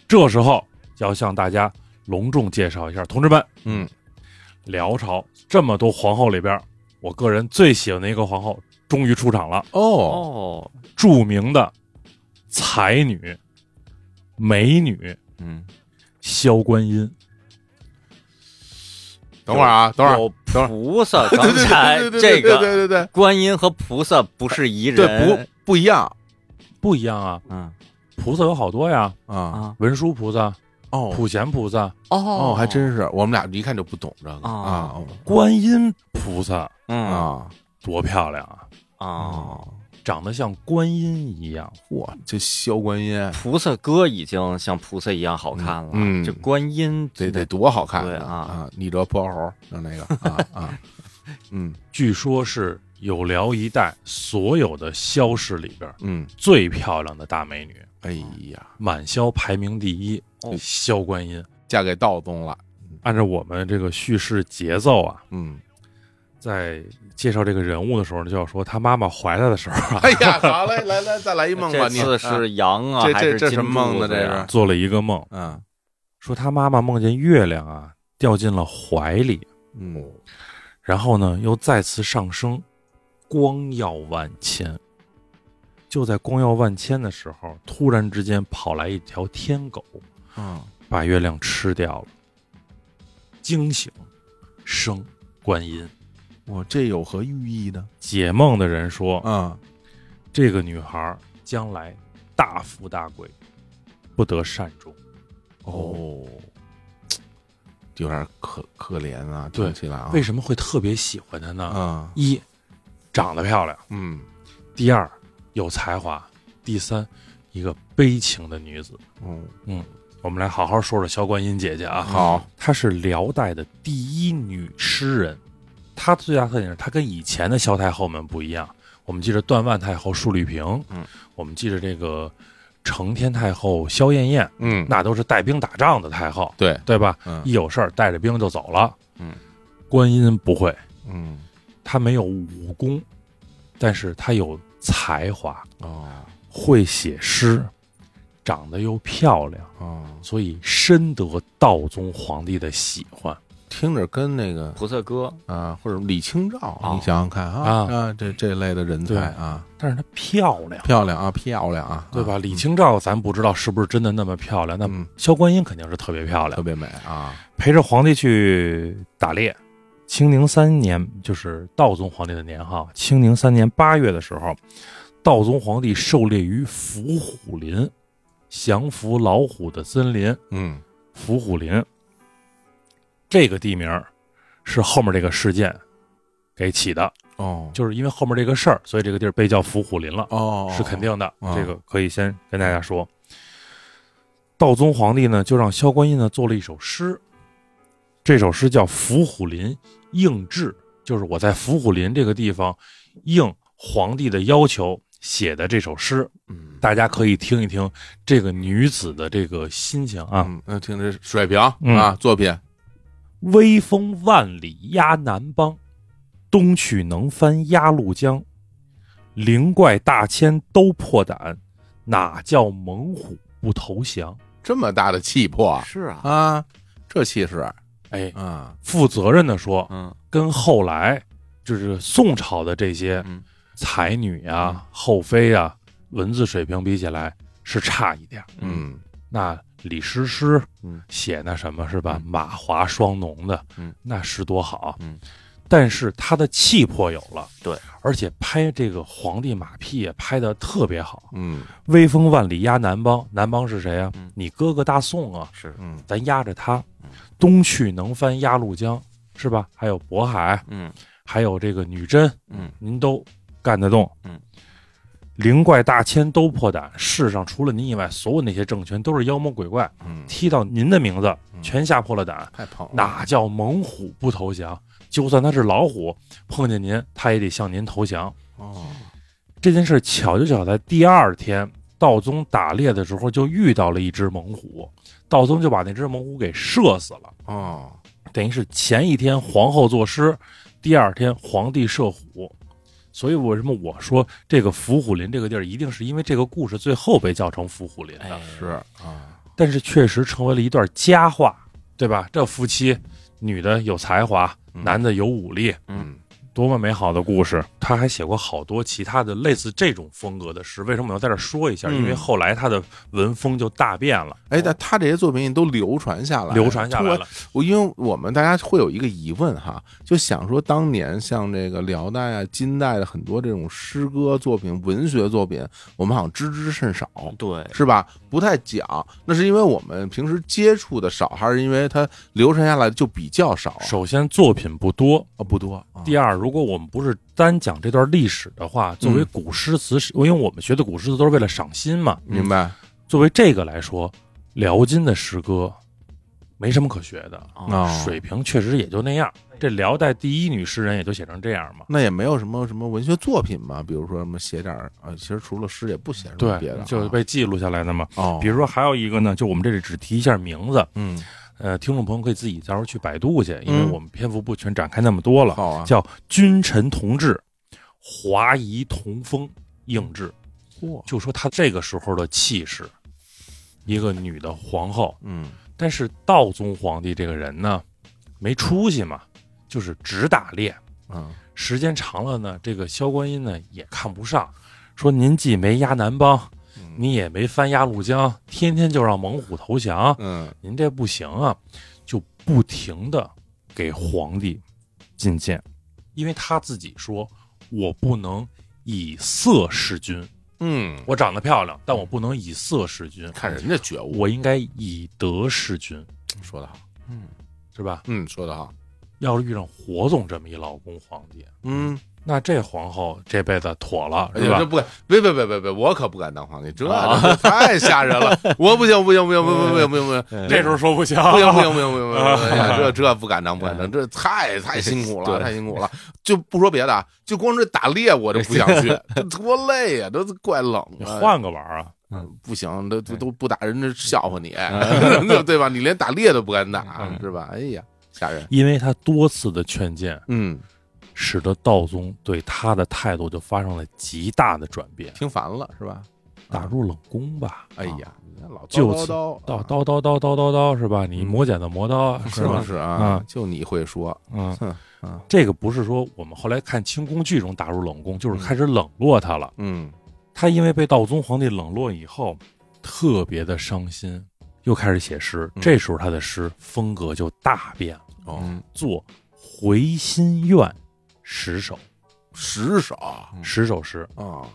S6: 这时候要向大家隆重介绍一下，同志们，
S7: 嗯，
S6: 辽朝这么多皇后里边，我个人最喜欢的一个皇后终于出场了，
S7: 哦
S8: 哦，
S6: 著名的才女、美女
S8: 嗯，
S6: 萧观音。
S7: 等会儿啊，等会儿，
S8: 有
S7: 等会儿
S8: 菩 *laughs* 萨
S7: 对
S8: 刚
S7: 对
S8: 才
S7: 对对对
S8: 这
S7: 对
S8: 个
S7: 对对对
S8: 观音和菩萨不是一
S7: 对
S8: 人
S7: 对，，不不一样
S6: 不一样啊，
S8: 嗯
S6: 菩萨有好多呀，
S7: 啊
S8: 啊，
S6: 文殊菩萨、
S7: 哦
S6: 普贤菩萨、
S7: 哦，还真是，我们俩一看就不懂这个啊
S8: 哦
S6: 观音菩萨，
S7: 哦
S8: 嗯
S7: 啊
S6: 多漂亮啊！
S8: 啊，
S7: 哦，
S6: 长得像观音一样，
S7: 哇，这萧观音
S8: 菩萨哥已经像菩萨一样好看了，
S7: 嗯嗯
S8: 这观音
S7: 得
S8: 真的
S7: 得多好看
S8: 对
S7: 啊
S8: 啊
S7: 啊！逆折泼猴的那个啊啊，嗯
S6: 据说是有辽一带所有的萧氏里边
S7: 嗯，
S6: 最漂亮的大美女，
S7: 哎呀，
S6: 满萧排名第一，
S8: 哦
S6: 萧观音。
S7: 嫁给道宗了，
S6: 按照我们这个叙事节奏啊，
S7: 嗯
S6: 在介绍这个人物的时候呢，就要说他妈妈怀他的时候啊， *laughs*
S7: 哎呀，好嘞，来来，再来一梦吧，
S8: 这
S7: 你
S8: 次
S7: 啊
S8: 是羊啊，
S7: 这
S8: 还
S7: 这
S8: 是
S7: 这什
S8: 金
S7: 么梦呢？
S8: 柱
S7: 这
S8: 子呀
S7: 是，
S6: 做了一个梦，
S7: 嗯
S6: 说他妈妈梦见月亮啊掉进了怀里，
S7: 嗯，
S6: 然后呢又再次上升，光耀万千。就在光耀万千的时候，突然之间跑来一条天狗，
S7: 嗯
S6: 把月亮吃掉了，惊醒，生观音。
S7: 我这有何寓意呢？
S6: 解梦的人说，
S7: 啊，
S6: 这个女孩将来大富大贵，不得善终。
S7: 哦，有点可可怜啊，
S6: 对
S7: 听起来啊，
S6: 为什么会特别喜欢她呢？
S7: 啊，
S6: 一，长得漂亮；
S7: 嗯
S6: 第二，有才华；第三，一个悲情的女子。
S7: 嗯，
S6: 我们来好好说说萧观音姐姐啊。
S7: 好，
S6: 她是辽代的第一女诗人。她最大特点是，她跟以前的萧太后们不一样。我们记着段万太后束绿萍，
S7: 嗯，
S6: 我们记着这个承天太后萧燕燕，
S7: 嗯，
S6: 那都是带兵打仗的太后，
S7: 对，
S6: 对吧？
S7: 嗯
S6: 一有事儿带着兵就走了。
S7: 嗯，
S6: 观音不会，
S7: 嗯，
S6: 她没有武功，但是她有才华，
S7: 哦
S6: 会写诗，长得又漂亮，
S7: 哦，
S6: 所以深得道宗皇帝的喜欢。
S7: 听着跟那个
S8: 菩萨哥，
S7: 啊，或者李清照，
S8: 哦
S7: 你想想看啊
S6: 啊
S7: 啊，这这类的人
S6: 对
S7: 才啊，
S6: 但是她漂亮，
S7: 漂亮啊，漂亮啊，
S6: 对吧？
S7: 啊
S6: 李清照咱不知道是不是真的那么漂亮，那
S7: 嗯
S6: 萧观音肯定是特别漂亮
S7: 特。别美啊，
S6: 呃陪着皇帝去打猎。清宁三年，就是道宗皇帝的年号。清宁三年八月的时候，道宗皇帝狩猎于伏虎林，降服老虎的森林。
S7: 嗯
S6: 伏虎林这个地名儿是后面这个事件给起的，
S7: 哦，
S6: 就是因为后面这个事儿，所以这个地儿被叫伏虎林了。
S7: 哦
S6: 是肯定的，
S7: 哦
S6: 这个可以先跟大家说。道宗皇帝呢，就让萧观音呢做了一首诗，这首诗叫《伏虎林应制》，就是我在伏虎林这个地方应皇帝的要求写的这首诗。
S7: 嗯
S6: 大家可以听一听这个女子的这个心情啊。
S7: 嗯，那听这水平
S6: 嗯
S7: 啊，作品，
S6: 威风万里压南邦，东去能翻鸭绿江。灵怪大千都破胆，哪叫猛虎不投降？
S7: 这么大的气魄
S8: 是啊，
S7: 啊，这气势
S6: 哎，
S7: 啊，
S6: 负责任的说，
S8: 嗯，
S6: 跟后来就是宋朝的这些
S8: 嗯
S6: 才女呀、后妃啊，文字水平比起来是差一点儿。
S7: 嗯
S6: 那李师师
S8: 嗯
S6: 写那什么是吧？
S8: 嗯
S6: 马华双浓的，
S8: 嗯
S6: 那是多好。
S8: 嗯，
S6: 但是他的气魄有了，
S8: 对，
S6: 而且拍这个皇帝马屁也拍的特别好。
S7: 嗯
S6: 威风万里压南邦，南邦是谁啊？
S8: 嗯
S6: 你哥哥大宋啊，
S8: 是，
S7: 嗯
S6: 咱压着他。东去能翻鸭绿江，是吧？还有渤海，
S8: 嗯
S6: 还有这个女真，
S8: 嗯，
S6: 您都干得动，
S8: 嗯。
S6: 灵怪大千都破胆，世上除了您以外，所有那些政权都是妖魔鬼怪，
S7: 嗯，
S6: 踢到您的名字，
S7: 嗯
S6: 全吓破了胆，
S7: 太捧了，
S6: 哪叫猛虎不投降？就算他是老虎，碰见您，他也得向您投降。
S7: 哦，
S6: 这件事巧就巧在第二天，道宗打猎的时候就遇到了一只猛虎，道宗就把那只猛虎给射死了。
S7: 哦，
S6: 等于是前一天皇后作诗，第二天皇帝射虎。所以为什么我说这个伏虎林这个地儿，一定是因为这个故事最后被叫成伏虎林的。
S8: 哎，
S7: 是啊，
S6: 但是确实成为了一段佳话，对吧？这夫妻，女的有才华，
S7: 嗯
S6: 男的有武力，
S7: 嗯
S6: 多么美好的故事！他还写过好多其他的类似这种风格的诗。为什么我要在这儿说一下？
S7: 嗯
S6: 因为后来他的文风就大变了，
S7: 哎，但他这些作品都流传下来，
S6: 流传下来
S7: 突然。
S6: 了。
S7: 我因为我们大家会有一个疑问哈，就想说当年像这个辽代啊、金代的很多这种诗歌作品、文学作品，我们好像知之甚少，
S6: 哦
S8: 对，
S7: 是吧？不太讲，那是因为我们平时接触的少，还是因为它流传下来就比较少？
S6: 首先，作品不多。
S7: 啊，不多。啊
S6: 第二，如果我们不是单讲这段历史的话，作
S7: 嗯
S6: 为古诗词，是因为我们学的古诗词都是为了赏心嘛。
S7: 明白？
S6: 作为这个来说，辽金的诗歌没什么可学的，
S7: 哦
S6: 水平确实也就那样。这辽代第一女诗人也就写成这样嘛。
S7: 那也没有什么什么文学作品嘛，比如说什么写点儿啊，其实除了诗也不写什么
S6: 对
S7: 别的啊，，
S6: 就是被记录下来的嘛。
S7: 哦，
S6: 比如说还有一个呢，就我们这里只提一下名字，
S7: 嗯
S6: 呃，听众朋友可以自己到时候去百度去，因为
S7: 嗯
S6: 我们篇幅不全展开那么多了。
S7: 好啊，
S6: 叫《君臣同治，华夷同风》应制，
S7: 嚯
S6: 就说他这个时候的气势，一个女的皇后。
S7: 嗯
S6: 但是道宗皇帝这个人呢，没出息嘛，就是只打猎。
S7: 嗯
S6: 时间长了呢，这个萧观音呢也看不上，说您既没压南邦，
S7: 嗯
S6: 你也没翻鸭绿江，天天就让猛虎投降，
S7: 嗯
S6: 您这不行啊，就不停的给皇帝进谏，因为他自己说，我不能以色示君，
S7: 嗯，
S6: 我长得漂亮，但我不能以色示君，
S7: 看人家觉悟，
S6: 我应该以德示君，
S7: 说的好，
S6: 是吧？
S7: 嗯，说的好，
S6: 要是遇上火总这么一老公皇帝，
S7: 嗯，
S6: 那这皇后这辈子妥了，
S7: 哎
S6: 是
S7: 呀，
S6: 吧？啊
S7: 这不敢，别别别别别，我可不敢当皇帝，这这太吓人
S6: *laughs*
S7: 了，我不行不行不行不行不行不行不行，
S6: 哎这时候说不行，啊哎
S7: 不行不行不行不行不行，哎呀这这不敢当不敢当，这太太辛苦了，
S6: 对
S7: 太辛苦了。就不说别的啊，就光这打猎我就不想去，这多累呀，都怪冷
S6: 哎你
S7: 啊。
S6: 换个哎玩儿啊！
S7: 不行，都都都不打人，这笑话你，
S6: 哎
S7: *laughs* 对对吧？你连打猎都不敢打，
S6: 嗯
S7: 是吧？哎呀，吓人。
S6: 因为他多次的劝谏，
S7: 嗯，
S6: 使得道宗对他的态度就发生了极大的转变，
S7: 听烦了是吧？
S6: 打入冷宫吧。
S7: 哎
S6: 啊，
S7: 呀，你看老
S6: 就
S7: 叨
S6: 此
S7: 叨
S6: 叨叨
S7: 叨
S6: 叨叨叨叨叨是吧？你磨剪子磨刀
S7: 嗯啊
S6: 是
S7: 是不
S6: 吧？
S7: 是
S6: 啊
S7: 啊？就你会说，
S6: 嗯
S7: 哼啊，
S6: 这个不是说我们后来看清宫剧中打入冷宫，就是开始冷落他了。
S7: 嗯
S6: 他因为被道宗皇帝冷落以后，特别的伤心，又开始写诗。
S7: 嗯
S6: 这时候他的诗风格就大变了，
S7: 哦，
S6: 做《回心愿》十首
S7: 十手啊
S6: 十首诗。
S7: 啊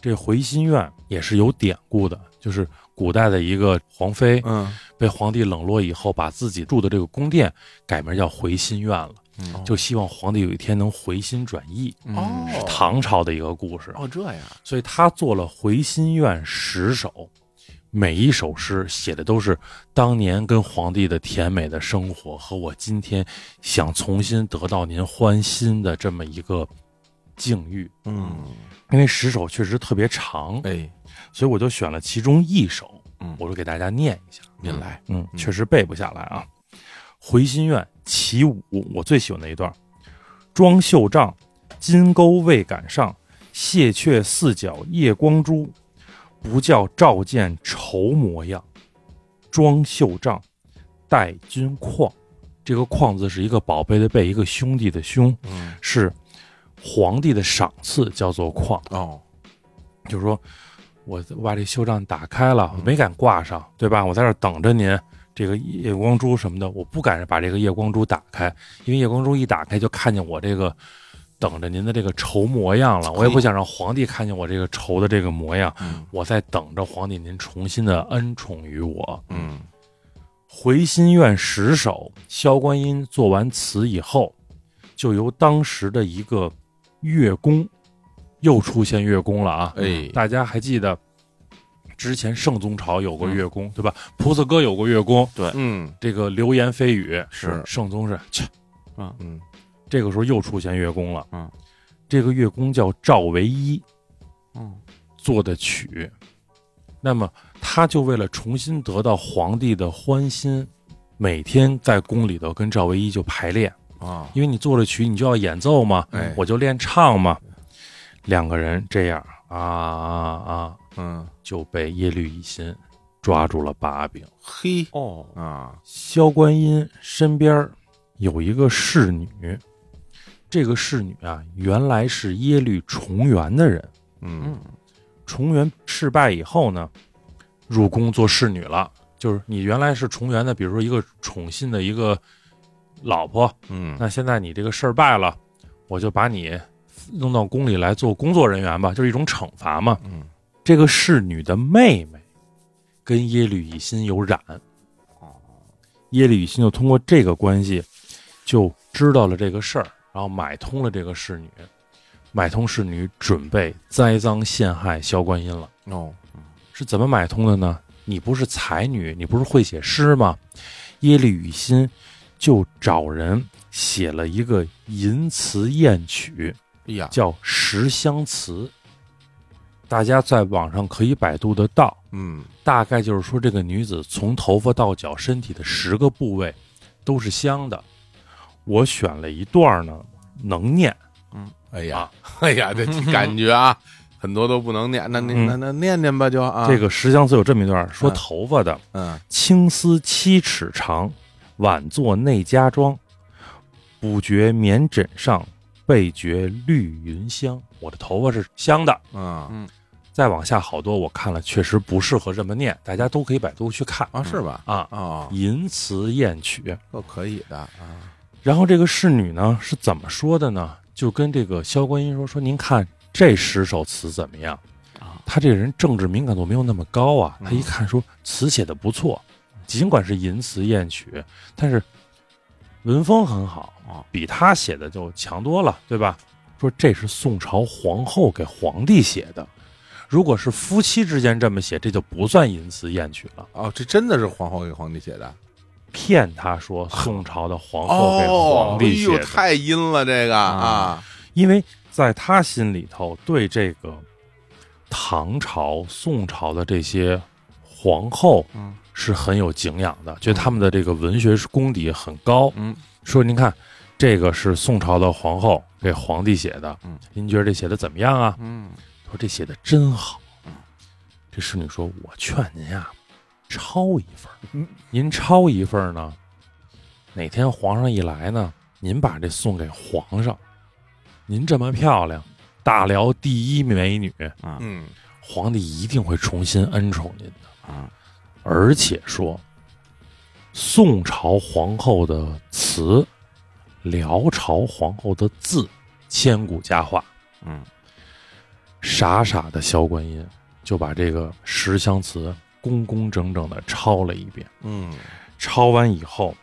S6: 这回心愿也是有典故的，就是古代的一个皇妃
S7: 嗯
S6: 被皇帝冷落以后，把自己住的这个宫殿改名叫回心院了，
S7: 嗯
S6: 就希望皇帝有一天能回心转意。
S7: 哦
S6: 是唐朝的一个故事，
S7: 哦这样
S6: 所以他做了回心愿十首，每一首诗写的都是当年跟皇帝的甜美的生活和我今天想重新得到您欢心的这么一个境遇。
S7: 嗯
S6: 因为十首确实特别长，
S7: 哎
S6: 所以我就选了其中一首，
S7: 嗯
S6: 我就给大家念一下。
S7: 您来
S6: 嗯，
S7: 嗯
S6: 确实背不下来啊。回心愿起舞，我最喜欢的一段：装袖帐，金钩未赶上，谢却四角夜光珠，不教赵见愁模样。装袖帐，带君况。这个“况”字是一个宝贝的“贝”，一个兄弟的“兄
S7: 嗯”，
S6: 是皇帝的赏赐，叫做“况”。
S7: 哦
S6: 就是说我我把这袖帐打开了，
S7: 嗯
S6: 我没敢挂上，对吧？我在这儿等着您。这个夜光珠什么的，我不敢把这个夜光珠打开，因为夜光珠一打开就看见我这个等着您的这个愁模样了。我也不想让皇帝看见我这个愁的这个模样，
S7: 嗯
S6: 我在等着皇帝您重新的恩宠于我。
S7: 嗯
S6: 回心愿十首，萧观音做完词以后，就由当时的一个乐工，又出现乐工了啊！
S7: 哎
S6: 大家还记得之前圣宗朝有过乐工，对吧？菩萨哥有过乐工，
S7: 嗯
S6: 这个流言蜚语
S7: 是
S6: 圣宗是切，
S7: 嗯
S6: 这个时候又出现乐工了。
S7: 嗯，
S6: 这个乐工叫赵唯一
S7: 嗯
S6: 做的曲，那么他就为了重新得到皇帝的欢心，每天在宫里头跟赵唯一就排练，
S7: 啊
S6: 因为你做了曲，你就要演奏嘛，
S7: 哎
S6: 我就练唱嘛，两个人这样啊啊啊，
S7: 嗯
S6: 就被耶律乙辛抓住了把柄。
S7: 嘿
S8: 哦，
S7: 啊
S6: 萧观音身边儿有一个侍女，这个侍女啊，原来是耶律重元的人。
S7: 嗯
S6: 重元事败以后呢，入宫做侍女了。就是你原来是重元的，比如说一个宠信的一个老婆，
S7: 嗯
S6: 那现在你这个事儿败了，我就把你弄到宫里来做工作人员吧，就是一种惩罚嘛。
S7: 嗯，
S6: 这个侍女的妹妹跟耶律乙辛有染，
S7: 哦
S6: 耶律乙辛就通过这个关系就知道了这个事儿，然后买通了这个侍女，买通侍女准备栽赃陷害萧观音了。
S7: 哦
S6: 是怎么买通的呢？你不是才女，你不是会写诗吗？耶律乙辛就找人写了一个淫词艳曲，
S7: 哎呀
S6: 叫《十香词》，大家在网上可以百度得到。
S7: 嗯，
S6: 大概就是说，这个女子从头发到脚身体的十个部位都是香的。我选了一段呢，能念。
S7: 哎呀 *laughs*
S6: 啊，
S7: 哎呀，这感觉啊，很多都不能念，那那
S6: 嗯
S7: 那那念念吧，就啊，
S6: 这，个十香寺有这么一段，说
S7: 嗯
S6: 头发的，
S7: 嗯，
S6: 青丝七尺长，挽作内家妆，不觉棉枕上，倍觉绿云香。我的头发是香的。
S7: 嗯
S6: 再往下好多，我看了确实不适合这么念，大家都可以百度去看
S7: 啊，是吧？
S6: 啊。
S7: 哦，
S6: 淫词艳曲，
S7: 都可以的啊，
S6: 然后这个侍女呢是怎么说的呢？就跟这个萧观音说说，您看这十首词怎么样？
S8: 啊，
S6: 他这个人政治敏感度没有那么高啊，
S7: 嗯
S6: 他一看说词写的不错，尽管是淫词艳曲，但是文风很好
S7: 哦
S8: 啊，
S6: 比他写的就强多了，对吧？说这是宋朝皇后给皇帝写的，如果是夫妻之间这么写，这就不算淫词艳曲了。
S7: 哦，这真的是皇后给皇帝写的，
S6: 骗他说宋朝的皇后给
S7: 哦
S6: 皇，
S7: 哎
S6: 帝写
S7: 呦，
S6: 的，
S7: 太阴了这个啊，
S6: 因为在他心里头，对这个唐朝、宋朝的这些皇后
S7: 嗯
S6: 是很有敬仰的，觉得他们的这个文学功底很高。
S7: 嗯，
S6: 说您看，这个是宋朝的皇后给皇帝写的，
S7: 嗯，
S6: 您觉得这写的怎么样啊？
S7: 嗯，
S6: 说这写的真好。这侍女说：“我劝您呀、抄一份儿。
S7: 嗯
S6: 您抄一份儿呢，哪天皇上一来呢，您把这送给皇上。您这么漂亮，大辽第一美女，
S8: 啊
S7: 嗯，
S6: 皇帝一定会重新恩宠您的
S8: 啊！
S6: 而且说，宋朝皇后的词，辽朝皇后的字，千古佳话。
S8: 嗯，
S6: 傻傻的萧观音就把这个十香词工工整整的抄了一遍。
S7: 嗯，
S6: 抄完以后，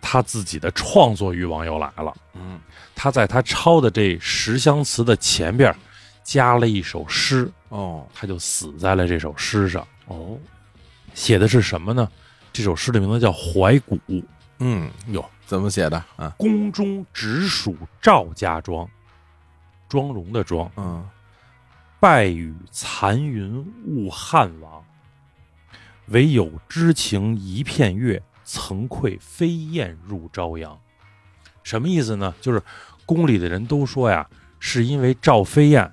S6: 他自己的创作欲望又来了。
S8: 嗯，
S6: 他在他抄的这十香词的前边儿加了一首诗，
S7: 哦，
S6: 他就死在了这首诗上。
S8: 哦，
S6: 写的是什么呢？这首诗的名字叫《怀古》，
S7: 嗯，哟，怎么写的啊？
S6: 宫中直属赵家庄，庄容的庄，
S7: 嗯，
S6: 败雨残云误汉王，唯有知情一片月，曾愧飞燕入朝阳。什么意思呢？就是宫里的人都说呀，是因为赵飞燕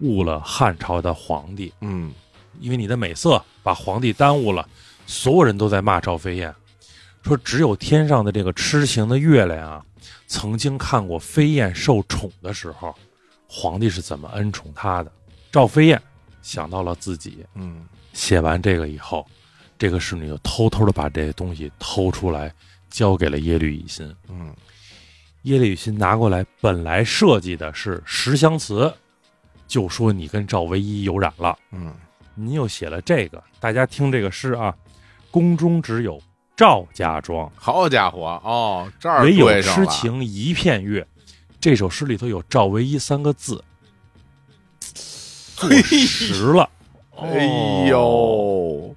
S6: 误了汉朝的皇帝，
S7: 嗯，
S6: 因为你的美色把皇帝耽误了，所有人都在骂赵飞燕，说只有天上的这个痴情的月亮啊，曾经看过飞燕受宠的时候，皇帝是怎么恩宠她的。赵飞燕想到了自己，
S7: 嗯，
S6: 写完这个以后，这个侍女就偷偷的把这东西偷出来，交给了耶律乙辛。
S7: 嗯，
S6: 耶律乙辛拿过来，本来设计的是十香词，就说你跟赵唯一有染了。
S7: 嗯，
S6: 您又写了这个，大家听这个诗啊，宫中只有赵家庄，
S7: 好家伙，哦，这儿
S6: 唯有
S7: 对上
S6: 痴
S7: 了， *laughs*
S6: 情一片月。这首诗里头有赵唯一三个字，坐实了。
S7: 哎呦，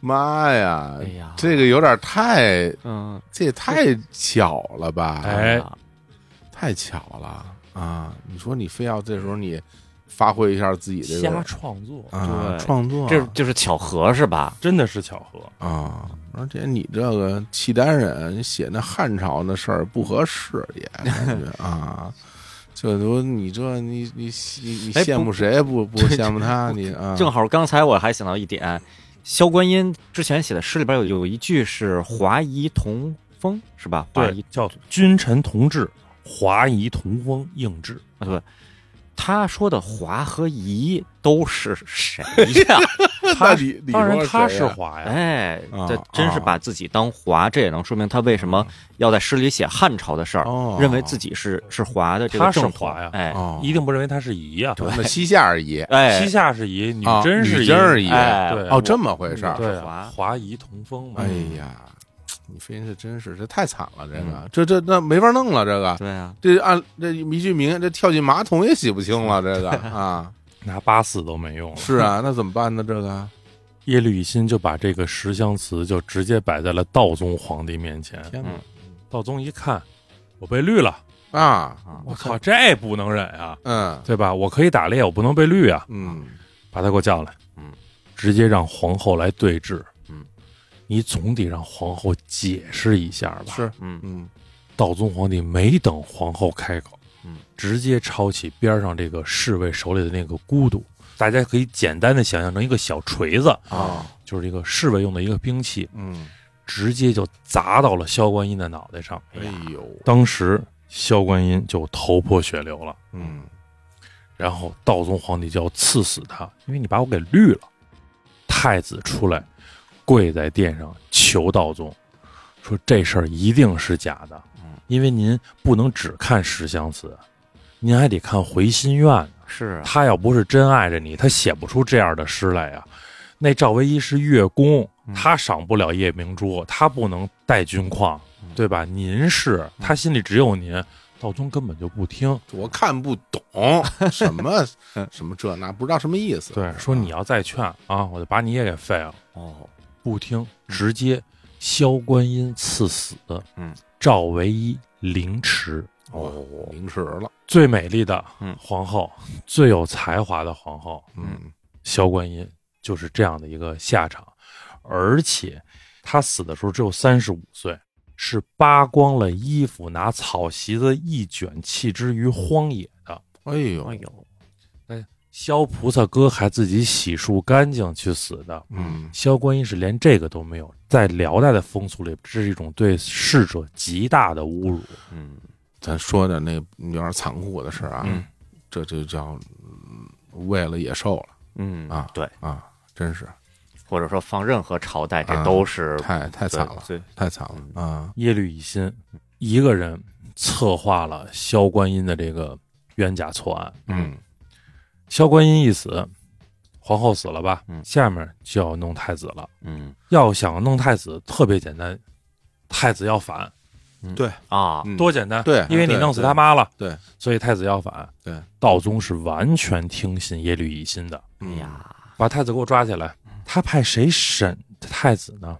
S7: 妈呀
S8: 哎，呀，
S7: 这个有点太，
S8: 嗯，啊
S7: 这也太巧了吧？
S6: 哎，
S7: 太巧了啊！你说你非要这时候你发挥一下自己这
S6: 瞎
S7: 个
S6: 创作，
S7: 啊
S8: 对
S7: 创作，
S8: 这就是巧合是吧？
S6: 真的是巧合。
S7: 啊，而且你这个契丹人写那汉朝那事儿不合适
S8: *laughs*
S7: 也感觉啊。这都你这你你你你
S8: 哎
S7: 羡
S8: 不
S7: 慕谁不不
S8: 对
S7: 羡慕他你啊？
S6: 嗯
S8: 正好刚才我还想到一点，萧观音之前写的诗里边有有一句是“华夷同风”是吧？华夷
S6: 对，叫君臣同治，华夷同风，应制。
S8: 啊，对。他说的“华”和“夷”都是谁呀？
S6: *laughs*
S7: 那你你
S6: 当然
S7: 说
S6: 他
S7: 谁
S6: 是
S7: 呀
S6: 华呀，
S8: 哎
S7: 啊，
S8: 这真是把自己当华，这也能说明他为什么要在诗里写汉朝的事儿，
S7: 哦，
S8: 认为自己是是华的这
S6: 他
S8: 个
S6: 是
S8: 正统
S6: 华呀。
S8: 哎
S7: 哦
S6: 一定不认为他是夷呀。
S7: 那 *laughs* 西夏而已哦
S6: 西
S8: 哎，
S6: 夏是夷，女
S7: 啊
S6: 真是
S7: 女真是夷
S8: 哎嗯
S6: 对，
S7: 哦，这么回事儿。
S6: 对啊
S8: 华
S6: 华夷同风嘛。
S7: 哎呀，你飞是真是这太惨了，这个这这那没法弄了，这个
S8: 对啊，
S7: 这按这一句名，这跳进马桶也洗不清了，这个啊，
S6: 拿八四都没用了。
S7: 是啊，那怎么办呢？这个
S6: 耶律乙辛就把这个十香词就直接摆在了道宗皇帝面前。嗯
S7: 天哪
S6: 道宗一看，我被绿了，
S7: 啊，
S6: 我靠，这不能忍啊，
S7: 嗯
S6: 对吧？我可以打猎，我不能被绿啊，
S7: 嗯
S6: 把他给我叫来。
S8: 嗯，
S9: 直接让皇后来对质，
S7: 嗯，
S9: 你总得让皇后解释一下吧？
S7: 是，
S8: 嗯，
S7: 嗯，
S9: 道宗皇帝没等皇后开口，
S7: 嗯，
S9: 直接抄起边上这个侍卫手里的那个孤独，大家可以简单的想象成一个小锤子，
S7: 啊，
S9: 就是一个侍卫用的一个兵器，
S7: 嗯，
S9: 直接就砸到了萧观音的脑袋上。
S7: 哎呦，
S9: 当时萧观音就头破血流了，
S7: 嗯，
S9: 然后道宗皇帝就要赐死他，因为你把我给绿了。太子出来跪在殿上求道宗，说这事儿一定是假的，因为您不能只看十相祠，您还得看回心愿呢。
S8: 是啊，
S9: 他要不是真爱着你，他写不出这样的诗来呀、那赵唯一是月宫，他赏不了夜明珠，他不能带军矿，对吧？您是他心里只有您，道宗根本就不听。
S7: 我看不懂什么什么这那，不知道什么意思。
S9: 对，说你要再劝啊，我就把你也给废了。
S8: 哦，
S9: 不听，直接萧观音赐死。
S7: 嗯，
S9: 赵唯一凌迟。
S7: 哦，凌迟了，
S9: 最美丽的
S7: 嗯
S9: 皇后，最有才华的皇后，
S7: 嗯
S9: 萧观音就是这样的一个下场，而且她死的时候只有三十五岁，是扒光了衣服，拿草席子一卷，弃之于荒野的。
S7: 哎呦
S8: 哎，呦，
S9: 萧菩萨哥还自己洗漱干净去死的，
S7: 嗯
S9: 萧观音是连这个都没有，在辽代的风俗里，这是一种对逝者极大的侮辱。
S8: 嗯，
S7: 咱说点那有点残酷的事儿啊，
S9: 嗯
S7: 这就叫嗯喂了野兽了
S8: 嗯
S7: 啊
S8: 对，
S7: 啊，真是
S8: 或者说放任何朝代，
S7: 啊
S8: 这都是
S7: 太太惨了，
S8: 对，
S7: 太惨了啊！
S9: 耶律乙辛一个人策划了萧观音的这个冤假错案。
S7: 嗯
S9: 萧观音一死，皇后死了吧？
S8: 嗯
S9: 下面就要弄太子了。
S8: 嗯
S9: 要想弄太子，特别简单，太子要反，
S8: 啊，
S7: 嗯
S9: 多简单。
S7: 对
S9: 因为你
S7: 对
S9: 弄死他妈了，
S7: 对，
S9: 所以太子要反。
S7: 对，
S9: 道宗是完全听信耶律乙辛的，
S8: 哎
S7: 嗯
S8: 呀，
S9: 把太子给我抓起来。他派谁审太子呢？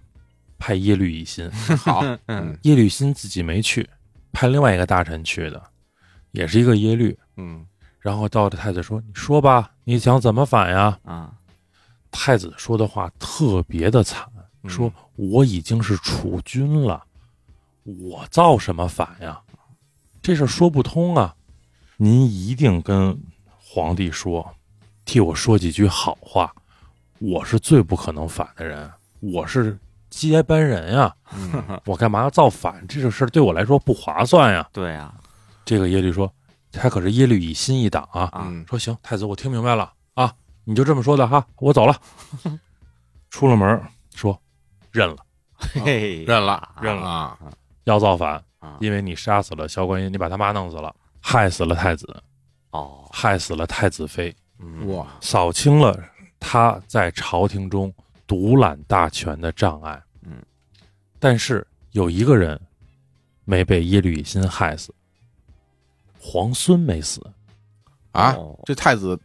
S9: 派耶律乙辛。
S7: *laughs* 好，嗯
S9: 耶律辛自己没去，派另外一个大臣去的，也是一个耶律。
S7: 嗯
S9: 然后到太子说：“你说吧，你想怎么反呀
S8: 啊，？”
S9: 太子说的话特别的惨，
S7: 嗯
S9: 说：“我已经是储君了，我造什么反呀？这事儿说不通啊！您一定跟皇帝说，替我说几句好话。我是最不可能反的人，我是接班人呀、
S7: 嗯
S9: 我干嘛要造反？这种事儿对我来说不划算呀。
S8: 对啊，
S9: 这个耶律说，他可是耶律乙辛一党啊，
S8: 啊，
S7: 嗯
S9: 说行，太子，我听明白了啊，你就这么说的哈，我走了。出了门儿说，认了，
S8: 嘿，
S7: 认了
S9: 认了
S7: 啊！
S9: 要造反
S8: 啊，
S9: 因为你杀死了萧观音，你把他妈弄死了，害死了太子，
S8: 哦，
S9: 害死了太子妃，
S8: 嗯
S7: 哇，
S9: 扫清了他在朝廷中独揽大权的障碍。
S8: 嗯，
S9: 但是有一个人没被耶律乙辛害死，皇孙没死，
S7: 啊
S8: 哦，
S7: 这太子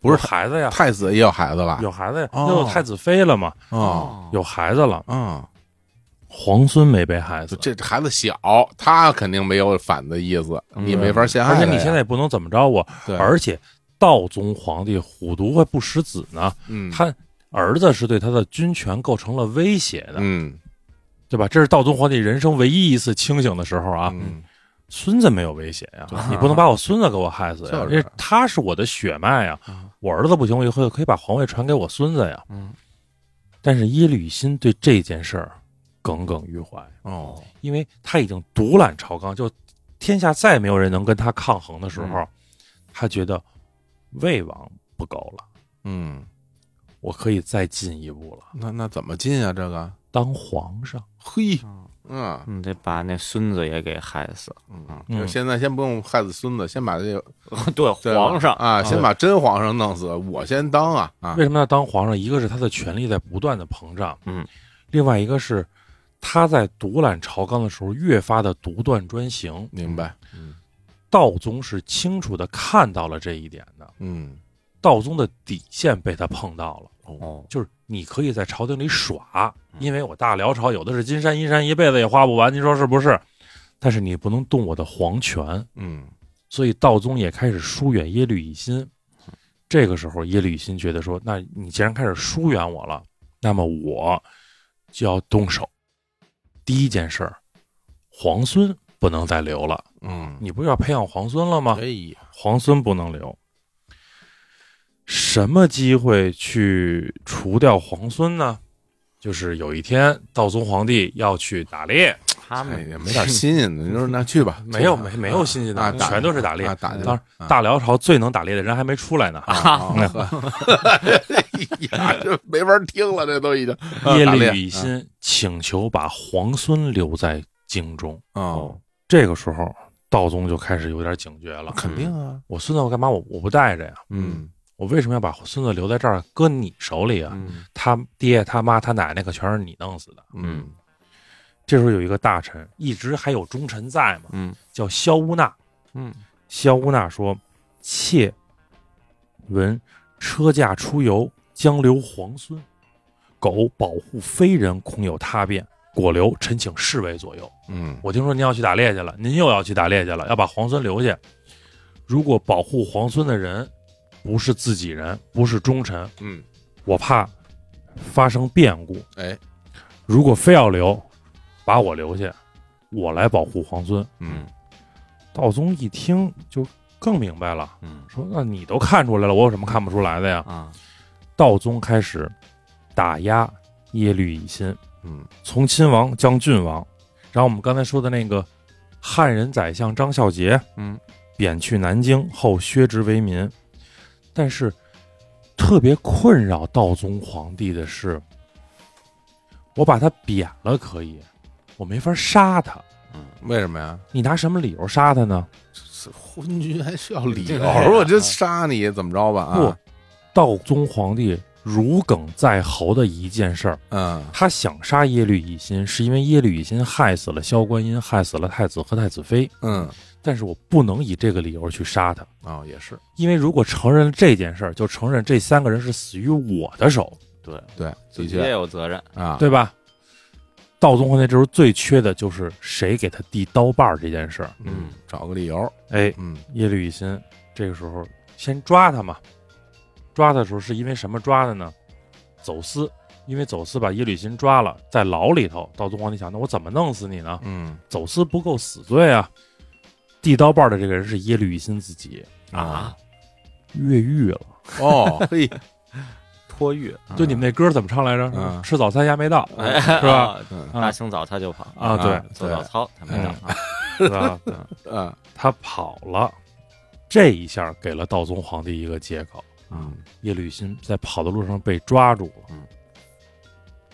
S7: 不是
S9: 有孩子呀，
S7: 太子也有孩子了
S9: 有孩子呀，
S7: 哦
S9: 又有太子妃了嘛，
S7: 哦
S9: 有孩子了，
S7: 嗯，
S9: 皇孙没被害死。
S7: 就嗯这孩子小，他肯定没有反的意思，
S8: 嗯
S7: 你没法陷害
S9: 而
S7: 哎他呀。
S9: 且你现在也不能怎么着我，
S7: 对，
S9: 而且道宗皇帝虎毒还不食子呢，
S7: 嗯
S9: 他儿子是对他的军权构成了威胁的，
S7: 嗯
S9: 对吧？这是道宗皇帝人生唯一一次清醒的时候啊，
S7: 嗯
S9: 孙子没有威胁呀、你不能把我孙子给我害死呀，
S7: 就是嗯
S9: 因为他是我的血脉呀、我儿子不行，我以后可以把皇位传给我孙子呀。
S8: 嗯，
S9: 但是耶律乙辛对这件事儿耿耿于怀，
S7: 哦
S9: 因为他已经独揽朝纲，就天下再也没有人能跟他抗衡的时候，他觉得魏王不够了，
S7: 嗯，
S9: 我可以再进一步了，
S7: 那那怎么进啊？这个
S9: 当皇上。
S7: 嘿，嗯
S8: 你得把那孙子也给害死， *laughs*
S7: 嗯，
S9: 嗯
S7: 就现在先不用害死孙子，先把这个
S8: 对，
S7: 对
S8: 皇上，
S7: 啊，先把真皇上弄死，我先当啊啊
S9: 为！什么要当皇上？一个是他的权力在不断的膨胀，
S8: 嗯，
S9: 另外一个是他在独揽朝纲的时候越发的独断专行。
S7: 明白，
S9: 道宗是清楚的看到了这一点的，
S7: 嗯
S9: 道宗的底线被他碰到了。
S8: 哦，
S9: 就是你可以在朝廷里耍，因为我大辽朝有的是金山银山，一辈子也花不完，您说是不是？但是你不能动我的皇权，
S7: 嗯
S9: 所以道宗也开始疏远耶律乙辛。
S6: 这个时候，耶律新觉得说：“那你既然开始疏远我了，那么我就要动手。第一件事儿，皇孙不能再留了。
S7: 嗯，
S6: 你不是要培养皇孙了吗？
S7: 哎呀，
S6: 皇孙不能留。什么机会去除掉皇孙呢？就是有一天道宗皇帝要去打猎，
S8: 他
S7: 哎
S8: 们
S7: 也没点新鲜的，你说那去吧，
S6: 嗯 *laughs* 没有
S7: 去吧
S6: 没没有新鲜的
S7: 啊打
S6: 全都是打猎
S7: 啊打去吧
S6: 当然大辽朝最能打猎的人还没出来呢。
S7: 啊啊，呵哎呀，这没法听了，这都已经啊
S6: 耶
S7: 打猎
S6: 律乙辛请求把皇孙留在京中。
S7: 哦，
S6: 这个时候，道宗就开始有点警觉了。嗯
S7: 肯定啊，
S6: 我孙子，我干嘛我我不带着呀？
S7: 嗯
S6: 我为什么要把孙子留在这儿，搁你手里啊？
S7: 嗯
S6: 他爹、他妈、他奶奶可全是你弄死的。
S7: 嗯
S6: 这时候有一个大臣，一直还有忠臣在嘛，
S7: 嗯
S6: 叫萧乌纳。
S7: 嗯，
S6: 萧乌纳说：“妾闻车驾出游，将留皇孙，苟保护非人，恐有他变。果留，臣请侍卫左右。”
S7: 嗯
S6: 我听说您要去打猎去了，您又要去打猎去了，要把皇孙留下。如果保护皇孙的人不是自己人，不是忠臣，
S7: 嗯，
S6: 我怕发生变故。
S7: 哎，
S6: 如果非要留，把我留下，我来保护皇孙。
S7: 嗯
S6: 道宗一听就更明白了，
S7: 嗯
S6: 说：“那你都看出来了，我有什么看不出来的
S7: 哎
S6: 呀
S8: 啊，？”
S6: 道宗开始打压耶律乙辛，
S7: 嗯
S6: 从亲王将郡王，然后我们刚才说的那个汉人宰相张孝杰，
S7: 嗯，
S6: 贬去南京后削职为民。但是特别困扰道宗皇帝的是，我把他贬了可以，我没法杀他。嗯
S7: 为什么呀？
S6: 你拿什么理由杀他呢？
S7: 这昏君还需要理由？
S8: 对
S7: 我
S6: 啊
S7: 就杀你怎么着吧？啊，
S6: 道宗皇帝如鲠在喉的一件事儿，
S7: 嗯
S6: 他想杀耶律乙辛，是因为耶律乙辛害死了萧观音，害死了太子和太子妃。
S7: 嗯，
S6: 但是我不能以这个理由去杀他，
S7: 哦，也是，
S6: 因为如果承认这件事儿，就承认这三个人是死于我的手，
S8: 对，
S7: 对，
S8: 自
S7: 的
S8: 己也
S7: 确
S8: 有责任。
S7: 啊，
S6: 对吧？道宗皇帝这时候最缺的就是谁给他递刀把儿这件事儿。
S7: 嗯，找个理由，
S6: 哎，
S7: 嗯
S6: 耶律乙辛这个时候先抓他嘛，抓他的时候是因为什么抓的呢？走私，因为走私把耶律乙辛抓了，在牢里头，道宗皇帝想，那我怎么弄死你呢？
S7: 嗯
S6: 走私不够死罪啊！递刀把儿的这个人是耶律乙辛自己
S7: 啊，
S6: 越狱了。
S7: 哦，嘿，
S8: 托育，
S6: 就你们那歌怎么唱来着？
S7: 嗯
S6: 吃早餐牙没到，
S8: 哎
S6: 是吧？？
S7: 嗯
S8: 大清早他就跑，
S6: 啊，对
S7: 啊，
S8: 做早操他没
S6: 嗯
S8: 到啊。
S6: 是吧？
S7: 嗯
S6: 他跑了，这一下给了道宗皇帝一个借口。
S7: 嗯
S6: 耶律辛在跑的路上被抓住了
S8: 嗯，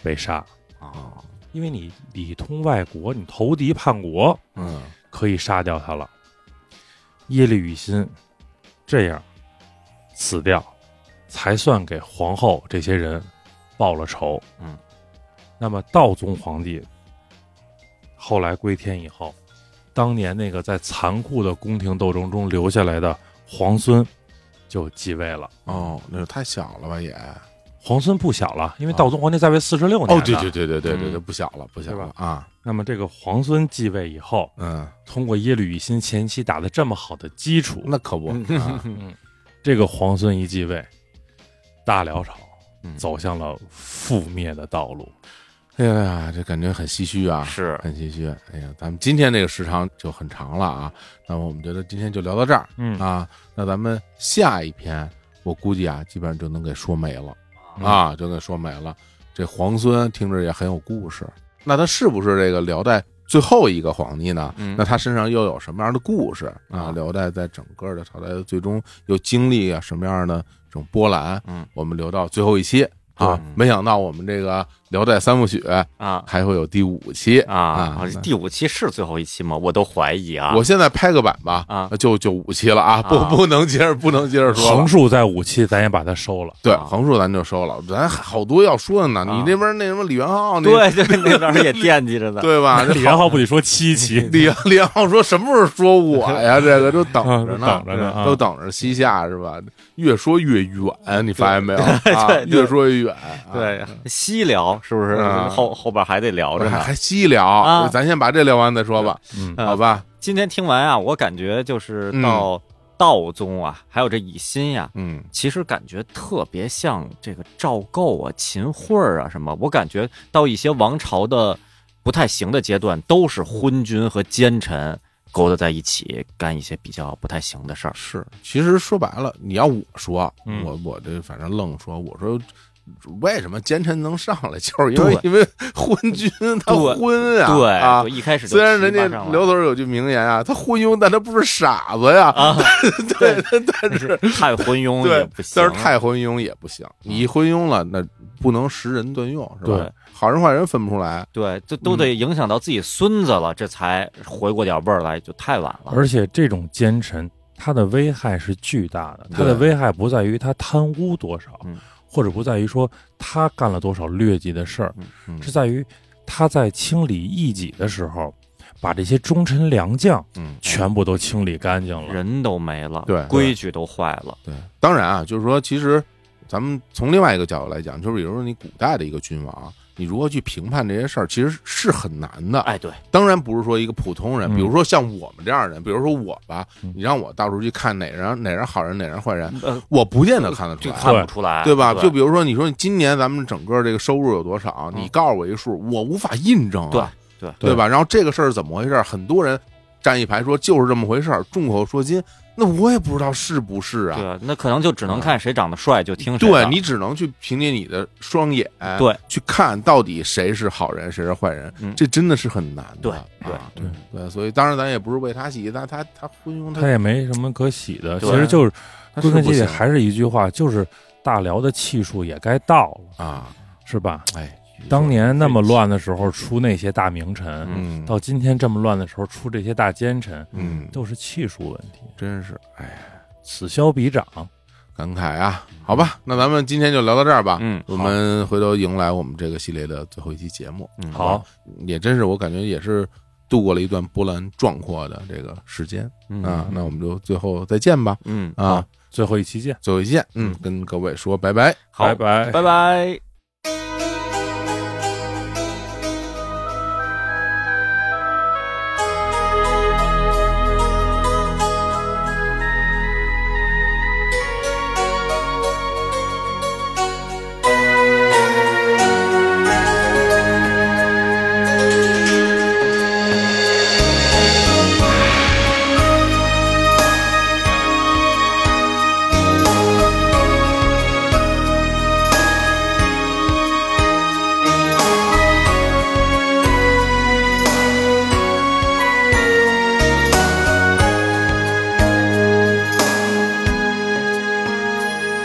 S6: 被杀，
S7: 嗯
S8: 哦，
S6: 因为你里通外国，你投敌叛国，
S7: 嗯
S6: 可以杀掉他了。耶律乙辛这样死掉，才算给皇后这些人报了仇。
S8: 嗯，
S6: 那么道宗皇帝后来归天以后，当年那个在残酷的宫廷斗争中留下来的皇孙就继位了。
S7: 哦，那太小了吧也，
S6: 皇孙不小了，因为道宗皇帝在位四十六年、
S7: 啊哦，对对。对对对对对，不小了，不小
S6: 对
S7: 了
S6: 吧
S7: 啊，
S6: 那么这个皇孙继位以后，
S7: 嗯，
S6: 通过耶律乙辛前期打的这么好的基础，
S7: 那可不， *laughs* 啊
S6: 这个皇孙一继位，大辽朝
S7: 嗯
S6: 走向了覆灭的道路。
S7: 哎呀，这感觉很唏嘘啊，
S8: 是
S7: 很唏嘘。哎呀，咱们今天这个时长就很长了啊，那么我们觉得今天就聊到这儿
S6: 嗯
S7: 啊，那咱们下一篇我估计啊，基本上就能给说没了
S8: 嗯
S7: 啊，就给说没了。这皇孙听着也很有故事，那他是不是这个辽代最后一个皇帝呢？
S8: 嗯
S7: 那他身上又有什么样的故事啊？
S8: 啊
S7: 辽代在整个的朝代的最终又经历啊什么样的这种波澜？
S8: 嗯，
S7: 我们留到最后一期啊
S8: 对。
S7: 没想到我们这个辽代三部曲
S8: 嗯啊
S7: 还会有第五期
S8: 啊啊！
S7: 那
S8: 第五期是最后一期吗？我都怀疑啊。
S7: 我现在拍个版吧，
S8: 啊
S7: 就就五期了啊，不
S8: 啊
S7: 不能接着不能接着说了
S6: 横。竖在武器，咱也把它收了。
S7: 对，
S8: 啊
S7: 横竖咱就收了，咱还好多要说的呢。
S8: 啊
S7: 你那边那什么李元昊，那
S8: 对对，那边也惦记着呢。
S7: 对
S8: *laughs*
S7: 吧？这
S6: 李元昊不得说七
S7: *laughs*
S6: 期？
S7: 李李元昊说什么时候说我呀？这个都等着
S8: *laughs*
S7: 呢，
S6: 啊都等着呢啊
S7: 都等着西夏是吧？越说越远，你发现没有？啊
S8: 对对
S7: 越说越远。啊，
S8: 对，西聊是不是？
S7: 嗯
S8: 后后边还得聊着
S7: 还
S8: 呢。
S7: 还细聊
S8: 啊，
S7: 咱先把这聊完再说吧，嗯
S6: 嗯
S8: 嗯
S7: 好吧？
S8: 今天听完啊，我感觉就是到道宗啊，还有这以心呀、
S7: 嗯，
S8: 其实感觉特别像这个赵构啊、秦桧儿啊什么。我感觉到一些王朝的不太行的阶段，都是昏君和奸臣勾搭在一起，干一些比较不太行的事儿。
S7: 是。其实说白了，你要我说，
S6: 嗯
S7: 我我这反正愣说，我说。为什么奸臣能上来， *laughs* 就是因为因为昏君他
S8: 对
S7: 昏啊！
S8: 对，
S7: 啊
S8: 我，一开始就
S7: 虽然
S8: 提
S7: 人
S8: 拔
S7: 家
S8: 上了
S7: 刘总有句名言啊，他昏庸，但他不是傻子呀。
S8: 啊，
S7: 对，但是
S8: 太昏庸也
S7: 对
S8: 不，行，
S7: 但是太昏庸也不行。你昏庸了，那不能识人断用，是吧
S6: 对？
S7: 好人坏人分不出来。
S8: 对，这都得影响到自己孙子了，这才回过点味儿来，就太晚了。
S6: 而且这种奸臣，他的危害是巨大的。他的
S7: 对
S6: 危害不在于他贪污多少
S8: 嗯，
S6: 或者不在于说他干了多少劣迹的事儿，
S7: 嗯
S6: 是在于他在清理异己的时候，把这些忠臣良将
S7: 嗯，
S6: 全部都清理干净了。
S8: 人都没了，
S7: 对
S8: 规矩都坏了，
S7: 对。当然啊，就是说，其实咱们从另外一个角度来讲，就是比如说你古代的一个君王，你如何去评判这些事儿，其实是很难的。
S8: 哎，对，
S7: 当然不是说一个普通人，
S6: 嗯
S7: 比如说像我们这样的人，比如说我吧，
S6: 嗯
S7: 你让我到处去看哪人哪人好人，哪人坏人，
S8: 呃，
S7: 我不见得看得出
S8: 就
S7: 来。
S8: 看不出来，
S7: 对吧？
S8: 对
S7: 就比如说，你说你今年咱们整个这个收入有多少？
S8: 嗯
S7: 你告诉我一数，我无法印证啊，
S8: 对
S7: 对吧？然后这个事儿怎么回事儿？很多人站一排说就是这么回事儿，众口铄金，那我也不知道是不是啊。
S8: 对，那可能就只能看谁长得帅，就听谁
S7: 对
S8: 的。哎
S7: 你只能去凭借你的双眼，
S8: 对，
S7: 去看到底谁是好人，谁是坏人，
S8: 嗯
S7: 这真的是很难的。
S8: 对
S7: 对、啊、对对，所以当然咱也不是为他洗，他他他昏庸，
S6: 他
S7: 他
S6: 也没什么可喜的，其
S8: 对
S6: 实就是
S7: 他
S6: 归根
S7: 不
S6: 结底
S7: 行
S6: 还是一句话，就是大辽的气数也该到了，
S7: 啊，
S6: 是吧？
S7: 哎，
S6: 当年那么乱的时候出那些大名臣，
S7: 嗯
S6: 到今天这么乱的时候出这些大奸臣，
S7: 嗯，
S6: 都是气数问题，
S7: 真是哎。
S6: 此消彼长。
S7: 感慨啊，好吧，那咱们今天就聊到这儿吧。
S8: 嗯
S7: 我们回头迎来我们这个系列的最后一期节目。
S8: 嗯
S6: 好，
S7: 也真是我感觉也是度过了一段波澜壮阔的这个时间
S8: 嗯
S7: 啊。那我们就最后再见吧，
S8: 嗯，
S7: 啊，
S6: 最后一期见，
S7: 最后一见，嗯，跟各位说拜拜。
S8: 好，
S6: 拜拜。
S8: 拜拜。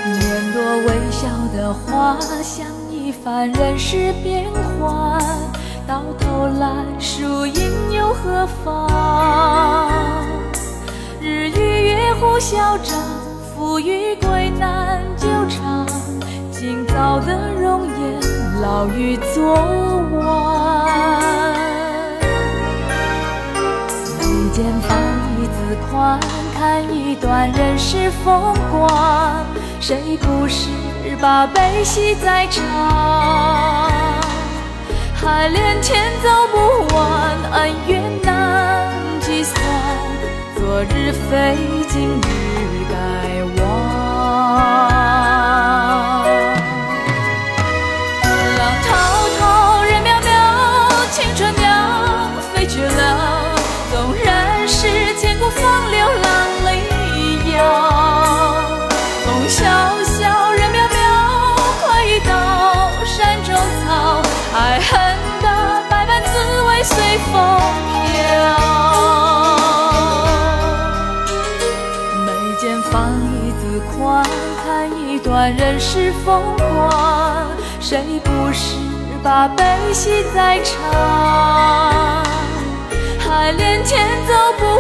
S10: 面多微笑的花，像一番人世变幻，到头来输赢又何妨？日与月互消长，富与贵难久长。今早的容颜，老于昨晚。眉间放一字宽，看一段人世风光。谁不是把悲喜在尝？海连天走不完，恩怨难计算。昨日非，今日该忘。浪滔滔，人渺渺，青春鸟飞去了，纵然是千古风流浪里摇。风萧萧，人渺渺，快意刀，山中草，爱恨的百般滋味随风飘。眉间放一字宽，看一段人世风光，谁不是把悲喜在尝？海连天走不